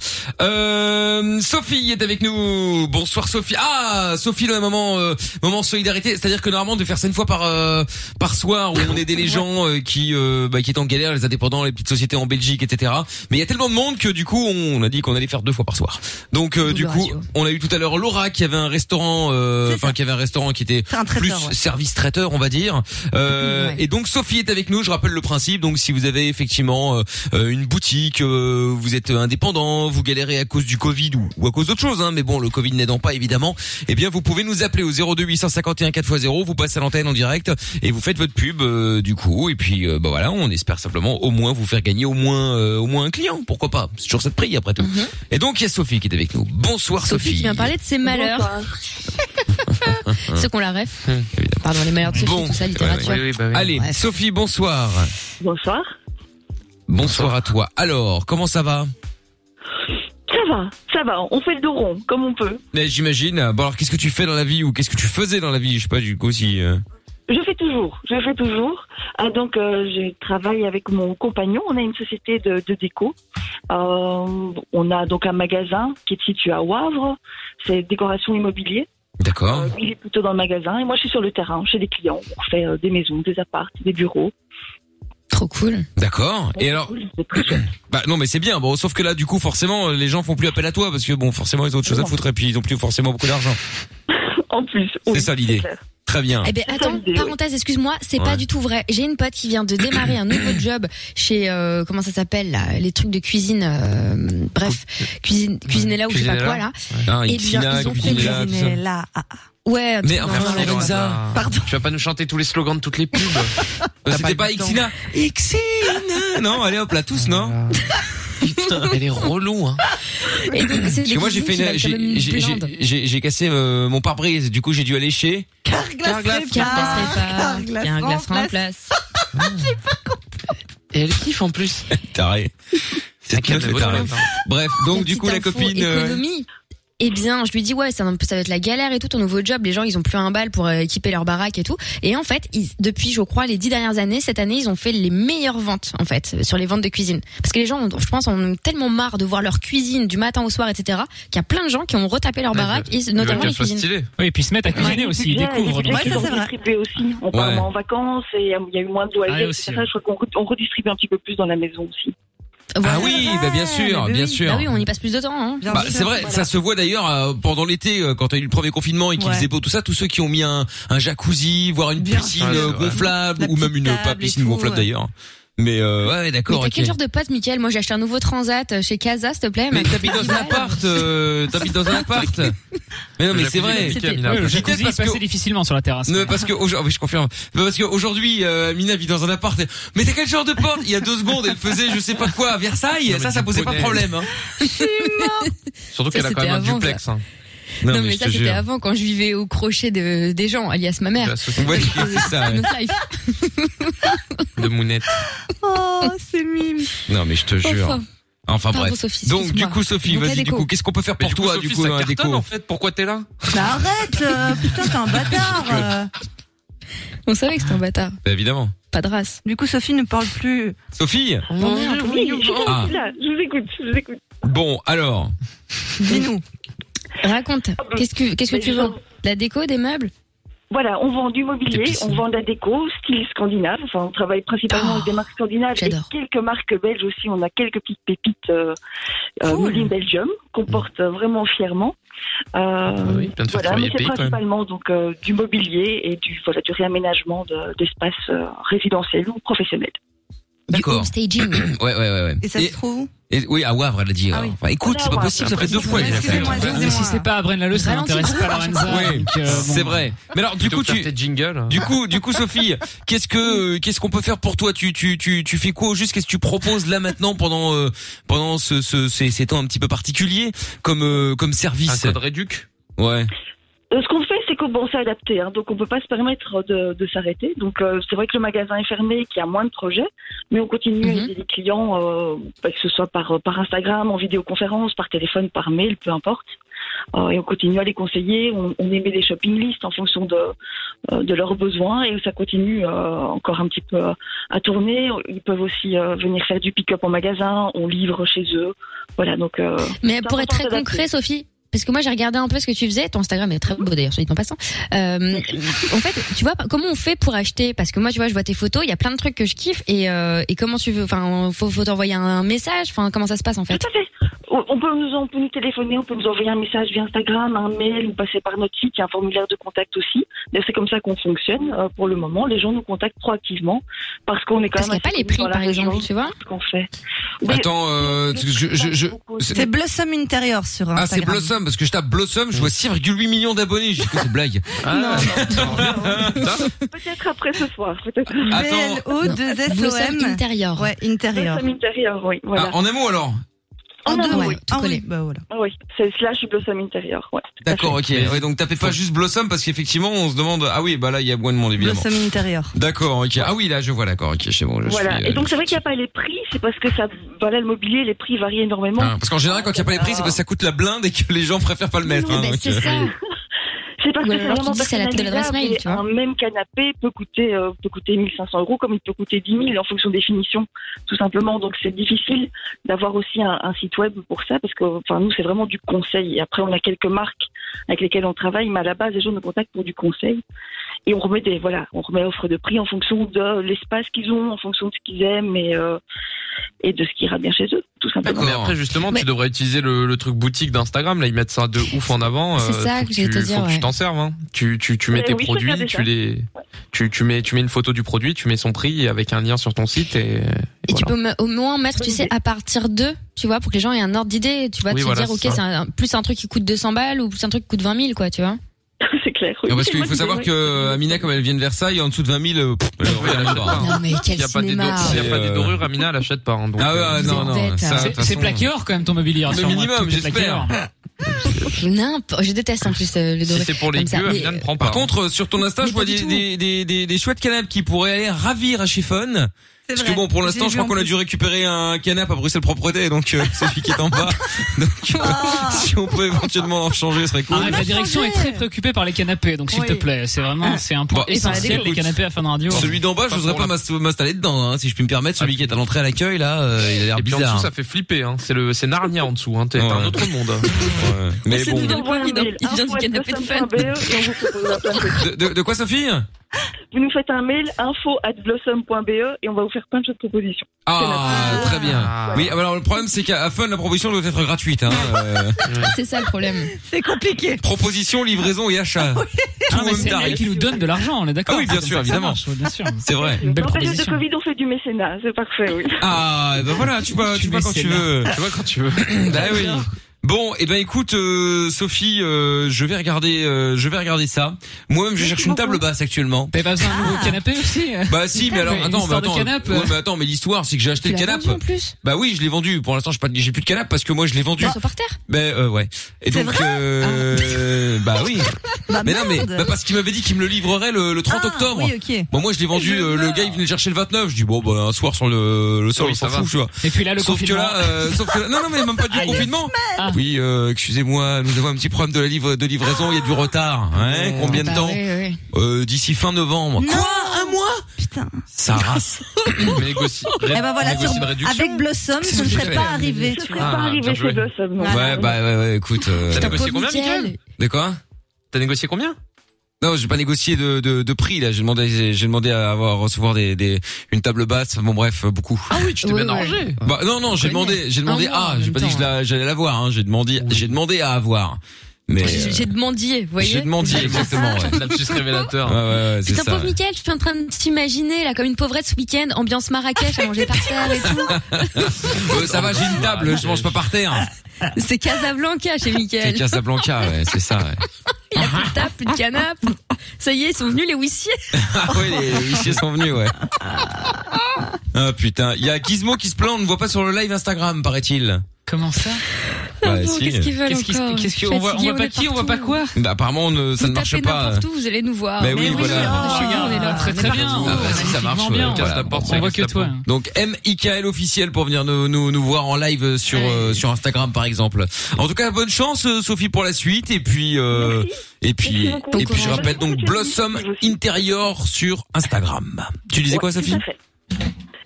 Euh, Sophie est avec nous. Bonsoir Sophie. Ah, Sophie, le moment, euh, moment solidarité. C'est-à-dire que normalement, de faire ça une fois par euh, par soir où on aidait les gens euh, qui euh, bah, qui étaient en galère, les indépendants, les petites sociétés en Belgique, etc. Mais il y a tellement de monde que du coup, on a dit qu'on allait faire deux fois par soir. Donc euh, du coup, on a eu tout à l'heure Laura qui avait un restaurant, euh, enfin qui avait un restaurant qui était plus
ouais.
service traiteur, on va dire. Euh, Et donc Sophie est avec nous. Je rappelle le principe. Donc si vous avez effectivement euh, euh, une boutique, euh, vous êtes indépendant, vous galérez à cause du Covid ou, ou à cause d'autre chose, hein, mais bon, le Covid n'aidant pas évidemment. Eh bien, vous pouvez nous appeler au 02 851 4x0. Vous passez à l'antenne en direct et vous faites votre pub euh, du coup. Et puis euh, bah voilà, on espère simplement au moins vous faire gagner au moins euh, au moins un client. Pourquoi pas C'est toujours ça de prix après tout. Et donc il y a Sophie qui est avec nous. Bonsoir
Sophie qui
Sophie. Hein.
vient parler de ses malheurs. Ceux qu'on la ref. Pardon, les malheurs de Sophie, tout ça, littérature.
Allez, Sophie, bonsoir.
Bonsoir.
Bonsoir à toi. Alors, comment ça va
Ça va, ça va, on fait le dos rond, comme on peut.
Mais J'imagine. Bon, alors, qu'est-ce que tu fais dans la vie ou qu'est-ce que tu faisais dans la vie Je sais pas, du coup, si... euh,
Je fais toujours, je fais toujours. Ah, donc, euh, je travaille avec mon compagnon. On a une société de, de déco. Euh, on a donc un magasin qui est situé à Wavre. C'est décoration immobilier.
D'accord.
Lui, Il est plutôt dans le magasin et moi, je suis sur le terrain chez des clients. On fait euh, des maisons, des appartes, des bureaux.
Trop cool.
D'accord. Et alors... *coughs* bah non, mais c'est bien. Bon, sauf que là, du coup, forcément, les gens font plus appel à toi parce que, bon, forcément, ils ont autre chose à foutre et puis ils ont plus forcément beaucoup d'argent.
*laughs* en plus.
c'est ça l'idée. Très bien.
Eh ben attends, parenthèse, excuse-moi, c'est
Ouais.
pas du tout vrai. J'ai une pote qui vient de démarrer un nouveau job chez euh, comment ça s'appelle là, les trucs de cuisine, euh, bref, cuisine, cuisinella ou je sais pas quoi là.
Ah,
Et bien,
Ipsina,
ils ont fait
Cuisinella, tout ça.
Cuisinella.
Ouais. un
Mais
truc
enfin,
dans le genre.
Lorenza,
Pardon.
tu vas pas nous chanter tous les slogans de toutes
*laughs*
les pubs.
Bah, C'était pas Xina Xina Non, allez hop, là, tous, *laughs* non Putain, elle est relou, hein.
Et donc, c'est
Parce que
des
moi j'ai fait
cuisines
une,
qui valent quand
j'ai-
même une
j'ai-
blinde.
j'ai- j'ai- j'ai cassé euh, mon pare-brise, du coup j'ai dû aller chez.
Carglass répare, Carglass remplace.
Et elle kiffe en plus.
*laughs* Taré. C'est
calme,
le
bonne
taré.
meuf, hein.
Bref, donc du coup la
petite info
copine. euh,
économie. Eh bien, je lui dis ouais, ça, va- ça va être la galère et tout ton nouveau job. Les gens, ils ont plus un bal pour euh, équiper leur baraque et tout. Et en fait, ils- depuis, je crois, les dix dernières années, cette année, ils ont fait les meilleures ventes en fait sur les ventes de cuisine. Parce que les gens, ont- je pense, en ont tellement marre de voir leur cuisine du matin au soir, etc. Qu'il y a plein de gens qui ont retapé
Eh ben,
leur baraque, et notamment les cuisines.
Oui, et puis ils se mettent à cuisiner aussi, ils découvrent. donc,
c'est
euh,
redistribué aussi. On part
Ouais.
en vacances et il y a- il y a eu moins de
Ah,
loyers,
et
etc. Je crois qu'on re- on redistribue un petit peu plus dans la maison aussi.
Ah oui, bah, bien sûr, bien sûr.
Bah oui, on y passe plus de temps. Hein.
Bah, c'est vrai, ça se voit d'ailleurs euh, pendant l'été euh, quand t'as eu le premier confinement et qu'il
Ouais.
faisait beau tout ça, tous ceux qui ont mis un, un jacuzzi, voire une piscine euh,
sûr. Ouais, c'est vrai.
gonflable ou même une pas piscine gonflable d'ailleurs. Mais euh, ouais, ouais,
Mais
d'accord.
t'as
ok.
quel genre de pote, Michael Moi, j'ai acheté un nouveau Transat euh, chez Casa, s'il te plaît.
Mais
Ma
t'habites dans un appart, euh, t'habites dans un appart. Mais non, mais c'est vrai.
Oui, le
J'y
jacuzzi,
étais
il
parce que
passait difficilement sur la terrasse.
Non, mais parce que aujourd'hui, je confirme. Non, Parce qu'aujourd'hui, euh, Mina vit dans un appart. et- Mais t'as quel genre de porte Il y a deux secondes, elle faisait, je sais pas quoi, à Versailles.
Non, mais
ça, ça
tu
posait pas de
connais.
problème. Hein.
Surtout
Ça,
qu'elle a quand
c'était
même un
avant,
duplex.
ça.
hein.
Non,
mais
mais,
je
ça
te
c'était
jure.
avant quand je vivais au crochet de, des gens, alias ma mère.
De la société. Ouais, c'est ça, ouais.
Notre life.
De mounette.
Oh, c'est mime.
Non, mais je te
Enfin.
jure. Enfin
Pardon,
bref.
Sophie,
Donc
excuse-moi.
du coup Sophie,
Donc, la
vas-y du
déco.
coup, qu'est-ce qu'on peut faire
Mais
pour toi
Sophie,
du coup
ça
dans la
cartonne,
déco
en fait, pourquoi t'es là
Mais arrête, euh, putain, t'es un bâtard. euh.
On savait que c'était un bâtard,
Bah, Évidemment.
pas de race.
Du coup, Sophie ne parle plus.
Sophie.
Oui, je suis
Ah.
là, je vous écoute, je vous écoute.
Bon alors.
Dis-nous.
Ah, bah,
Raconte, qu'est-ce que qu'est-ce que tu vends La déco, des meubles
Voilà, on vend du mobilier, on vend de la déco, style scandinave. Enfin, on travaille principalement
Oh,
avec des marques scandinaves et quelques marques belges aussi. On a quelques petites pépites euh, euh,
Cool.
made in Belgium qu'on porte vraiment fièrement. Euh,
Ah oui, plein de
voilà,
factures, il y a
mais
le
c'est
pays, quand même.
principalement donc euh, du mobilier et du voilà du réaménagement de- d'espaces euh, résidentiels ou professionnels.
D'accord. *clears throat* ouais, ouais, ouais, ouais.
Et ça se Ah trouve
et- oui, à Wavre, elle a dit. euh, Enfin, écoute, c'est pas possible, ça fait deux fois.
Mais si c'est pas à Bren Lalo, ça
Ralentis
n'intéresse
le
pas
courage,
Lorenza.
c'est
donc,
pas-
euh, bon.
C'est vrai. Mais alors, du
Plutôt
coup,
que faire
tu.
tes jingles.
Du coup, du coup, Sophie, qu'est-ce que, euh, qu'est-ce qu'on peut faire pour toi Tu, tu, tu, tu fais quoi au juste Qu'est-ce que tu proposes là maintenant pendant, euh, pendant ce, ce- ces, ces temps un petit peu particuliers comme, euh, comme service
Un code réduc.
Ouais.
Euh, ce qu'on fait, c'est qu'on bon, s'est adapté, hein, donc on peut pas se permettre de, de s'arrêter. Donc euh, c'est vrai que le magasin est fermé, qu'il y a moins de projets, mais on continue à aider les clients, euh, bah, que ce soit par, par Instagram, en vidéoconférence, par téléphone, par mail, peu importe. Euh, et on continue à les conseiller, on, on émet des shopping lists en fonction de, euh, de leurs besoins et ça continue euh, encore un petit peu à- à tourner. Ils peuvent aussi euh, venir faire du pick-up en magasin, on livre chez eux. Voilà, donc. euh,
Mais
c'est
pour être très
important d'adapter.
concret, Sophie, parce que moi j'ai regardé un peu ce que tu faisais, ton Instagram est très beau d'ailleurs, soit dit en passant. Euh, en fait, tu vois, comment on fait pour acheter Parce que moi, tu vois, je vois tes photos, il y a plein de trucs que je kiffe, et, euh, et comment tu veux Enfin, faut, faut t'envoyer un message, enfin, comment ça se passe en fait
On on peut, nous, on peut nous téléphoner, on peut nous envoyer un message via Instagram, un mail, ou passer par notre site, il y a un formulaire de contact aussi. D'ailleurs, C'est comme ça qu'on fonctionne euh, pour le moment. Les gens nous contactent proactivement parce qu'on est quand
Parce
même.
qu'il y a
assez
pas les prix,
dans la
par
région,
exemple, tu vois
ce qu'on fait.
Attends, euh, je, je, je-
C'est Blossom Interior sur
Ah,
Instagram.
c'est Blossom, parce que je tape Blossom, je vois 6,8 millions d'abonnés. Je dis que c'est
*laughs*
blague. Ah,
Peut-être après ce soir. Peut-être.
B-L-O-2-S-O-M.
Blossom Interior.
Ouais, intérieur.
Blossom Interior, oui. Voilà.
Ah, en un mot alors
En deux mots.
Ah oui, bah voilà.
Ah oui, c'est slash Blossom Interior, ouais.
D'accord, ok. Ouais, donc tapez pas juste Blossom parce qu'effectivement on se demande ah oui bah là il y a moins de monde évidemment.
Blossom Interior.
D'accord, ok. Ah oui là je vois d'accord, ok c'est bon. Je
Voilà.
suis, euh,
Et donc c'est vrai qu'il n'y a pas les prix, c'est parce que ça, voilà, le mobilier, les prix varient énormément.
Ah.
hein, parce qu'en général quand il y a pas les prix c'est parce que ça coûte la blinde et que les gens préfèrent pas le mettre. hein, donc, euh,
*laughs* C'est parce
Ou
que c'est
alors tu
vraiment
dis, c'est la- de l'adresse
personnalisable
mail,
et
tu vois.
Un même canapé peut coûter, euh, peut coûter 1500 euros comme il peut coûter 10 000 en fonction des finitions, tout simplement. Donc c'est difficile d'avoir aussi un, un site web pour ça parce que enfin, nous, c'est vraiment du conseil. Et après, on a quelques marques avec lesquelles on travaille, mais à la base, les gens nous contactent pour du conseil. Et on remet des, voilà, on remet offre de prix en fonction de l'espace qu'ils ont, en fonction de ce qu'ils aiment et, euh, et de ce qui ira bien chez eux, tout simplement.
Mais après, justement, tu devrais utiliser le, le truc boutique d'Instagram. Là, ils mettent ça de ouf en avant.
Ah,
euh,
C'est ça
faut
que j'allais
tu-
te dire,
Faut que
ouais.
tu t'en serves. Hein. Tu, tu, tu mets
Ouais,
tes
oui, je peux
produits,
faire des
tu
tas.
les, tu, tu mets, tu mets une photo du produit, tu mets son prix avec un lien sur ton site et.
Et tu peux me- au moins mettre, tu sais, à partir d'eux, tu vois, pour que les gens aient un ordre d'idée. Tu vois,
Oui,
de se
voilà,
dire, ok,
c'est ça.
c'est un, plus un truc qui coûte 200 balles ou plus un truc qui coûte 20 000, quoi, tu vois.
*laughs* c'est clair.
non, parce qu'il faut savoir que euh, Amina comme elle vient de Versailles en dessous de 20 000 euh, pff, elle regarde pas, hein.
Non, mais quel
Il y a pas des
cinéma.
dorures- il y a pas
Euh,
des dorures, Amina, elle achète pas. hein, donc,
Ah ouais,
euh,
ah, non, non, Vous êtes ça, bête, de toute
C'est- C'est
façon-
plaqué or quand même ton mobilier.
Le
sur moi,
minimum,
tout est plaqué
j'espère.
or.
N'importe, je déteste en plus euh, le doré. comme ça, mais- euh, *laughs*
Par contre, sur ton Insta, je vois des, des, des, des, des chouettes canapes qui pourraient aller ravir à Chiffon.
C'est
Parce que
vrai.
bon, pour
J'ai
l'instant, je
vu
crois
en
qu'on a
plus.
dû récupérer un canapé à Bruxelles Propreté, donc euh, celui qui est en
*laughs*
bas. Donc, euh,
Ah.
si on peut éventuellement en changer, ce serait cool.
Arrête, la direction est très préoccupée par les canapés, donc s'il
Oui.
te plaît, c'est vraiment, c'est un point
Bon,
essentiel,
écoute,
les canapés à fin de radio.
Celui d'en bas, je n'oserais pas m'inst- m'installer dedans, hein, si je puis me permettre.
Ah.
Celui qui est à l'entrée à l'accueil, là, euh, il a l'air
Et puis en
bizarre.
dessous, ça fait flipper. Hein. C'est le, c'est Narnia en dessous. Hein. T'es t'es
Ouais.
un autre monde.
Ouais. Mais bon.
Vous envoyez un mail,
hein. il vient du
info at
canapé de
blossom.be,
fun.
et on
Ah,
vous propose un plan de
De, de- de quoi, Sophie
Vous nous faites un mail info at blossom.be E, et on va vous faire plein de choses de propositions.
Ah, très bien.
Ah.
Oui, alors le problème, c'est qu'à à Fun, la proposition doit être gratuite. Hein,
*laughs*
euh.
C'est ça le problème.
C'est compliqué.
Proposition, livraison et achat. Tout
Ah, mais
même
c'est
tarif.
elle qui nous donne de l'argent, on est d'accord
Ah oui, bien
C'est
sûr,
comme ça que ça
évidemment.
marche, ouais, bien sûr.
C'est vrai.
Une belle
en période de
proposition.
Covid, on fait du mécénat, c'est parfait, oui.
Ah, ben voilà, tu vois, tu, vois quand tu
mécénat.
veux.
Tu vois quand tu veux.
*coughs*
bah oui. Bon, et ben écoute, euh, Sophie, euh, je vais regarder, euh, je vais regarder ça. Moi-même, je cherche une table basse actuellement.
T'avais pas besoin d'un nouveau canapé aussi
Bah si, mais alors
Une
attends, mais
histoire de
attends,
canapé.
ouais, mais attends, mais l'histoire, c'est que j'ai acheté
Tu
le
l'as
canapé.
vendu en plus
bah oui, je l'ai vendu. Pour l'instant, j'ai pas, de- j'ai plus de canapé parce que moi, je l'ai vendu.
Ils sont par terre
Ben euh, ouais. Et
C'est
donc,
vrai
euh, bah oui.
Bah,
mais non, mais
merde.
bah, parce qu'il m'avait dit qu'il me le livrerait le, le 30
Ah,
octobre.
oui, ok.
Bon, moi, je l'ai vendu. euh, le gars, il venait le chercher le 29. Je dis bon, bah un soir sur le, le sol,
Oui,
on s'en
ça va.
fout, tu vois.
Et puis là, le
sauf
confinement.
que là, euh, sauf que là- non, non, mais même pas du
Ah, il y a
confinement.
semaine.
Oui, euh, excusez-moi, nous avons un petit problème de la livre de livraison. Il y a du retard. Hein, combien de
Bah
temps
oui, oui.
Euh, D'ici fin novembre.
Ah, Non, un mois
Ça *coughs* rase. Négocie.
Eh ben voilà, sur- avec Blossom,
C'est
je
ce
ne
que
serais
j'allais
pas
dire.
arrivé.
Je ne serais Ah, pas arrivé bien chez joué.
Blossom.
Ouais, bah ouais, ouais, écoute. euh,
T'as négocié combien, Mickaël
De quoi
T'as négocié combien
Non, j'ai pas négocié de, de, de prix là. J'ai demandé, j'ai demandé à avoir recevoir des, des une table basse. Bon bref, euh, beaucoup. Ah oui,
tu t'es Oui, bien oui. arrangé.
Bah, non, non, j'ai
On connaît.
demandé, j'ai demandé.
Un mois,
Ah,
en
j'ai
même
pas dit
temps,
que je la- j'allais l'avoir. Hein. J'ai demandé, j'ai demandé à avoir. Mais
J'ai
euh,
j'ai demandé, vous voyez
j'ai demandé exactement. Ouais.
*laughs*
Lapsus révélateur.
Ouais, ouais, ouais, c'est
Putain,
ça.
pauvre Mickaël, je suis en train de t'imaginer, là, comme une pauvrette ce week-end, ambiance Marrakech à manger par terre et tout.
*laughs* Euh, ça va, j'ai une table. Je mange pas par terre.
C'est Casablanca
C'est
chez Mickaël.
Casablanca, ouais, c'est ça. Ouais.
Il a plus de table, plus de canapes. Ça y est, ils sont venus les huissiers.
Ah oui, les huissiers sont venus, ouais. Ah putain, il y a Gizmo qui se plaint, on ne voit pas sur le live Instagram, paraît-il.
Comment ça
Bah,
Pardon,
si.
qu'est-ce qu'ils veulent
Qu'est-ce qu'ils-
encore
qu'est-ce qu'ils- on voit- on
Fatigués,
voit pas
est
qui, on voit
partout.
pas quoi
Bah, apparemment, on ne- ça ne
Vous
marche
tapez
pas.
n'importe où, vous allez nous voir.
Mais oui,
Mais
voilà.
Ah.
on est chez nous, on est là.
Très très bien.
Ah, bah, si ça marche,
Magnifiquement bien.
ouais, voilà.
On voit que toi. hein.
Donc M I K L officiel pour venir nous, nous, nous voir en live sur euh, sur Instagram par exemple. En tout cas, bonne chance euh, Sophie pour la suite et puis euh, et puis
Merci beaucoup.
et puis je
Bon
rappelle donc Blossom Interior sur Instagram. Tu disais quoi
Ouais, tout
Sophie
à fait.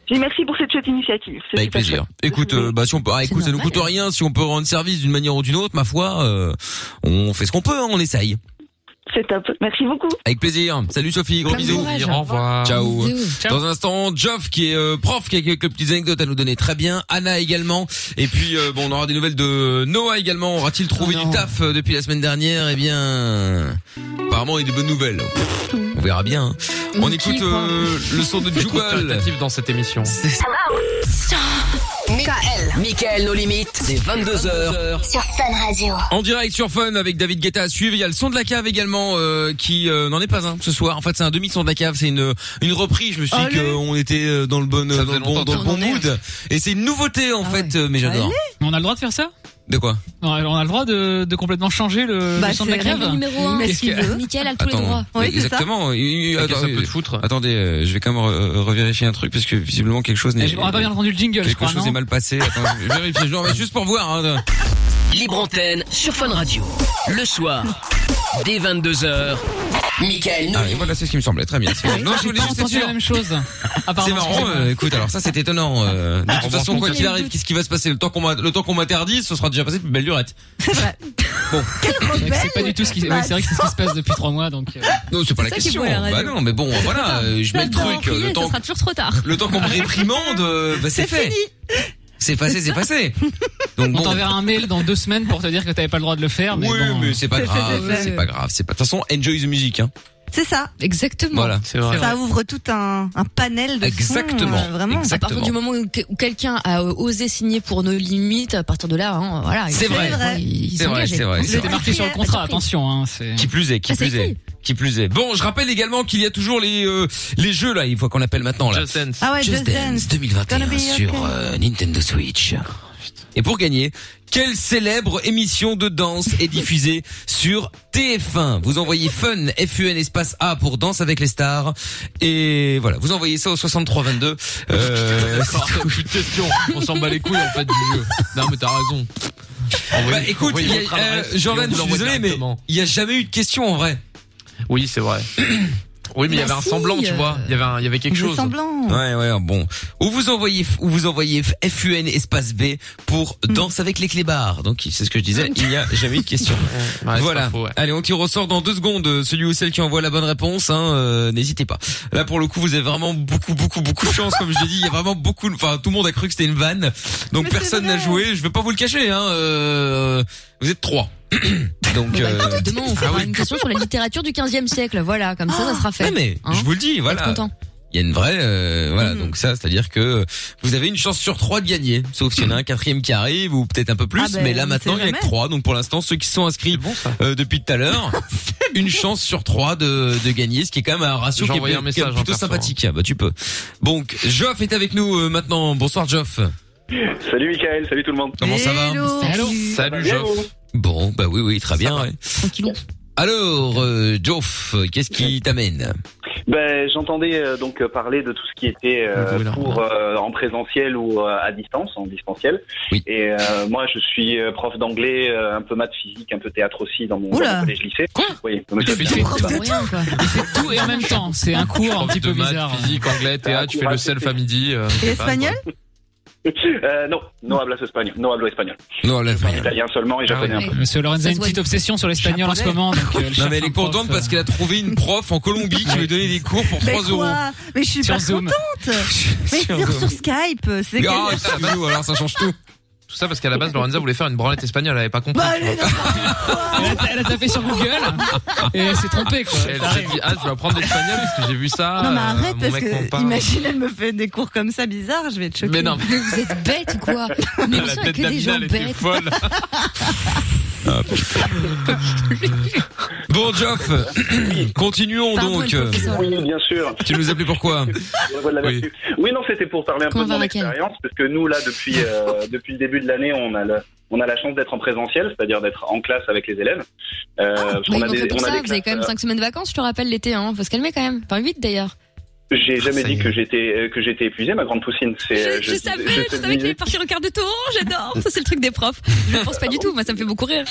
J'ai dit merci pour cette chouette initiative. C'est
Avec
super
plaisir. Écoute, euh, bah si on peut, ah, écoute, ça nous coûte rien si on peut rendre service d'une manière ou d'une autre. Ma foi, euh, on fait ce qu'on peut, hein, on essaye.
C'est top. Merci beaucoup.
Avec plaisir. Salut Sophie, gros
Plein de
bisous.
courage.
Au revoir.
Ciao.
Bisous. Ciao.
Dans un instant, Geoff qui est euh, prof, qui a quelques petites anecdotes à nous donner. Très bien. Anna également. Et puis, euh, bon, on aura des nouvelles de Noah également. Aura-t-il trouvé du taf euh, depuis la semaine dernière Eh bien, apparemment, il y a des bonnes nouvelles. Pff, on verra bien. hein. On
Mais qui
écoute
croit
euh, le son de
Beaucoup de
Jubal.
caritatives dans cette émission.
Michael. Michael, nos limites. C'est 22h.
Sur Fun Radio.
En direct sur Fun avec David Guetta à suivre. Il y a le son de la cave également euh, qui euh, n'en est pas un ce soir. En fait, c'est un demi son de la cave. C'est une une reprise. Je me suis dit qu'on était euh, dans le bon euh, dans le bon, dans le bon mood. Et c'est une nouveauté
Ah
en fait. euh, Mais j'adore.
Mais on a le droit de faire ça
De quoi
Non, On a le droit de, de complètement changer le,
Bah,
le son de la
c'est la
grève
règle numéro un.
Qu'est-ce que-
Mickaël a tous les droits.
Exactement. Il- il-
Qu'est-ce que ça
attendez,
peut
Attendez, euh, je vais quand même re- revérifier un truc parce que visiblement quelque chose n'est.
Eh, on a pas bien entendu le jingle, je
Quelque
crois,
chose
non
est mal passé. Attends, je vais vérifier. Je vais en mettre juste pour voir.
*laughs*
hein.
Libre antenne sur Fun Radio. Le soir, dès 22h, Michael
Ah, et voilà, c'est ce qui me semblait. Très bien. c'est bien. Non, je voulais
J'ai pas
juste être
entendu
sûr.
la même chose. Ah, pardon,
C'est marrant.
excusez-moi.
euh, écoute, alors ça c'est étonnant.
*laughs*
euh, de
Ah, on
toute
va
façon, quoi
raconter.
qu'il arrive, qu'est-ce qui va se passer Le temps qu'on m'a- le temps qu'on m'interdise, ce sera déjà passé depuis belle lurette.
C'est vrai que c'est pas du tout ce qui, ouais, c'est vrai que c'est ce qui se passe depuis trois mois, donc. euh,
Non, c'est pas la
ça qui est
question.
beau à la radio.
Bah non, mais bon, voilà, euh, je mets le truc. euh, Le
Ça
temps,
sera toujours trop tard.
le temps qu'on me réprimande, euh, bah c'est fait. C'est passé, c'est
*laughs*
passé. Donc
On
bon.
t'enverra un mail dans deux semaines pour te dire que t'avais pas le droit de le faire, mais
Oui,
bon,
mais c'est pas
C'est fait,
grave,
c'est fait.
c'est pas grave, c'est pas. De toute façon, enjoy the music, hein.
C'est ça.
Exactement.
Voilà, c'est vrai.
Ça ouvre tout un, un panel de
Exactement.
sons, euh, vraiment.
À partir du moment où, où quelqu'un a euh, osé signer pour nos limites, à partir de là, hein, voilà. il-
C'est vrai.
il- il
C'est vrai,
s'engage.
c'est vrai, c'est
C'était
vrai.
marqué sur le contrat, attention, hein, c'est.
Qui plus est, qui
Ah, c'est
plus est, qui plus est. Bon, je rappelle également qu'il y a toujours les euh, les jeux là, il faut qu'on appelle maintenant là. Just Dance.
Ah ouais, Just Dance.
2021
Gonna be
sur
okay.
euh, Nintendo
Oh,
Switch. Et pour gagner, quelle célèbre émission de danse est
*laughs*
diffusée sur TF1 Vous envoyez Fun, FUN espace A pour Danse avec les stars. Et voilà, vous envoyez ça au 6322.
*laughs*
Euh,
Plus de questions. On s'en bat les couilles en fait du jeu. Non mais t'as raison.
Bah, écoute, il y a- euh, Jordan, je suis désolé, mais il n'y a jamais eu de question en vrai.
Oui,
*clears throat*
c'est vrai. Oui, mais il y
Bah
avait un
si,
semblant, tu
euh,
vois. Il y avait, un- il y avait quelque chose. Hein.
Ouais, ouais, bon. Ou vous envoyez, ou vous envoyez FUN espace B pour
Mm.
danse avec les clébards. Donc, c'est ce que je disais. Il
*laughs*
n'y a jamais eu de question.
c'est
voilà.
pas faux, ouais.
Allez, on t'y ressort dans deux secondes. euh, Celui ou celle qui envoie la bonne réponse, hein, euh, n'hésitez pas. Là, pour le coup, vous avez vraiment beaucoup, beaucoup, beaucoup de chance. Comme je l'ai dit, il y a vraiment beaucoup, de- enfin, tout le monde a cru que c'était une vanne. Donc, personne n'a joué. Je vais pas vous le cacher, hein, euh, vous êtes
*coughs*
trois. Donc,
Bon, bah,
euh,
écoute, demain, on
ah
fera
oui.
une question sur la littérature du 15e siècle. Voilà, comme ça, ça sera fait.
Non, mais
Euh,
Hein
je vous le dis,
Être
voilà.
content.
Il y a une vraie, euh, voilà. Donc ça, c'est-à-dire que vous avez une chance sur trois de gagner, sauf s'il y en a un quatrième qui arrive ou peut-être un peu plus.
Ah ben,
mais là
on
maintenant,
sait
il y a que
jamais.
trois. Donc pour l'instant, ceux qui sont inscrits euh, depuis tout à l'heure, une chance sur trois de, de gagner, ce qui est quand même un ratio
J'ai
qui est,
envoyé un
qui est
message, hein,
plutôt
perso,
sympathique. Ah, bah tu peux. Donc Geoff est avec nous euh, maintenant. Bonsoir Geoff.
Salut Michael, salut tout le monde.
Comment ça va
Ça va bien, vous
Bon, bah oui, oui, très bien. ouais. Alors, euh, Geoff, qu'est-ce qui t'amène
Ben, j'entendais euh, donc euh, parler de tout ce qui était euh, cours euh, en présentiel ou euh, à distance, en distanciel. Et euh, moi, je suis euh, prof d'anglais, euh, un peu maths physique, un peu théâtre aussi dans mon, dans
Oula.
mon collège lycée.
Quoi
Oui, dans mon
Tu
collège
fais
lycée,
tout.
bah.
Il fait tout et en même temps. C'est un cours un
Prof
petit
de
peu
maths,
bizarre.
physique, anglais, théâtre, tu fais le self à midi. euh, je sais pas, quoi.
Euh, non, non hablas espagnol. Non hablo espagnol.
Non, la
Italien seulement
Ah
et japonais un peu.
Monsieur Lorenz a une petite obsession sur l'espagnol en ce
*laughs*
moment. donc, euh, elle
non
cherche
mais elle est
un prof, euh,
contente parce qu'elle a trouvé une prof en Colombie qui lui donnait des cours pour
Mais
3 euros.
quoi Mais je suis
Sur
pas
Zoom.
contente. Mais
*laughs* Sur
sur,
Zoom.
sur Skype, c'est quel-
Ah, ça va, nous, alors ça change tout.
Tout ça parce qu'à la base, Lorenza voulait faire une branlette espagnole, Bah, elle avait pas
Bah,
compris.
*laughs*
Elle a, elle a tapé sur Google et elle s'est trompée quoi.
Elle s'est dit, ah, je vais apprendre l'espagnol parce que j'ai vu ça.
Non mais
euh,
arrête
mon
parce
mec m'en
que
parle.
imagine elle me fait des cours comme ça bizarre, je vais être choquée.
Mais non. Mais
vous êtes bête
*laughs*
ou quoi Mais on
La
sent
tête
que des
d'Amina,
gens
elle était
bêtes.
folle.
Bon Geoff, continuons
Pardon,
donc.
le professeur. Oui, bien sûr.
Tu nous appelais pourquoi
Sur la voie de la vertu. oui. non, c'était pour parler un
Comment
peu
va
de mon
Raquel
expérience, parce que nous, là, depuis,
*laughs*
euh, depuis le début de l'année, on a le- On a la chance d'être en présentiel, c'est-à-dire d'être en classe avec les élèves. Euh, parce
Oui,
qu'on a
donc
des-
c'est pour
on a
ça,
des
vous avez Ah,
classes,
quand
euh,
même 5 semaines de vacances, je te rappelle l'été, hein. Faut se calmer quand même. Enfin, 8 d'ailleurs.
euh, J'ai
Ah,
jamais dit que j'étais euh, que j'étais épuisé, ma grande poussine. C'est
Je, savais, je, savais qu'il allait partir au quart de tour, j'adore. Ça, c'est le truc des profs. Je ne pense pas du tout, moi, ça me fait beaucoup rire.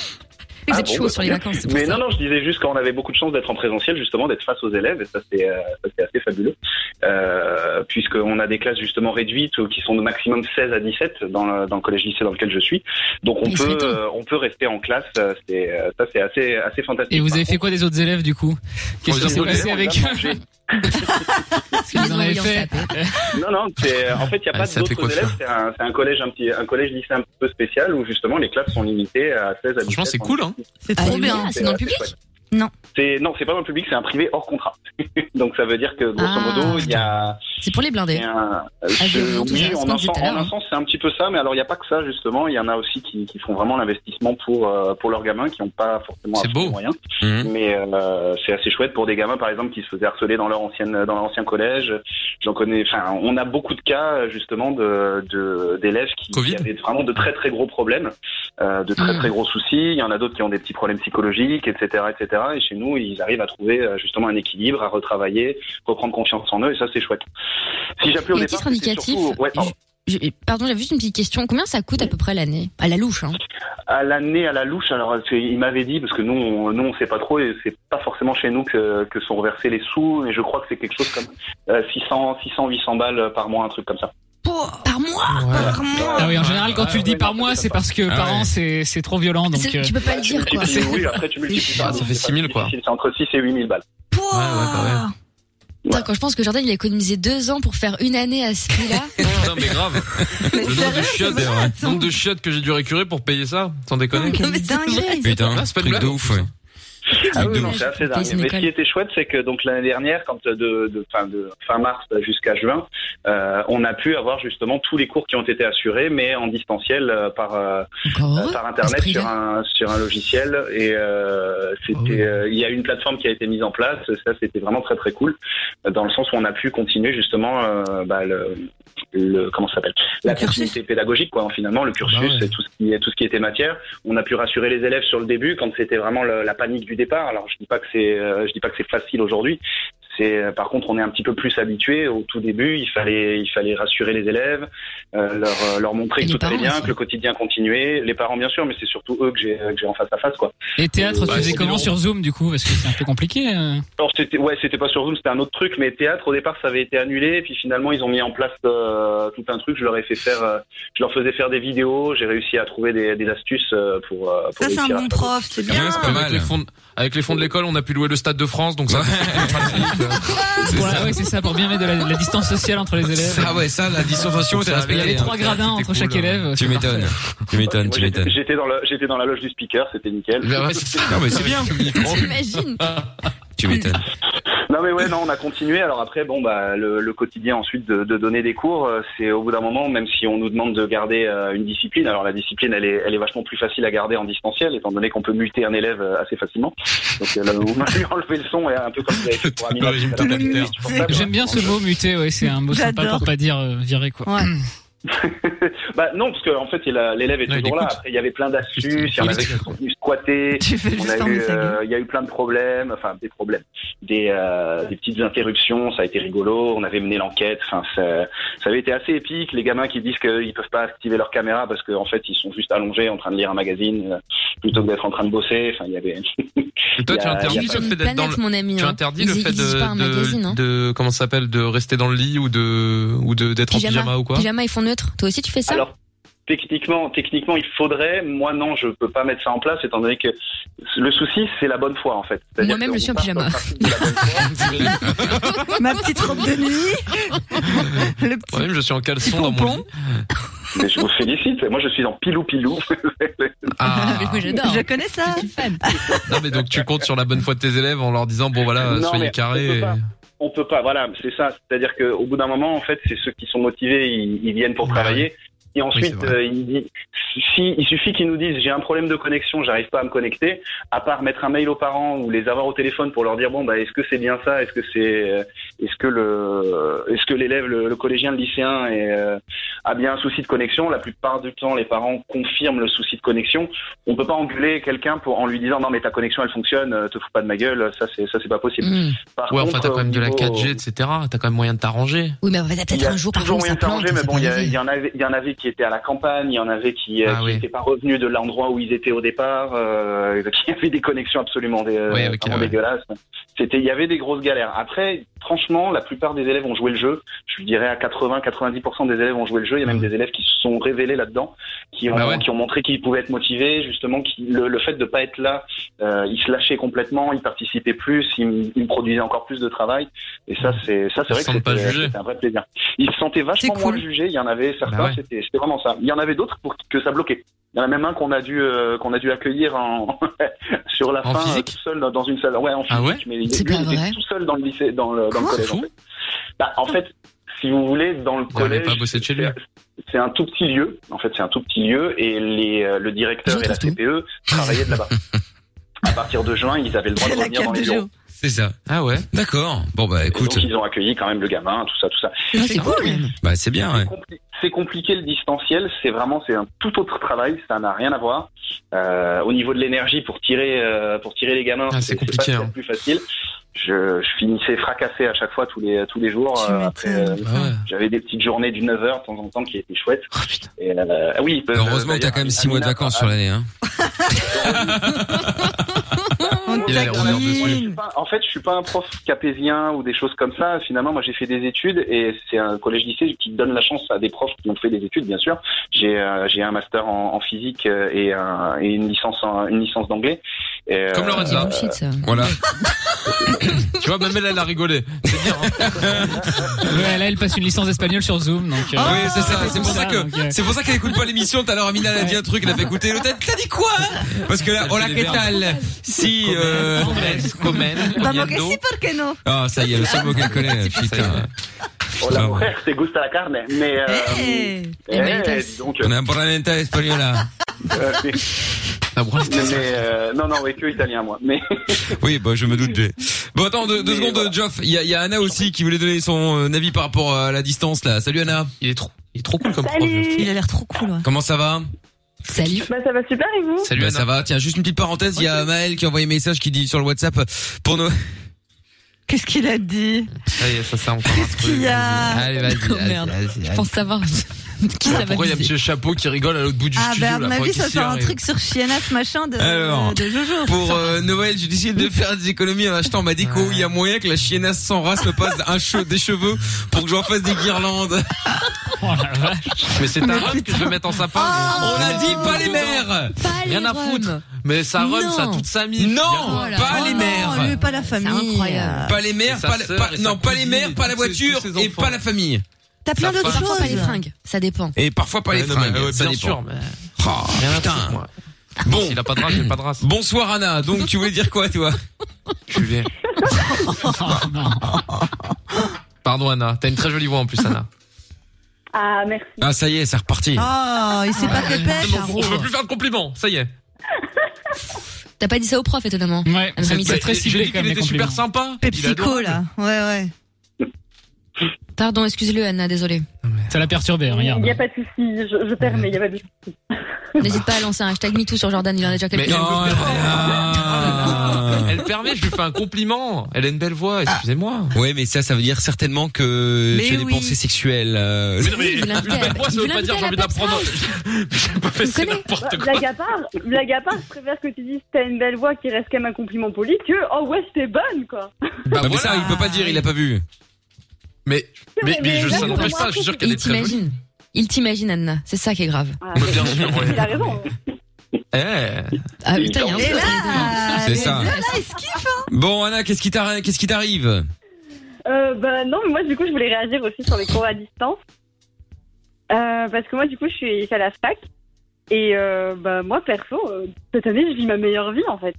Ah
Vous êtes chaud sur les vacances, c'est pour
bah, Mais
ça.
non, non, je disais juste qu'on avait beaucoup de chance d'être en présentiel, justement, d'être face aux élèves, et ça c'est euh, ça, c'est assez fabuleux, euh, puisqu'on a des classes justement réduites euh, qui sont de maximum 16 à 17 dans le, dans le collège lycée dans lequel je suis. Donc on
Il
peut
serait temps.
euh, on peut rester en classe, euh, c'est euh, ça c'est assez assez fantastique.
Et vous
Par
avez fait quoi des autres élèves du coup
Oh,
Qu'est-ce
les
qui s'est
autres
passé
élèves, on
avec
les a
*laughs* eux Qu'est-ce qu'ils en avaient fait
Non, non, c'est- euh, en fait, il n'y a
Ah,
pas
ça fait
d'autres
coiffure.
élèves. C'est un, c'est un collège un petit, un collège lycée un peu spécial où justement les classes sont limitées à 16 à 17.
Franchement, c'est cool, hein.
*laughs* C'est
Ah,
trop bien.
c'est dans le public
Non.
Euh, C'est non, c'est pas dans le public, c'est un privé hors contrat. *laughs* Donc ça veut dire que grosso
Ah.
modo, il y a
C'est pour les blindés.
un-
Ah, j'ai
Euh, je-
vu tout ça,
oui,
c'est
en
comme
un
tout
sens,
à l'heure,
en un
hein.
sens, c'est un petit peu ça, mais alors il n'y a pas que ça justement. Il y en a aussi qui, qui font vraiment l'investissement pour euh, pour leurs gamins qui n'ont pas forcément assez de moyens. Mais euh, c'est assez chouette pour des gamins par exemple qui se faisaient harceler dans leur ancienne dans leur ancien collège. J'en connais. Enfin, on a beaucoup de cas justement de de- d'élèves qui, qui avaient vraiment de très très gros problèmes, euh, de
Ah.
très très gros soucis. Il y en a d'autres qui ont des petits problèmes psychologiques, etc., etc. Et chez nous, ils arrivent à trouver euh, justement un équilibre, à retravailler, reprendre confiance en eux. Et ça, c'est chouette. Si j'appuie au
Et à
départ,
titre
c'est
indicatif,
surtout- ouais, pardon.
Je- pardon, j'avais juste une petite question. Combien ça coûte à peu près l'année À la louche, hein.
À l'année, à la louche, alors c'est- il m'avait dit, parce que nous, on, nous, on sait pas trop, et c'est pas forcément chez nous que, que sont reversés les sous, mais je crois que c'est quelque chose comme euh, 600, 600, 800 balles par mois, un truc comme ça.
Par mois
Ah oui, en général, quand tu dis par mois, c'est parce que par
Ah
ouais.
an, c'est c'est trop violent. Donc,
C'est-
euh,
tu peux pas le dire, quoi. *laughs* Oui,
hein.
après, tu multiplies par
Ça fait 6000 quoi.
C'est entre 6 et 8000 balles.
bah
Putain, quand je pense que Jordan, il a économisé deux ans pour faire une année à ce prix-là.
Putain, mais grave. le nombre de chiottes, le nombre de chiottes que j'ai dû récurer pour payer ça, sans déconner.
Non, mais c'est dingue.
Putain,
Ah, c'est pas
truc de
blague,
ouf.
ça.
ouais.
Ah
de
oui, non,
ouf.
c'est assez dingue.
Dans une
Mais ce
école.
qui était chouette, c'est que donc l'année dernière, quand euh, de, de, fin, de fin mars bah, jusqu'à juin, euh, on a pu avoir justement tous les cours qui ont été assurés, mais en distanciel euh, par euh, euh, par internet sur un sur un logiciel. Et euh, c'était, euh, il y a une plateforme qui a été mise en place. Ça, c'était vraiment très très cool, euh, dans le sens où on a pu continuer justement euh, bah, le, le comment ça s'appelle la continuité pédagogique quoi. hein, Finalement,
Bah
le cursus, et tout ce qui tout ce qui était matière. On a pu rassurer les élèves sur le début quand c'était vraiment le- la panique du départ. Alors je dis pas que c'est euh, je dis pas que c'est facile aujourd'hui. C'est euh, par contre on est un petit peu plus habitué au tout début. Il fallait il fallait rassurer les élèves, euh, leur euh, leur montrer que tout allait bien, que le quotidien continuait. Les parents bien sûr, mais c'est surtout eux que j'ai que j'ai en face à face quoi.
Et théâtre, tu
Bah,
faisais
c'est
comment
long.
sur Zoom du coup Parce que c'est un peu compliqué. euh.
Alors c'était ouais, c'était pas sur Zoom, c'était un autre truc, mais théâtre au départ ça avait été annulé, et puis finalement ils ont mis en place euh, tout un truc. Je leur ai fait faire, euh, je leur faisais faire des vidéos, j'ai réussi à trouver des, des astuces euh, pour. euh, pour
Ça c'est un
réussir à
bon
faire
prof,
Ah,
c'est bien.
Parce qu'avec les fonds de- Avec les fonds de l'école, on a pu louer le stade de France, donc ça.
Pour la- ouais, c'est ça, pour bien mettre de la, la distance sociale entre les élèves.
Ah ouais, ça, la distanciation,
Donc,
t'es
ça, Il y
respecté,
avait trois
hein.
gradins
C'était
entre
cool,
chaque
hein.
élève.
Tu m'étonnes. Tu m'étonnes, tu m'étonnes.
J'étais dans, la- j'étais dans la loge du speaker, c'était nickel.
Non, mais c'est bien.
T'imagines
Tu m'étonnes.
Non mais ouais, non, on a continué. Alors après, bon bah le, le quotidien ensuite de, de donner des cours, euh, c'est au bout d'un moment, même si on nous demande de garder euh, une discipline. Alors la discipline, elle est, elle est vachement plus facile à garder en distanciel, étant donné qu'on peut muter un élève euh, assez facilement. Donc euh, là, on m'a *laughs* lui enlever le son et un peu comme vous avez fait pour Amina. tout à l'heure.
J'aime bien ce mot muté, ouais, c'est un mot sympa
J'adore.
pour pas dire euh, virer quoi.
Bah non, parce qu'en en fait, il a- l'élève est toujours là. Après, il y avait plein d'astuces, il y en avait qui sont venus squatter. On a eu, euh, il y a eu plein de problèmes, enfin des problèmes, des, euh, des petites interruptions. Ça a été rigolo. On avait mené l'enquête. Enfin, ça, ça avait été assez épique. Les gamins qui disent qu'ils peuvent pas activer leur caméra parce qu'en fait, ils sont juste allongés en train de lire un magazine euh, plutôt que d'être en train de bosser. Enfin, il y avait.
*laughs* Toi,
il y
tu
a-
interdis
il y a
le
pas-
fait d'être dans
planète, mon ami,
le. Tu
hein.
interdis
Ils
le fait
existent pas un magazine, hein.
de de comment ça s'appelle de rester dans le lit ou de ou de d'être en pyjama ou quoi.
Pyjama, ils font 9 neutre. Toi aussi, tu fais ça
Alors, Techniquement, techniquement, il faudrait. Moi, non, je peux pas mettre ça en place, étant donné que le souci, c'est la bonne foi, en fait. C'est-à-dire
Moi-même,
que
je suis en pyjama.
*laughs* Ma petite robe de nuit.
Moi-même, je suis en caleçon dans mon lit.
Mais je vous félicite. Moi, je suis en
*laughs*
pilou pilou.
Ah.
Je connais ça. Ah,
Non, mais donc tu comptes sur la bonne foi de tes élèves en leur disant bon voilà,
Non,
soyez
mais
carrés.
On peut,
et-
pas. On peut pas. Voilà, c'est ça. C'est-à-dire qu'au bout d'un moment, en fait, c'est ceux qui sont motivés, ils, ils viennent pour travailler. Et ensuite, euh, ils disent- si, il suffit qu'ils nous disent j'ai un problème de connexion, j'arrive pas à me connecter. À part mettre un mail aux parents ou les avoir au téléphone pour leur dire bon bah est-ce que c'est bien ça, est-ce que c'est, euh, est-ce que le, est-ce que l'élève, le, le collégien, le lycéen est, euh, a bien un souci de connexion. La plupart du temps, les parents confirment le souci de connexion. On peut pas engueuler quelqu'un pour en lui disant non mais ta connexion elle fonctionne, euh, te fous pas de ma gueule, ça c'est ça c'est pas possible. Par
Ouais,
contre,
enfin, t'as quand
au
même de la
niveau-
4G, etc. T'as quand même moyen de t'arranger.
Oui, mais en fait,
il y
peut-être
a
un jour, par
toujours
contre,
moyen
ça
de s'arranger,
plante.
mais
ça
bon, il y,
peut Ah
a- il
arriver.
y en avait, il y en avait qui étaient à la campagne, il y en avait qui euh, qui n'étaient pas revenus de l'endroit où ils étaient au départ, euh, *laughs* qui avaient des connexions absolument, dé-
Ouais, ok,
vraiment
ouais.
dégueulasses. C'était, il y avait des grosses galères. Après, franchement, la plupart des élèves ont joué le jeu. Je dirais à 80-90% des élèves ont joué le jeu. Il y a
Mmh.
même des élèves qui se sont révélés là-dedans, qui ont,
Bah ouais.
qui ont montré qu'ils pouvaient être motivés, justement, qui, le, le fait de pas être là, euh, ils se lâchaient complètement, ils participaient plus, ils, ils produisaient encore plus de travail. Et
Mmh.
ça, c'est ça, c'est
Ils
vrai
se
que
sentent pas
c'était-
jugés.
c'était un vrai plaisir. Ils se sentaient vachement moins jugés. Il y en avait certains,
Bah ouais.
c'était c'était vraiment ça. Il y en avait d'autres pour que ça bloquait. Il y en a même un qu'on a dû euh, qu'on a dû accueillir en *laughs* sur la
En
fin euh,
physique
tout seul dans- dans une salle. Ouais, en physique, mais il,
C'est
lui,
pas
il était
vrai.
tout seul dans le lycée, dans le, dans le
Quoi
collège. En fait. Bah, en fait, si vous voulez, dans le
T'avais
collège,
pas bossé de chez lui.
c'est un tout petit lieu. En fait, c'est un tout petit lieu et les, euh, le directeur et la CPE travaillaient de là-bas. à partir de juin, ils avaient le droit de revenir dans les bureaux.
C'est ça.
Ah ouais.
D'accord. Bon bah
Et donc,
écoute.
ils ont accueilli quand même le gamin, tout ça, tout ça.
Ah,
c'est Bah c'est bien. ouais.
C'est compliqué le distanciel, c'est vraiment c'est un tout autre travail, ça n'a rien à voir. Euh, au niveau de l'énergie pour tirer euh, pour tirer les gamins,
Ah, c'est
c'est pas
compliqué,
ce qu'il y a de
hein.
plus facile. Je, je finissais fracassé à chaque fois tous les tous les jours. euh, après, euh,
Bah
j'avais des petites journées du 9 h de temps en temps qui étaient chouettes. Et, euh, ah oui. euh,
Oh, Heureusement que t'as
d'ailleurs,
quand même 6
Amina
mois de vacances sur l'année. Hein.
Il
a l'air
Moi,
honneur
je
dessus.
suis pas- en fait, je suis pas un prof capésien ou des choses comme ça. Finalement, moi, j'ai fait des études et c'est un collège lycée qui donne la chance à des profs qui ont fait des études, bien sûr. J'ai euh, j'ai un master en, en physique euh, et, un- et une licence en- une licence d'anglais. euh, bah, Comme
Lorenza.
euh,
Voilà. tu vois, même elle, elle a rigolé. C'est bien.
*laughs* Ouais, là, elle passe une licence espagnole sur Zoom. Donc, euh,
oui, c'est ça. C'est pour ça, que
donc, euh,
c'est pour ça qu'elle écoute pas l'émission. Tout à l'heure, Amina elle a dit un truc, elle a fait écouter l'autre. elle, T'as dit quoi Parce que là, hola,
des
que
verbes.
tal Si. euh,
Vamos que sí, por qué no
Ah ça y est, le seul mot qu'elle connaît. Putain.
Hola, mujer, te gusta la carne. Mais euh,
Hey.
eh, *laughs* dis donc.
On a un parlamentaire
*laughs*
espagnol
euh, mais- mais, euh, non, non, oui, que italien, moi. Mais *laughs*
Oui, bah, je me doute. Jay. Bon, attends, deux, deux secondes, Geoff. Il y a, il y a Anna aussi qui voulait donner son euh, avis par rapport à la distance, là. Salut, Anna. Il est trop, il est trop cool comme
Il a l'air trop cool. ouais.
Comment ça va
Salut.
Bah, ça va super et vous
Salut, ça va. Tiens, juste une petite parenthèse. Il y a Maël qui a envoyé un message qui dit sur le WhatsApp euh, pour nos.
Qu'est-ce qu'il a dit
Ça y est, ça, c'est encore
*laughs*
un truc.
Qu'il y a
Allez, vas-y,
Oh,
vas-y,
merde.
vas-y,
Je
vas-y.
pense
*laughs*
savoir qui ça va
Pourquoi il y a
viser.
Monsieur Chapeau qui rigole à l'autre bout du
Ah
studio
bah
là
à mon
pour hein,
avis
qu'il
ça
s'y
c'est un
arrive.
truc sur Chianas machin de,
Alors,
de Jojo.
Pour euh, Noël, je décide de faire des économies en achetant ma déco. Il y a moyen que la chiennasse sans race me passe un cheveu, des cheveux pour que j'en fasse des
*laughs*
guirlandes.
Oh
Ah,
Mais c'est ta robe que je vais mettre en sapin.
On a dit Oh, pas les mères.
Rien à foutre. Mais sa robe, ça a toute sa mine.
Non,
Oh,
Bien.
pas les
Non, lui
mères.
Oh, pas la famille.
Incroyable. Pas les mères,
Et sa
pas, la-
sœur
pas-
et sa
non, pas les
cousine
mères,
et
pas la
tous ses-
voiture
tous ses
et
enfants.
pas la famille.
T'as plein
Ça
d'autres
passe.
choses.
Parfois, pas les fringues. Ça dépend.
Et parfois pas les
Ouais, non,
fringues,
mais, ouais,
ça
bien
dépend.
sûr, mais-
Oh, putain. Bon.
S'il a pas de race, il a pas de race.
Bonsoir Anna, donc tu voulais dire quoi toi
Culé. Pardon Anna, t'as une très jolie voix en plus Anna.
Ah, merci.
Ah ça y est, c'est reparti.
Oh, il s'est pas fait pêche.
On veut plus faire de compliments, ça y est.
T'as pas dit ça au prof, étonnamment.
Ouais,
c'est-
Rémi,
c'est
c'est
très
très
ciblé,
ciblé
quand même, les compliments. sympa.
Pepsico là. Ouais ouais.
Pardon, excuse-le, Anna, désolé.
Ça l'a perturbé,
Il
regarde.
n'y a pas de souci, je, je permets, il n'y a pas de souci.
*laughs* N'hésite pas à lancer un hashtag MeToo sur Jordan, il en a déjà
Mais oh,
quelques-uns.
Ah,
*laughs*
Ah
*laughs* elle permet, je lui fais un compliment. Elle a une belle voix, excusez-moi.
Ah. Ouais, mais ça, ça veut dire certainement que
Mais
tu as des
oui.
pensées sexuelles. euh.
Mais *laughs* non, mais-
Il l'invite à-
Moi, ça
il
veut
veut
pas dire
l'inviter à
j'ai envie
la
d'apprendre. J'ai pas fait c'est n'importe quoi.
Blague à part, blague à part, je préfère que tu dises t'as une belle voix qui reste quand même un compliment poli que oh ouais c'était bonne quoi.
Bah, mais ça, il peut pas dire, il a pas vu.
Mais, mais, mais je,
là,
ça
c'est
n'empêche
moi
pas, je suis sûr qu'elle est
Et
très jolie.
t'imagines Il t'imagine, Anna. C'est ça qui est grave.
Ah,
Bah, bien sûr, ouais.
Il a raison.
Eh.
Ah, putain, il y a un
Et
truc
là,
C'est ça.
Là, là, il se kiffe. hein.
Bon, Anna, qu'est-ce qui t'arrive Qu'est-ce qui t'arrive
Euh, bah non, mais moi du coup je voulais réagir aussi sur les cours à distance. Euh, parce que moi du coup je suis je suis à la fac et euh, bah moi perso euh, cette année je vis ma meilleure vie en fait.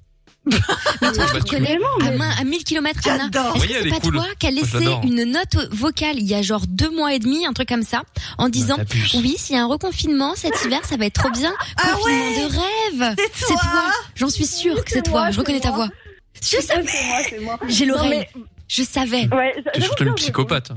Bah,
Je te connais à, main, à 1000 km, Anna. Est-ce
Oui,
que
elle
c'est
est
pas
cool.
toi qui a
Moi, je
laissé
l'adore.
une note vocale il y a genre deux mois et demi, un truc comme ça, en disant
la puce.
Oui, s'il y a un reconfinement cet hiver, ça va être trop bien.
Ah
Confinement de rêve. C'est toi. J'en suis sûre que c'est toi. Je reconnais ta voix. Je savais. J'ai
Non,
l'oreille.
mais-
Je savais.
T'es surtout une psychopathe.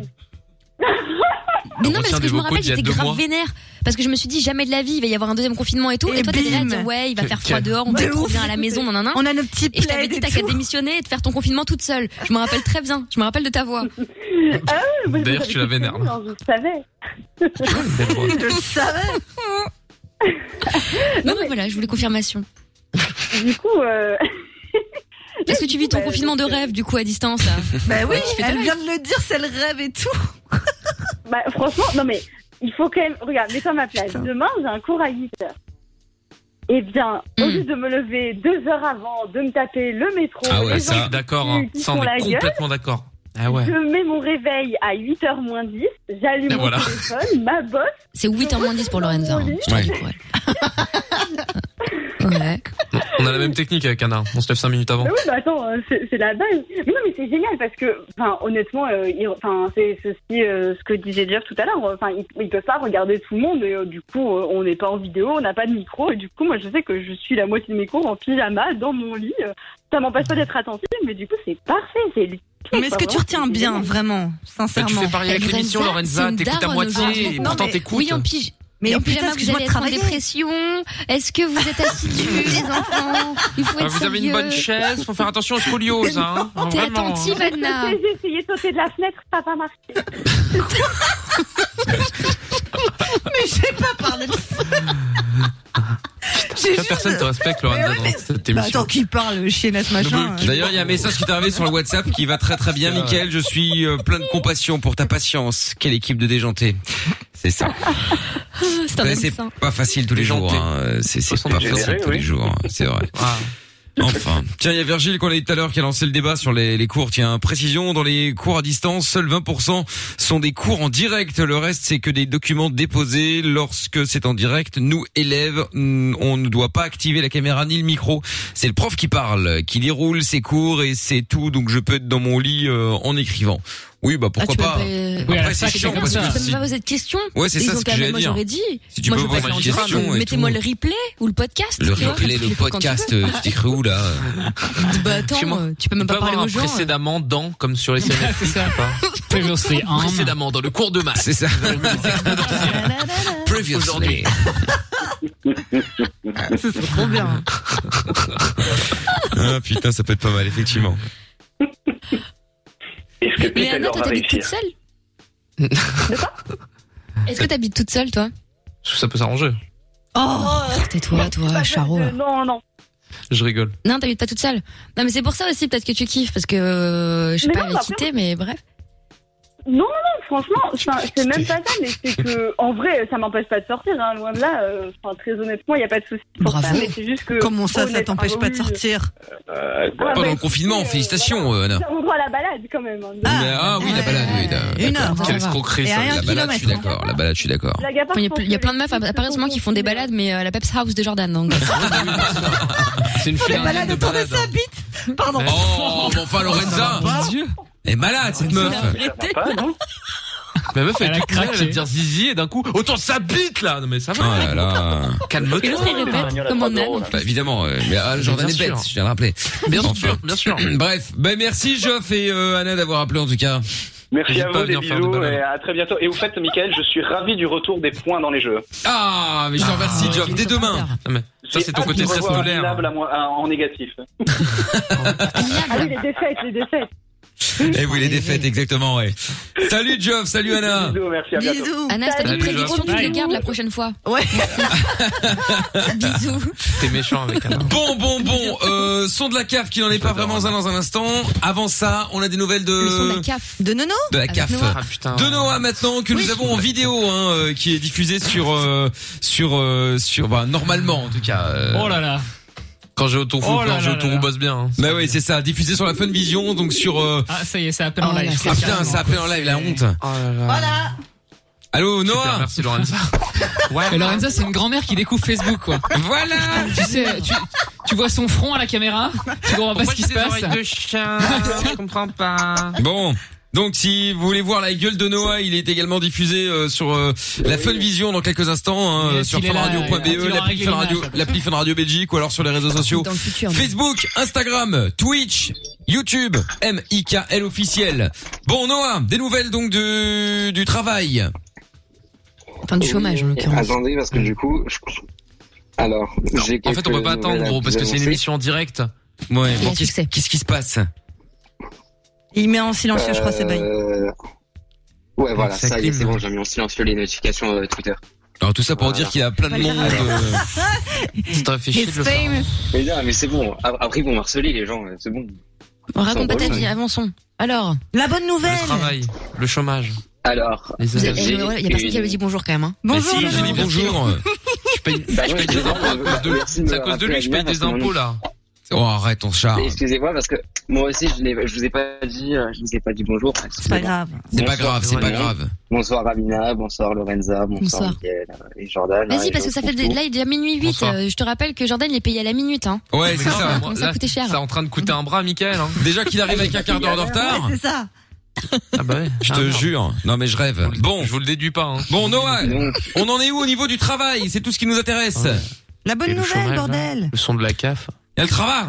Mais
On
non, mais
retient
parce que
des
je me
vocaux
rappelle,
d'il y a
j'étais
deux
grave
mois.
vénère. Parce que je me suis dit, jamais de la vie, il va y avoir un deuxième confinement et tout. Et, toi, t'étais là à dire, ouais, il va
Que-
faire froid
que-
dehors, on va
de
être trop
ouf.
bien à la maison, nan, nan, nan.
On a nos petits
Et je t'avais
plaids
dit,
et
t'as qu'à
tout.
démissionner et de faire ton confinement toute seule. Je me rappelle très bien. Je me rappelle de ta voix.
Ah ouais, moi,
D'ailleurs,
je savais
tu la
que c'était
vénères,
lui,
là.
hein, Je savais.
Je le savais. *laughs* non, mais voilà, je voulais confirmation.
Du coup, euh...
Est-ce que tu vis ton confinement de rêve, du coup, à distance là
*laughs* Bah oui,
Ouais, tu fais ta
elle
life.
vient de le dire, c'est le rêve et tout.
*laughs* Bah franchement, non mais il faut quand même. Regarde, mets-toi à ma place. Demain, j'ai un cours à 8 heures. Eh bien,
Hmm.
au lieu de me lever deux heures avant, de me taper le métro, les gens
Je suis d'accord, hein.
qui
Ah ça
font
on
la
est
gueule,
complètement d'accord. Ah ouais.
je mets mon réveil à 8h moins 10, j'allume
Et
mon
voilà.
téléphone, ma bosse.
C'est 8h moins 10 pour Lorenza. hein. Ouais.
On a la même technique avec Anna, on se lève 5 minutes avant.
Ah
Mais oui, mais attends, euh, c'est c'est la base. Mais non, mais c'est génial parce que, enfin, honnêtement, euh, ils- enfin, c'est ceci euh, ce que disait Jeff tout à l'heure. Enfin, ils, ils peuvent pas regarder tout le monde et euh, du coup, euh, on n'est pas en vidéo, on n'a pas de micro et du coup, moi, je sais que je suis la moitié de mes cours en pyjama dans mon lit. euh, Ça m'empêche pas d'être attentive, mais du coup, c'est parfait. C'est le pire,
Mais est-ce
quoi,
que tu
vraiment,
retiens
c'est
bien,
génial.
vraiment, sincèrement
Mais Bah, tu fais pareil avec
Lorenza,
l'émission, Lorenza,
c'est une
t'écoutes à
daronne
moitié,
aujourd'hui.
et
Non,
pourtant
mais-
t'écoutes.
Oui, en pige.
Mais
Mais en
putain,
pyjama, vous
excuse-moi
allez
de
être en
travailler.
dépression. Est-ce que vous êtes *laughs* assidus, les enfants Il faut être
Ah, vous avez une
sérieux.
bonne chaise, faut faire attention aux scolioses, hein.
*laughs* T'es
Vraiment, hein. *laughs*
attentive, Anna.
J'ai essayé de sauter de la fenêtre, ça n'a pas marché.
*laughs* Mais j'ai pas parlé de ça.
Ça,
J'ai juste-
personne te respecte, Lorenza,
Mais ouais,
dans
mais-
cette
Bah,
émission.
attends, qui parle, chiennasse machin hein.
*laughs*
D'ailleurs, il y a un message qui est arrivé sur le WhatsApp qui va très très bien, Mickaël. Je suis euh, plein de compassion pour ta patience. Quelle équipe de déjantés. C'est ça.
C'est un
Ouais,
homme
C'est
sain.
pas facile tous les jours. hein. Euh, C'est c'est pas
Généré,
facile tous
oui.
les jours. hein. C'est vrai. Enfin. Tiens, il y a Virgile qu'on a dit tout à l'heure qui a lancé le débat sur les, les cours. Tiens, précision, dans les cours à distance, seuls 20% sont des cours en direct. Le reste, c'est que des documents déposés lorsque c'est en direct. Nous, élèves, mm, on ne doit pas activer la caméra ni le micro. C'est le prof qui parle, qui déroule ses cours et c'est tout. Donc, je peux être dans mon lit euh, en écrivant. Oui,
Ah,
bah pourquoi pas. Après, c'est chiant parce
Je
que
peux même
si-
pas poser de questions.
Ouais, c'est
Ils
ça
ont
ce que
quand même-
j'allais
moi,
dire.
J'aurais dit.
Si tu
moi,
peux
je veux
poser
pas
une
faire
question
l'entrée,
et
Mettez-moi
tout.
le replay ou le podcast.
le
tu vois,
replay,
je
le
l'écoute quand *laughs* tu
podcast,
veux.
euh, tu t'es cru où là
Bah attends, euh, tu peux même pas
avoir
parler
un
aux gens. euh.
précédemment dans, comme sur *laughs* les scènes Netflix, ou pas
Previously on.
Précédemment dans le cours de maths.
C'est ça.
*laughs*
Aujourd'hui.
*laughs* *laughs* C'est trop bien.
Ah putain, ça peut être pas mal, effectivement.
Est-ce que
Mais Anna,
Pythagore
toi,
va
t'habites toute
réussir
seule
*laughs*
Est-ce que t'habites toute seule, toi
Ça peut s'arranger.
Oh, tais-toi, toi, Charo. là.
Non, non.
Je rigole.
Non, t'habites pas toute seule. Non, mais c'est pour ça aussi, peut-être que tu kiffes, parce que euh, je sais
Mais
pas,
non,
elle
bah,
est quittée, mais bref.
Non, non, non, franchement, enfin, c'est même pas ça, mais c'est que, en vrai, ça m'empêche pas de sortir, hein, loin de là. euh, Enfin, très honnêtement, il n'y a pas de souci. pour
Bravo.
ça, Bah, mais c'est juste que.
Comment ça, ça
honnête-
t'empêche
ah,
pas
oui,
de sortir
Euh,
Pendant le confinement, félicitations, euh, Anna.
J'ai un droit à la balade *laughs* quand même. hein, de-
Ah, oui, la balade, oui.
Une
d'accord. Quelle
heure, ça va.
escroquerie,
Et
ça.
à un
La balade, je suis
kilomètre,
d'accord. La balade, je suis d'accord.
La gare,
Il y, a ple-
je pense
il y a
que
plein de meufs, apparemment, qui font des balades, mais euh, à la Peps House de Jordan. Donc. euh,
*laughs*
Ah,
*laughs* C'est une
Les
fille
balades autour de sa bite Pardon.
hein. Oh, mais enfin, Lorenza. Elle est malade, cette meuf. *laughs*
Ma meuf, elle,
Elle a
est toute mignonne, elle va
craqué.
te dire zizi et d'un coup, autant ça bite là Non mais ça
Oh
va
*laughs* là là.
Calme-toi
Et l'autre, il
Ah,
répète, comme on a. donc.
Bah, évidemment, euh, mais ah, Jordan
Bien
est bête,
sûr.
je viens de rappeler.
Bien
Enfin.
sûr, bien sûr.
*clears throat* Bref, ben merci Geoff et euh, Anna d'avoir appelé en tout cas.
Merci
N'hésite pas
à
à
vous, des
venir faire des
bisous,
balades.
et à très bientôt. Et au fait, Michael, je suis ravi du retour des points dans les jeux.
Ah, mais je te remercie Geoff, dès demain. Ah,
Non, mais Ça c'est ton côté très scolaire.
En négatif.
Ah oui, les défaites, les défaites.
Et Eh oui, les défaites, exactement, ouais. Salut Geoff, salut Anna.
merci,
à bientôt.
Bisous. Anna, c'est une
Salut,
prédiction,
Geoff.
tu te les gardes la prochaine fois. Ouais.
*laughs*
T'es méchant avec Anna.
Bon, bon, bon, euh, son de la CAF qui n'en est pas vraiment un dans un instant. Avant ça, on a des nouvelles de...
CAF. De Nono
Euh, de Ah, la
Avec
CAF
Noah.
de Noah maintenant que nous avons en vidéo hein, euh, qui est diffusée sur euh, sur euh, sur bah, normalement en tout cas euh,
Oh là là.
quand j'ai autour
Oh là là là là.
bosse bien hein. bah oui c'est ça diffusé sur la Fun Vision donc sur euh,
Ah, ça y est, ça appelle en live.
ah putain ça appelle en live la honte
Ah, Oh. Voilà.
allô Noah merci Lorenza *laughs*
Et Lorenza, c'est une grand-mère qui découvre Facebook, quoi.
Voilà.
Tu sais, tu, tu vois son front à la caméra, tu comprends pas
Pourquoi
ce qui
j'ai des
se passe.
oreilles de chien Je comprends pas.
Bon. Donc si vous voulez voir la gueule de Noah, il est également diffusé euh, sur euh, la Fun Vision dans quelques instants hein,
Il est-
sur
il est là,
funradio.be,
ouais, il aura
l'appli
réglé
Fun
l'image,
Radio,
après.
l'appli Fun Radio Belgique ou alors sur les réseaux sociaux
Dans le futur, mais-
Facebook, Instagram, Twitch, YouTube, M I K L officiel. Bon Noah, des nouvelles donc du du travail.
Enfin, du chômage, en l'occurrence.
Attendez, parce que du coup, je... alors, j'ai
En fait, on peut pas attendre, gros, parce que c'est une émission en direct.
Ouais.
bon,
qu'est-ce qu'est-ce qui se passe
Il met en silencieux, je crois, c'est bail.
Euh, Ouais, voilà,
Ah, Ça
ça y est, c'est
clim. hein.
bon, j'ai mis en silencieux les notifications euh, Twitter.
Alors tout ça pour dire qu'il y a plein de monde. euh,
*laughs*
Tu t'aurais fait
chier de le It's faire. famous.
Mais non, mais c'est bon, a- après ils vont harceler les gens, c'est bon.
On raconte pas ta
Sans
vie,
problème.
avançons. Alors. La bonne nouvelle.
le chômage.
Alors,
les
Il eh, y a personne qui avait dit bonjour quand même. Hein.
Bonjour, Mais si, j'ai dit Laurent. bonjour.
Je paye,
je paye des impôts à cause euh, de,
c'est à cause de lui que je paye des impôts, là.
Oh arrête ton chat.
Mais Bah, Excusez-moi parce que moi aussi je, l'ai- je vous ai pas dit, euh, je vous ai pas dit bonjour. C'est
pas grave.
C'est pas grave, c'est pas grave.
Bonsoir Amina, bonsoir Lorenza, bonsoir,
Bonsoir.
Mickaël, euh, et Jordan.
Vas-y,
et
parce que ça fait des- là, il est déjà minuit 8. je te rappelle que Jordan, il est payé à la minute. Hein.
Ouais,
Mais
c'est
non,
ça.
moi,
Ça
là,
coûtait cher.
C'est en train de coûter un bras, Michael. Hein.
Déjà qu'il arrive avec un quart d'heure de retard.
c'est ça.
Ah bah ouais.
Je te jure. Non mais je rêve. Bon,
Je vous le déduis pas. Hein.
Bon Noah, on en est où au niveau du travail C'est tout ce qui nous intéresse.
La bonne nouvelle, bordel.
hein. Le son de la CAF.
Elle travaille.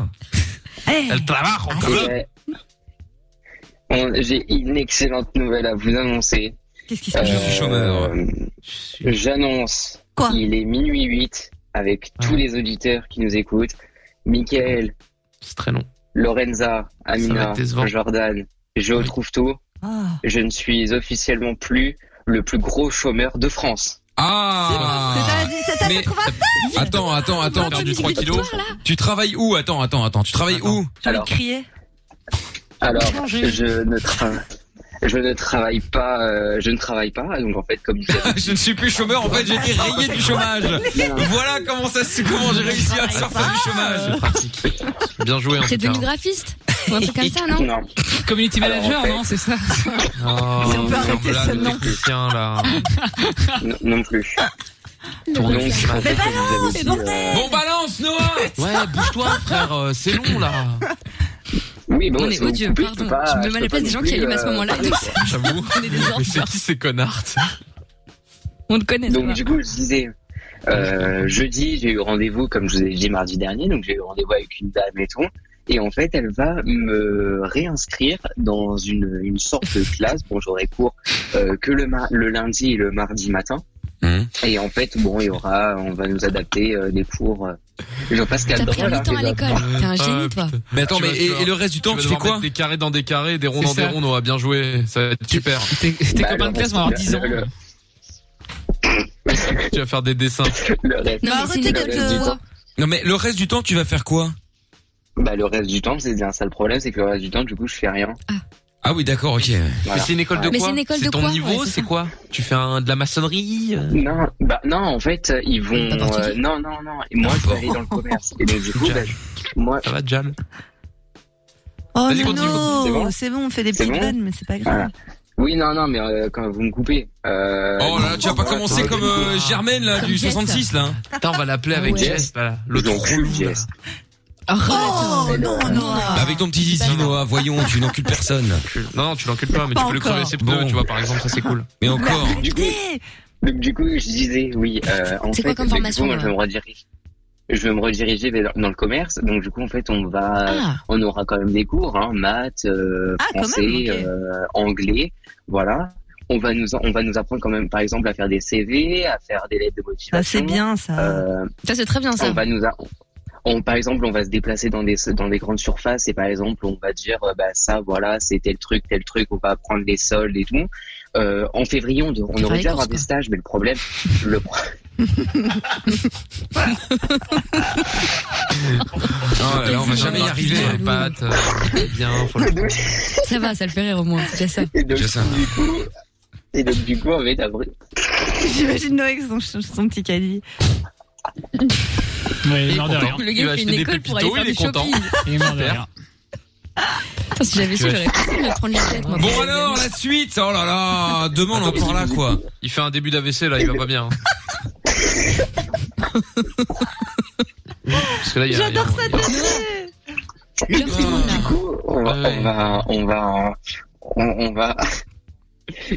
Elle travaille. on peut.
Euh, on- J'ai une excellente nouvelle à vous annoncer.
Qu'est-ce qui
se passe Je suis chômeur. J'annonce qu'il est minuit 8 avec
Ah.
tous les auditeurs qui nous écoutent. Michael.
C'est très long.
Lorenza,
va
Amina,
être décevant.
Jordan, je trouve tout.
Ah.
Je ne suis officiellement plus le plus gros chômeur de France.
Ah Mais- Attends, attends, attends.
perdu 3 kilos.
Tu travailles où Attends, attends, attends. Tu travailles où
Alors,
Crier.
alors
Manger.
je ne travaille *laughs* je ne travaille pas, euh, je ne travaille pas, donc en fait, comme je
*laughs* Je ne suis plus chômeur, en fait j'ai été rayé du chômage. Voilà comment ça se comment j'ai réussi à sortir du chômage.
Bien joué, en
T'es
tout cas.
devenu graphiste Ou un truc comme ça, non
Community
Alors,
manager,
en fait-
non, c'est ça.
Oh,
Si on peut arrêter
là,
ce
le
nom.
technicien, là.
non, non plus.
Donc,
Mais
ma-
balance, euh,
Bon balance Noah
Ouais, bouge-toi, frère, euh, c'est long, là.
Oui, bon,
On est
si vous
odieux,
coupez,
pardon.
peux pas-
Je me mets
peux
à la
pas
place des
non
gens qui
plus,
allument à ce
euh, *laughs*
moment-là. *laughs*
J'avoue. Mais c'est qui ces connards tu sais
On te connaît.
Donc du coup, je disais, euh, jeudi, j'ai eu rendez-vous, comme je vous ai dit mardi dernier, donc j'ai eu rendez-vous avec une dame et tout. Et en fait, elle va me réinscrire dans une, une sorte de classe. Bon, j'aurai cours euh, que le, mar- le lundi et le mardi matin.
Mmh.
Et en fait, bon, il y aura, on va nous adapter euh, des cours. euh, je passe qu'à
T'as pris
droite,
un
hein,
temps à
les gars.
l'école.
*laughs*
T'es un
Ah,
génie, toi.
Mais attends,
Tu
mais
vas-
et,
vas-
et le reste du temps, tu fais
devoir
quoi
mettre Des carrés dans des carrés, des ronds
C'est
dans des
ça.
ronds, on va bien joué. Ça va être super. Tes
tes Bah, copains de alors, classe vont avoir
*laughs*
le- 10 ans. le-
Tu vas faire des dessins.
Non, mais arrêtez de te.
Non mais le reste du temps, tu vas faire quoi
Bah, le reste du temps, c'est bien ça le problème, c'est que le reste du temps, du coup, je fais rien.
Ah oui, d'accord, OK.
Voilà.
Mais c'est une école de
Mais
quoi
c'est une école de
ton
quoi
niveau,
Ouais, c'est
c'est quoi Tu fais un, de la maçonnerie euh,
Non, bah non, en fait, euh, ils vont.
N'importe
euh,
qui.
non, non, non. Et moi, je vais aller dans le commerce. Et donc, du coup, bah, je- moi.
Ça va, Jal
Oh
Vas-y, continue, c'est
non,
bon
c'est bon, on fait des
C'est
petites
bon
vannes, mais c'est pas grave.
Voilà. Oui, non, non, mais euh, quand vous me coupez. Euh,
Oh là là, tu vas pas commencer comme euh, Germaine là du 66 là.
Putain, on va l'appeler avec
Ouais.
Jess, voilà. L'autre relou, là.
Oh non, non.
Bah, Avec ton petit zizi Noah, voyons, tu n'encules personne.
Non, non, tu l'encules pas, mais
Pas
tu peux lui crever
encore.
ses pneus, tu vois, par exemple, ça c'est cool.
Mais encore.
Du coup, donc, du coup, je disais, oui, euh, en
C'est
fait,
quoi comme
donc,
formation,
du coup, moi, je vais
là
me rediriger. Je vais me rediriger vers- dans le commerce. Donc, du coup, en fait, on va,
Ah.
on aura quand même des cours, hein, maths, euh,
Ah, quand
français,
même, ok.
euh, anglais. Voilà. On va nous, on va nous apprendre quand même, par exemple, à faire des CV, à faire des lettres de motivation.
Ah, c'est bien, ça.
Euh,
*laughs* Ça, c'est très bien, ça.
On va *laughs* nous a- on, par exemple, on va se déplacer dans des, dans des grandes surfaces et par exemple, on va dire, euh, bah, ça, voilà, c'est tel truc, tel truc, on va prendre les soldes et tout. Euh, en février, on, de- on
Faire
aurait
les
dû
courses,
avoir des
quoi.
stages, mais le problème, le, pro-
*laughs*
*laughs*
Non, là, on va
*laughs*
jamais y arriver. Pâtes, euh, bien, faut le
Ça va, ça le fait rire au moins, c'est déjà ça.
Et donc, du coup, et donc, du coup, en fait, après,
*laughs* J'imagine Noé avec son, son petit caddie.
il est
mort de content. rire.
Le gars, il fait une école pour aller faire du shopping.
Il est mort de
Super.
rire.
Putain, Si j'avais su, j'aurais pas de prendre la tête. moi.
Bon alors la suite, oh là là, demain on en parle là quoi.
Il fait un début d'AVC là, il va pas bien. hein.
*laughs*
Parce que là, il y a- il y a-
J'adore ça
on va, on va, on va, on, on va. *laughs*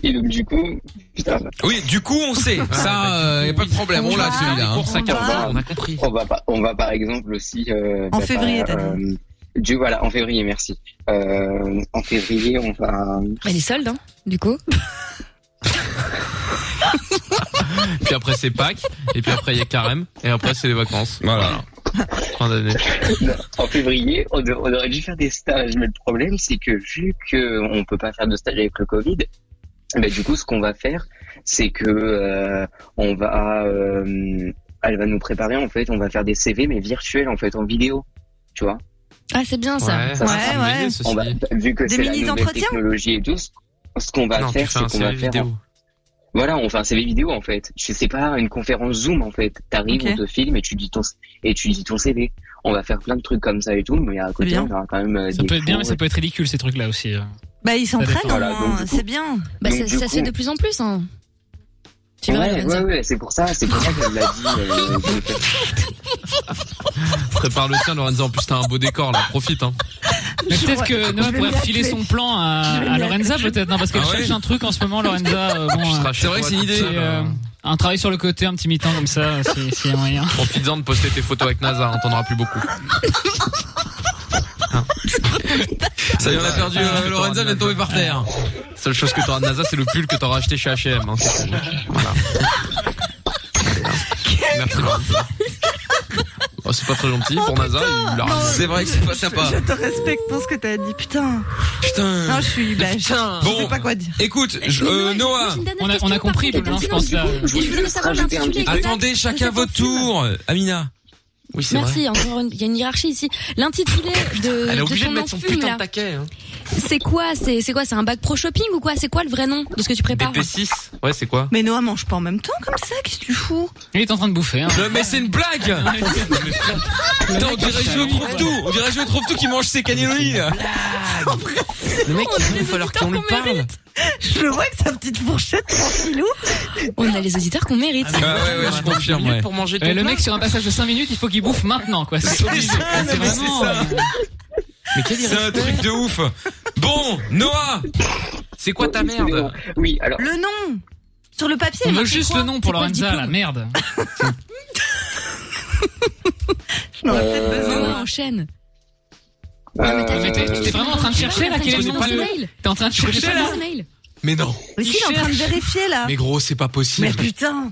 Et donc, du coup, putain.
Oui, du coup, on sait.
Ah, bah,
Ça, euh, y a pas de problème. On l'a celui-là. hein.
on a compris. On va, par- on va par exemple aussi. euh,
En
bah,
février,
par,
t'as
euh, du voilà, en février, merci. Euh, en février, on va. *laughs*
Elle est solde, hein, du coup.
Puis après, c'est Pâques. Et puis après, il y a Carême. Et après, c'est les vacances.
Voilà.
Fin d'année.
en février, on, de- on aurait dû faire des stages, mais le problème, c'est que vu qu'on ne peut pas faire de stage avec le Covid, bah, du coup, ce qu'on va faire, c'est que euh, on va, euh, elle va nous préparer en fait, on va faire des CV mais virtuels en fait, en vidéo, tu vois.
Ah, c'est bien ça.
Ça, ça, ça me plaît, ceci On va- dit. bah, vu que
Des
c'est la nouvelle
mini-entretiens
technologie et tout, ce- ce qu'on va
Non, tu
faire,
fais
c'est
un
qu'on va
CV
faire.
vidéo.
Voilà, on fait un CV vidéo en fait. Je sais pas, une conférence Zoom en fait. T'arrives,
Ok.
on te filme et tu dis ton et tu dis ton CV. On va faire plein de trucs comme ça et tout, mais à côté
bien.
on aura quand même euh,
Ça
des
peut être bien,
cours
mais ça peut être ridicule ces trucs-là aussi. euh.
Bah, ils s'entraînent
dépend.
au
Voilà,
moins,
donc, du coup-
c'est bien.
Bah,
Donc,
ça,
du
ça se fait
coup-
de plus en plus, hein. Tu
ouais,
verras,
ouais,
Lorenza.
ouais, c'est pour ça, c'est pour ça qu'elle l'a dit. euh, donc,
Prépare le tien, Lorenzo. En plus, t'as un beau décor là, profite. Hein.
Mais
Je
peut-être
vois-
que
je
Noah
vais
pourrait
m'y
filer
atteler.
son plan
Je vais
à, à
m'y
Lorenza
atteler.
peut-être, non parce qu'elle
Ah ouais
cherche un truc en ce moment, Lorenza. euh, bon,
Tu seras
euh,
chez toi toute seule,
euh,
hein.
Un travail sur le côté, un petit mi-temps comme ça, si- s'il y a moyen.
Profites-en de poster tes photos avec NASA, on t'en aura plus beaucoup. Hein.
Ça y est, on a perdu, euh, Lorenza vient de tomber par terre.
Seule chose que t'auras de NASA, c'est le pull que t'auras acheté chez H&M. hein. Voilà. Merci Lorenza. Oh, c'est pas très gentil pour NASA. il leur a-
C'est vrai que c'est pas sympa.
Je te respecte pour ce que t'as dit, putain.
Putain.
Non, je suis, bah, je, je
Bon.
sais pas quoi dire.
Écoute, je- euh, Noah.
On a, on a compris,
contre,
Blanc, je
quelqu'un
pense euh,
qui
là.
lance du
*laughs*
coup, je voulais savoir
Rajouter un l'intitulé petit- exact.
Attendez, chacun votre tour. Amina. Oui,
Merci, encore une- il y a une hiérarchie ici.
*laughs*
L'intitulé de,
Elle est
de
obligée
ton
de mettre son
enfume,
putain de hein.
là,
taquet.
c'est quoi C'est c'est quoi C'est un bac pro shopping ou quoi C'est quoi le vrai nom de ce que tu prépares
BP6 Ouais, c'est quoi
Mais Noah mange pas en même temps comme ça, qu'est-ce que tu fous
Il est en train de bouffer. Hein.
Non, mais c'est une
*laughs*
blague! Putain, on dirait Joe trouve tout! On dirait Joe trouve tout qui mange ses cannellonis! *laughs* Le mec, il va falloir qu'on lui parle!
Je le vois avec sa petite fourchette tranquillou.
On a les auditeurs qu'on mérite.
Ah ouais, ouais, je confirme, ouais.
Euh, le mec sur un passage de 5 minutes, il faut qu'il bouffe maintenant quoi. C'est obligé.
ça, non,
C'est
mais c'est
vraiment.
ça.
euh,
C'est un truc de ouf! Bon, Noah!
C'est quoi ta merde?
Oui, alors.
Le nom Sur le papier,
On
il
veut
marquait
juste
quoi
le nom pour
C'est quoi
Lorenza
diplôme
la merde.
Je n'aurais
Euh,
peut-être
Ouais,
besoin.
ouais, enchaîne.
Euh,
Mais t'es t'es vraiment en train de chercher là quel est le nom
Dans
de-
ce mail.
T'es en train de
Je connais
chercher
pas
là
dans ce mail.
Mais non!
Mais si, il est en train de vérifier là.
Mais gros, c'est pas possible!
Mais putain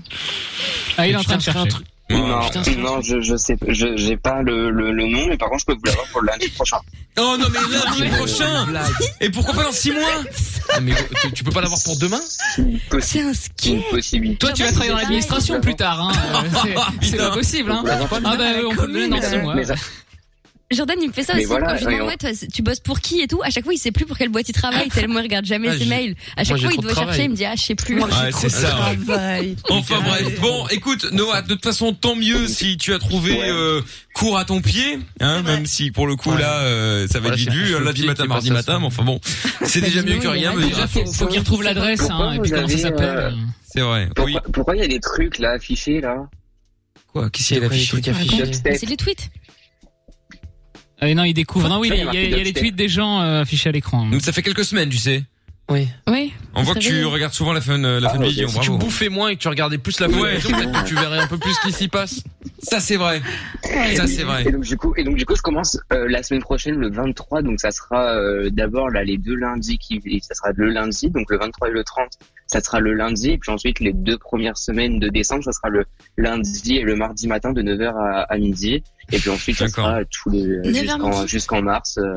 Ah, il est
Mais
en train de
putain,
chercher.
non, non, je, je sais, je, j'ai pas le, le, le nom, mais par contre, je peux vous l'avoir pour lundi prochain.
Oh non, mais lundi prochain! Et pourquoi pas dans 6 mois? Ah,
Mais gros, tu, tu peux pas l'avoir pour demain
C'est un
Une possibilité.
Toi, tu vas travailler dans l'administration plus
*laughs*
tard. Hein. Euh, c'est- C'est pas possible. Hein. Ah bah euh, on peut le donner dans six mois.
Mais ça-
Jordan, il me fait ça
Mais
aussi.
voilà,
quand je lui demande,
et on-
ouais, toi, tu bosses pour qui et tout, à chaque fois, il sait plus pour quelle boîte il travaille, tellement il regarde jamais
Ah,
ses
j'ai-
mails. À
moi,
chaque
j'ai trop
fois, il
de
doit chercher,
travail.
il me dit, ah, je sais plus.
Ouais, c'est ça. Enfin bref, bon, écoute, Noah, de toute façon, tant mieux si tu as trouvé euh, cours à ton pied, hein, même si pour le coup là, euh, ça va
Voilà,
être vite
j'ai
vu,
un
hein, lundi
pied
matin,
qui
mardi
passe à
matin, mais enfin
*laughs*
bon, c'est
Bah,
déjà
dis-nous,
mieux que
il y
rien.
a
Mais déjà,
déjà
Faut, faut qu'il retrouve l'adresse hein, et puis comment ça s'appelle.
euh,
c'est vrai.
Pourquoi, pourquoi il y a des trucs là affichés là
Quoi Qu'est-ce qu'il y a d'affiché
C'est les tweets.
Ah, et non, il découvre. Non, oui, il y a,
Marqué
il y a les
Dubstep.
tweets des gens euh, affichés à l'écran.
Donc, Ça fait quelques semaines, tu sais.
Oui.
Oui.
On voit que tu regardes souvent la fun, euh, la
Ah,
fun
ok.
vision.
Si tu
bravo.
bouffais moins et que tu regardais plus la
Ouais.
télévision, peut-être que tu verrais un peu plus ce qui s'y passe.
Ça c'est vrai.
Et
Ça
donc-
c'est vrai.
Et donc du coup, et donc du coup, je commence euh, la semaine prochaine le 23, donc ça sera euh, d'abord là les deux lundis qui, et ça sera le lundi, donc le 23 et le 30, ça sera le lundi, et puis ensuite les deux premières semaines de décembre, ça sera le lundi et le mardi matin de 9h à, à midi, Et puis ensuite, ça sera tous les
Neuf heures
jusqu'en
midi.
jusqu'en mars. euh,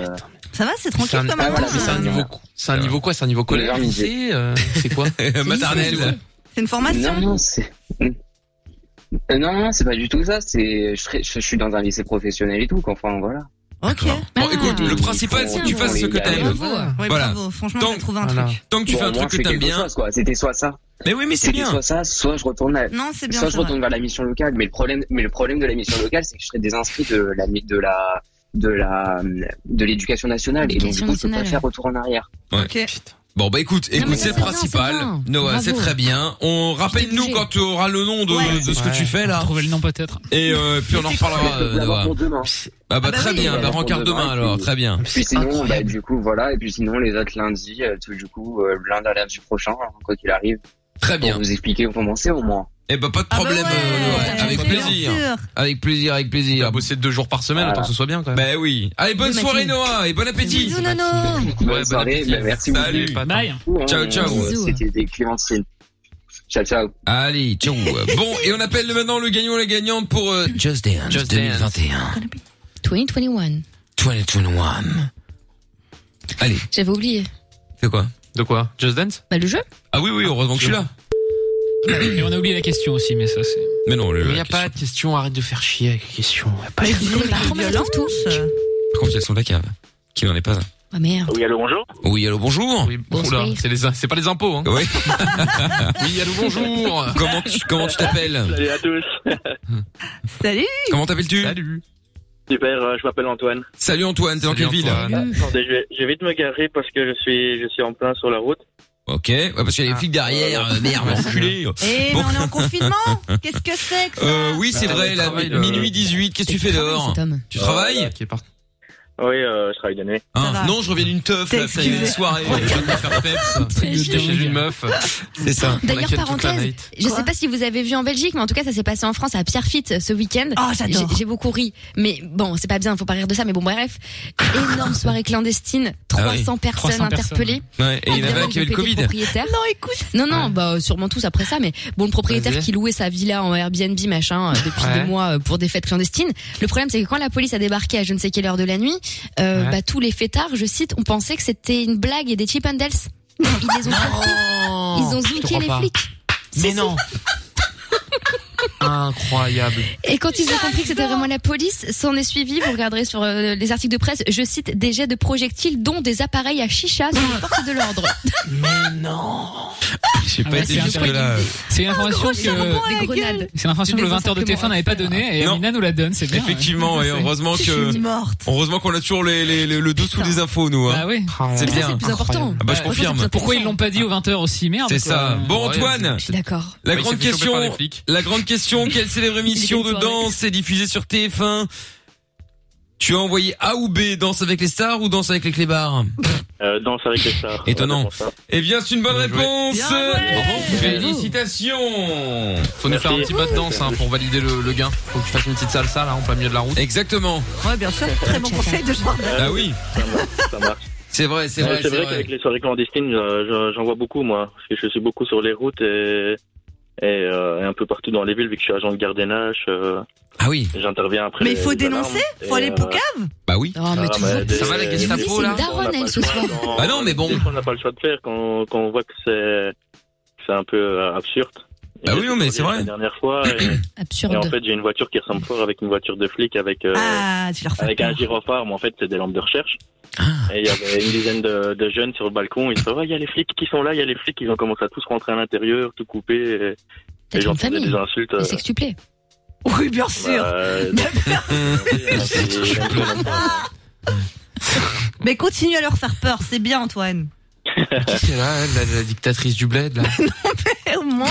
Ça va, c'est tranquille
un-
comme
ah,
un
voilà,
temps,
c'est
euh,
un
niveau- C'est un niveau quoi C'est un niveau collège,
Organisé.
lycée, *laughs* euh, C'est quoi
*laughs* Maternelle.
C'est une formation.
Non, non, c'est. Euh, non, non, c'est pas du tout ça. C'est, je, serai- je, je suis dans un lycée professionnel et tout. quoi. Enfin, voilà.
Ok.
Bon, écoute, le principal, c'est que tu
Tiens,
fasses
bon,
hein, ce
les
que
gars,
t'aimes.
bravo.
Ouais,
Voilà.
Ah. bravo. Franchement,
Tant-
on a trouvé un
Voilà.
truc.
Tant que tu
Bon,
fais un
moi,
truc
je fais
que t'aimes
quelque
bien.
chose, quoi. C'était soit ça.
Mais oui, mais c'est
C'était
bien.
Soit ça, soit je retourne. à-
Non, c'est bien,
Soit
c'est
je retourne
vrai.
vers la mission locale. Mais le problème, mais le problème de la mission locale, c'est que je serais désinscrit de la, mi- de la, de la, de l'éducation nationale. Et donc, du
Éducation
coup, je peux pas
nationale.
faire retour en arrière.
Ouais. Bon bah écoute,
Non, mais
écoute,
ça,
c'est
c'est
le
bien,
principal.
c'est bien.
Noah,
Bravo.
c'est très bien. On rappelle-nous quand tu auras le nom de, de ce que tu fais là.
Trouver le nom peut-être.
Et euh, puis on en reparlera.
Je peux
euh,
l'avoir
Noah.
pour demain.
Ah bah très bien,
Je peux
bah
l'avoir
rencard
pour
demain
et
alors,
puis-
très bien.
Puis sinon, bah, du coup, voilà. Et puis sinon, les autres lundis, euh, tout, du coup, euh, lundi à lundi prochain, hein, quoi qu'il arrive.
Très
bien. Pour vous expliquer comment c'est au moins.
Eh ben, pas de problème, euh, Noah. avec plaisir.
sûr.
Avec plaisir, avec plaisir.
Bah, bosser deux jours par semaine,
Voilà.
autant que ce soit bien quand même.
Bah oui. Allez, bonne
Bonne
soirée
matinée.
Noah et bon appétit.
Bisous, nono.
Bonne soirée, bah, merci beaucoup.
Salut.
Bye.
Ciao, ciao.
C'était des Clémentines. Ciao, ciao.
Allez,
*laughs*
ciao. bon, et on appelle maintenant le gagnant ou la gagnante pour euh, Just Dance
Just Dance.
2021.
2021.
2021. Allez,
J'avais oublié.
c'est quoi
De quoi Just Dance
Bah, le jeu.
Ah oui, oui, heureusement que je suis là.
Et on a oublié la question aussi, mais ça c'est.
Mais non, le.
Il n'y a pas de question, arrête de faire chier avec les questions. Y a pas-
Par contre, elles sont de la cave. Qui n'en est pas un.
Oh,
Ah merde.
Oui, allô, bonjour.
Oui, allô, bonjour.
Oui, oula, c'est les- c'est pas les impôts. Hein.
*laughs* Oui.
*laughs* oui, allô,
*laughs*
bonjour.
*laughs* Comment tu comment tu t'appelles
Salut à tous. *laughs*
Salut.
Comment t'appelles-tu
Salut.
Super, euh, je m'appelle Antoine. Euh,
Salut Antoine, t'es dans quelle
Salut
ville
Antoine.
Euh,
Attendez, je vais, je vais vite me garer parce que je suis, je suis en plein sur la route.
Ok, ouais, parce qu'il y a les flics derrière, euh, merde,
*laughs*
enculé.
Eh, mais
Bon.
on est en confinement. Qu'est-ce que c'est que ça
Euh, oui,
Bah,
c'est
Ah,
vrai,
ouais,
la,
travail,
minuit
euh,
18, qu'est-ce que tu fais dehors Tu travailles
Oui, euh, je travaille de nuit.
Hein, Non, je reviens d'une teuf,
T'es
là, ça y est, une
excusé.
soirée, je viens de *laughs* me faire peps.
J'étais chez une meuf.
C'est ça.
D'ailleurs, parenthèse, je sais pas si vous avez vu en Belgique, mais en tout cas, ça s'est passé en France à Pierrefitte ce week-end.
Oh, j'adore.
J'ai- J'ai beaucoup ri. Mais bon, c'est pas bien, faut pas rire de ça, mais bon, bref.
*laughs*
Énorme soirée clandestine,
Ah oui.
300 personnes
300 personnes.
interpellées.
Ouais, et il y en
Évidemment,
avait un qui avait le
pétaient
Covid.
propriétaire. Non,
écoute.
Non, non, bah, sûrement tous après ça, mais bon, le propriétaire
Vas-y.
qui louait sa villa en Airbnb, machin, euh, depuis
Ouais.
des mois euh, pour des fêtes clandestines. Le problème, c'est que quand la police a débarqué à je ne sais quelle heure de la nuit, euh,
Ouais.
bah, tous les fêtards, je cite, on pensait que c'était une blague et des Chip and Dales. Ils les ont sortis. Ils ont
Je te
zooké
crois
les
pas.
flics.
Mais non. *laughs* Incroyable.
Et quand ils ont compris que c'était vraiment la police, s'en est suivi, vous regarderez sur euh, les articles de presse, je cite des jets de projectiles dont des appareils à chicha sur
*laughs*
les forces de l'ordre.
Mais non.
J'ai
Ah
pas
ouais,
été
c'est
jusque là.
C'est une information
gros charbon à
que.
la Des grenades. gueule.
C'est une information que le
Des
20h de TF1 n'avait pas donné et
Non.
Amina nous la donne, c'est bien.
Effectivement, et heureusement que. Heureusement qu'on a toujours les, les, les- le dessous des infos, nous. Hein.
Bah oui.
Ah,
C'est
Mais ça,
bien.
c'est le plus important.
Ah bah, je
Ouais.
confirme.
Pourquoi ils l'ont pas dit aux 20h aussi Merde.
C'est
quoi.
ça. Bon,
Ouais.
Antoine.
D'accord.
La
Ouais, Bah, il
grande
s'est fait choper
question,
par les flics.
la grande
*laughs*
question, quelle célèbre émission de danse est diffusée sur TF1 Tu as envoyé A ou B, Danse avec les stars ou Danse avec les clébards
Euh, danse avec les stars.
Étonnant.
Ouais, c'est pour ça.
Eh bien, c'est une bonne réponse. Félicitations.
Faut nous faire un petit pas de danse hein, pour valider le, le gain. Faut que tu fasses une petite salsa là, en plein milieu de la route.
Exactement.
Ouais, bien sûr. Très bon conseil de Jordan.
Ah oui.
Ça marche.
C'est vrai, c'est
Ouais,
vrai,
c'est
c'est
vrai,
vrai.
qu'avec les soirées clandestines, euh, je- j'en vois beaucoup, moi. Parce que je suis beaucoup sur les routes et, et, euh, et un peu partout dans les villes, vu que je suis agent de gardiennage.
ah oui.
euh, J'interviens après.
Mais il faut
les alarmes
dénoncer.
et,
Faut aller Oh,
euh,
poucave.
Bah oui.
Non, mais
Ah,
toujours
bah, des-
Ça va la Gestapo
C'est
là
une daronne, elle, ce soir.
Non,
Bah non, mais bon.
des fois, on n'a pas le choix de faire quand, quand on voit que c'est que c'est un peu euh, absurde. Et
Bah oui,
j'ai
non, mais
fait
c'est vrai.
La dernière fois,
*clears throat*
et, et en
Absurde.
fait, j'ai une voiture qui ressemble fort avec une voiture de flic avec euh,
Ah, tu leur fais
avec un
peur. Ah.
gyrophare, mais en fait, c'est des lampes de recherche. Et il y avait une dizaine de, de jeunes sur le balcon. Ils se disaient, Ouais, il y a les flics qui sont là, il y a les flics. Ils ont commencé à tous rentrer à l'intérieur, tout couper. Et, et
T'as une
j'entendais
famille.
des insultes. euh,
Et sextuplé.
Oui, bien *laughs* sûr.
bah, euh, *laughs*
*laughs* Mais continue à leur faire peur. C'est bien, Antoine. *laughs*
Qui c'est là, elle, la, la dictatrice du bled là
Et au moins,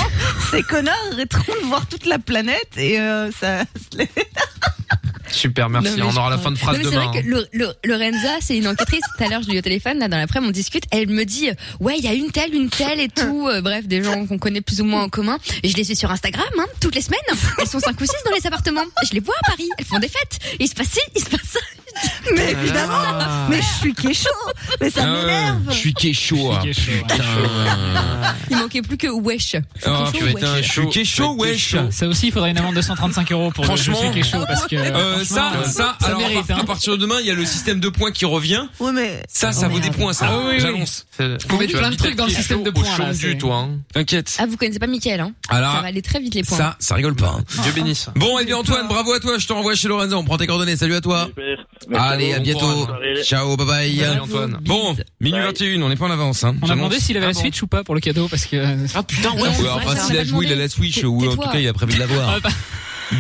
ces connards arrêteront de voir toute la planète et euh, ça.
Super, merci.
Non, mais
on aura la
je crois.
fin de phrase
Non, mais
demain.
C'est vrai que
hein.
Lo- Lo- Lorenza, c'est une enquêtrice. Tout à l'heure, je l'ai eu au téléphone, là, dans l'après-midi, on discute. Elle me dit, euh, ouais, il y a une telle, une telle et tout. euh, bref, des gens qu'on connaît plus ou moins en commun. Et je les suis sur Instagram, hein, toutes les semaines. Elles sont 5 ou 6 dans les appartements. Je les vois à Paris. Elles font des fêtes. Il se passe ci, il se passe ça.
*laughs* Mais
Ah.
évidemment, mais je suis qui est chaud. Mais ça
Putain,
m'énerve.
Ah, Je suis Kécho. ah, Putain.
Il manquait plus que wesh.
Oh putain, je suis Kécho, wesh.
Ça aussi, il faudrait une amende de 135 euros pour
Franchement,
le je suis chaud parce que
Euh, ça,
franchement,
ça,
ça
alors, à
mérite.
par-
hein.
à partir de demain, il y a le système de points qui revient.
Ouais, mais. Oh,
Ça, ça vaut des points, ça.
Ah oui, oui.
J'annonce.
Faut mettre plein de trucs dans le système de points, là, c'est-
toi. hein. T'inquiète.
Ah, vous connaissez pas Mickaël, hein
Alors,
Ça va aller très vite les points.
Ça, ça rigole pas. hein.
Dieu bénisse.
Bon, et bien Antoine, bravo à toi. Je te renvoie chez Lorenzo. On prend tes coordonnées. Salut à toi.
Merci
Allez,
à
à
vous.
bientôt.
Bon courage.
Ciao, bye bye.
Salut, Antoine.
Bon, minuit 21, on n'est pas en avance. Hein.
On a
J'annonce.
demandé s'il avait la Switch ou pas pour le cadeau parce que. Ah putain,
Ouais, enfin, s'il a joué, il a la Switch, ou en tout cas, il a prévu de
Ah,
l'avoir.
bah,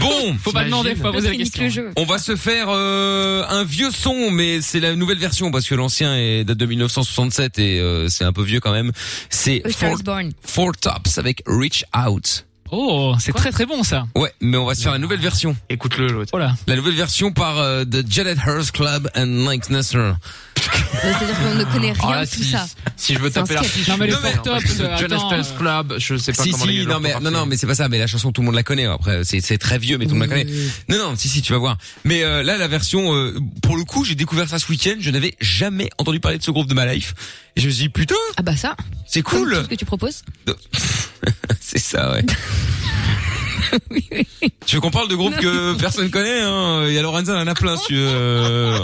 Bon,
*laughs* Faut pas demander, faut pas poser la question.
On va se faire euh, un vieux son, mais c'est la nouvelle version parce que l'ancien est date de 1967 et euh, c'est un peu vieux quand même. C'est
A Star
Four-
is Born.
Four Tops avec Reach Out.
Oh, c'est très très bon ça.
Ouais, mais on va se faire la nouvelle version.
Écoute-le, l'autre.
Voilà.
La nouvelle version par euh, The Janet Hearst Club and Mike Nestor.
C'est-à-dire qu'on ne connaît rien
Ah, là,
de tout
si-
ça.
Si je veux
C'est un
taper la
sketch.
fiche.
Non, mais les
Four
parce
*laughs*
Tops,
que
euh,
John
attends,
Estes Club, je sais pas
si
comment les
si non mais non non mais c'est pas ça mais la chanson tout le monde la connaît hein. après c'est c'est très vieux mais tout le monde la connaît non non si si tu vas voir mais euh, là la version euh, pour le coup j'ai découvert ça ce week-end je n'avais jamais entendu parler de ce groupe de ma life et je me suis dit putain
ah bah ça
c'est
Comme
cool
tout ce que tu proposes.
*laughs* c'est ça
*laughs*
ouais tu veux qu'on parle de groupes que personne connaît hein il y a Lorenza elle en a plein si tu
*laughs*
veux euh.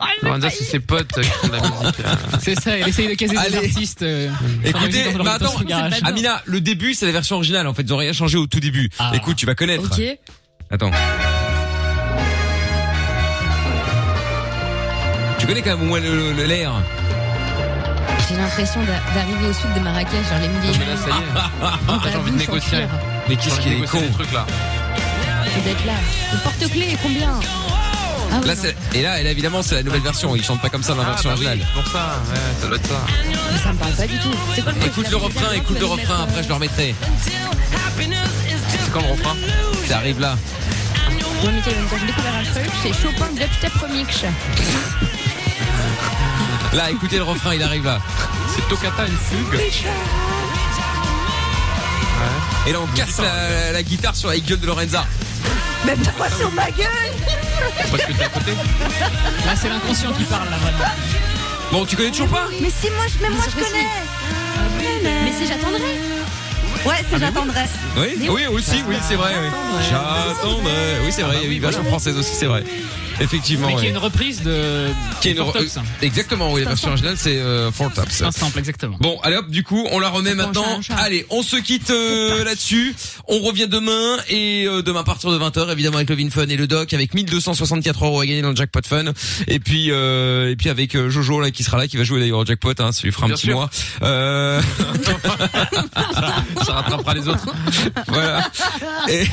Oh,
Lorenza c'est ses potes qui font de la musique
*laughs*
C'est ça, elle essaye de caser des artistes. euh, dans la
Écoutez,
musique, dans leur-
bah
dans
attends,
son garage.
Amina, le début c'est la version originale en fait, ils ont rien changé au tout début. Écoute, tu vas connaître.
Ah. Ok.
Attends. Tu connais quand même au moins le- le- le- l'air.
J'ai l'impression d'a- d'arriver au sud de Marrakech, genre les milliers.
Ah, Mais là ça y
Ah,
On
est, j'ai envie de
s'en
négocier.
fuir.
Mais qu'est-ce qu'il est con.
là
Faut d'être Ah, là. Le porte-clés, combien Ah ouais,
Là,
non.
c'est- et là, et là, évidemment, c'est la nouvelle version. Ils chantent pas comme ça dans
Ah,
la version originale.
bah Pour ça, ouais, ça doit être ça.
Mais ça me parle pas du tout. C'est quoi le
Écoute le refrain, écoute le refrain. Après, je le remettrai.
C'est quand le refrain
Ça arrive là.
Moi, Mickaël, quand j'ai découvert un truc, c'est Chopin de Dubstep Remix.
Là, écoutez le refrain, il arrive là.
C'est Toccata une fugue.
Et là, on casse la, la guitare sur la gueule de Lorenza.
Mais pourquoi sur ma gueule
Parce que t'es à côté.
Là, c'est l'inconscient qui parle là vraiment.
Bon, tu connais toujours pas
Mais si moi, je, même moi, je connais.
Mais c'est Ah, j'attendrai.
Ouais, c'est j'attendrai.
Oui, oui, aussi, oui, c'est vrai. *laughs* Oui. J'attendrai. Oui, c'est vrai. Il y a eu une version française aussi, c'est vrai. Effectivement.
Ah bah Mais qui
ouais.
est une reprise de.
Qui est une-
Four Tops.
euh, Exactement, oui, la version originale, c'est euh, Four Tops.
C'est un simple, exactement.
Bon, allez hop, du coup, on la remet maintenant. Allez, on se quitte euh, là-dessus. On revient demain et euh, demain à partir de 20h évidemment avec Lovin Fun et le Doc avec 1264 euros à gagner dans le jackpot Fun et puis euh, et puis avec euh, Jojo là qui sera là qui va jouer d'ailleurs au jackpot hein, ça lui fera un
Bien
petit
sûr.
mois. Euh... *laughs*
*laughs*
ça rattrapera les autres.
*laughs*
voilà. Et,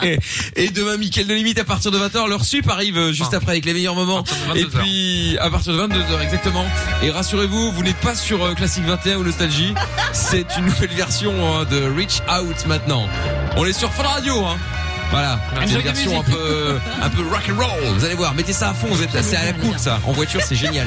*laughs* et demain Mickaël de limite à partir de 20h leur sup arrive euh, juste après avec les meilleurs moments et
22h.
puis à partir de 22h exactement et rassurez-vous vous n'êtes pas sur euh, Classic 21 ou Nostalgie c'est une nouvelle version hein, de Reach Out maintenant on est sur Fun Radio hein voilà, c'est une
Enjoy the
version un
music.
peu, un peu rock and roll. Vous allez voir, mettez ça à fond, vous êtes assez à la cool ça. En voiture, c'est génial.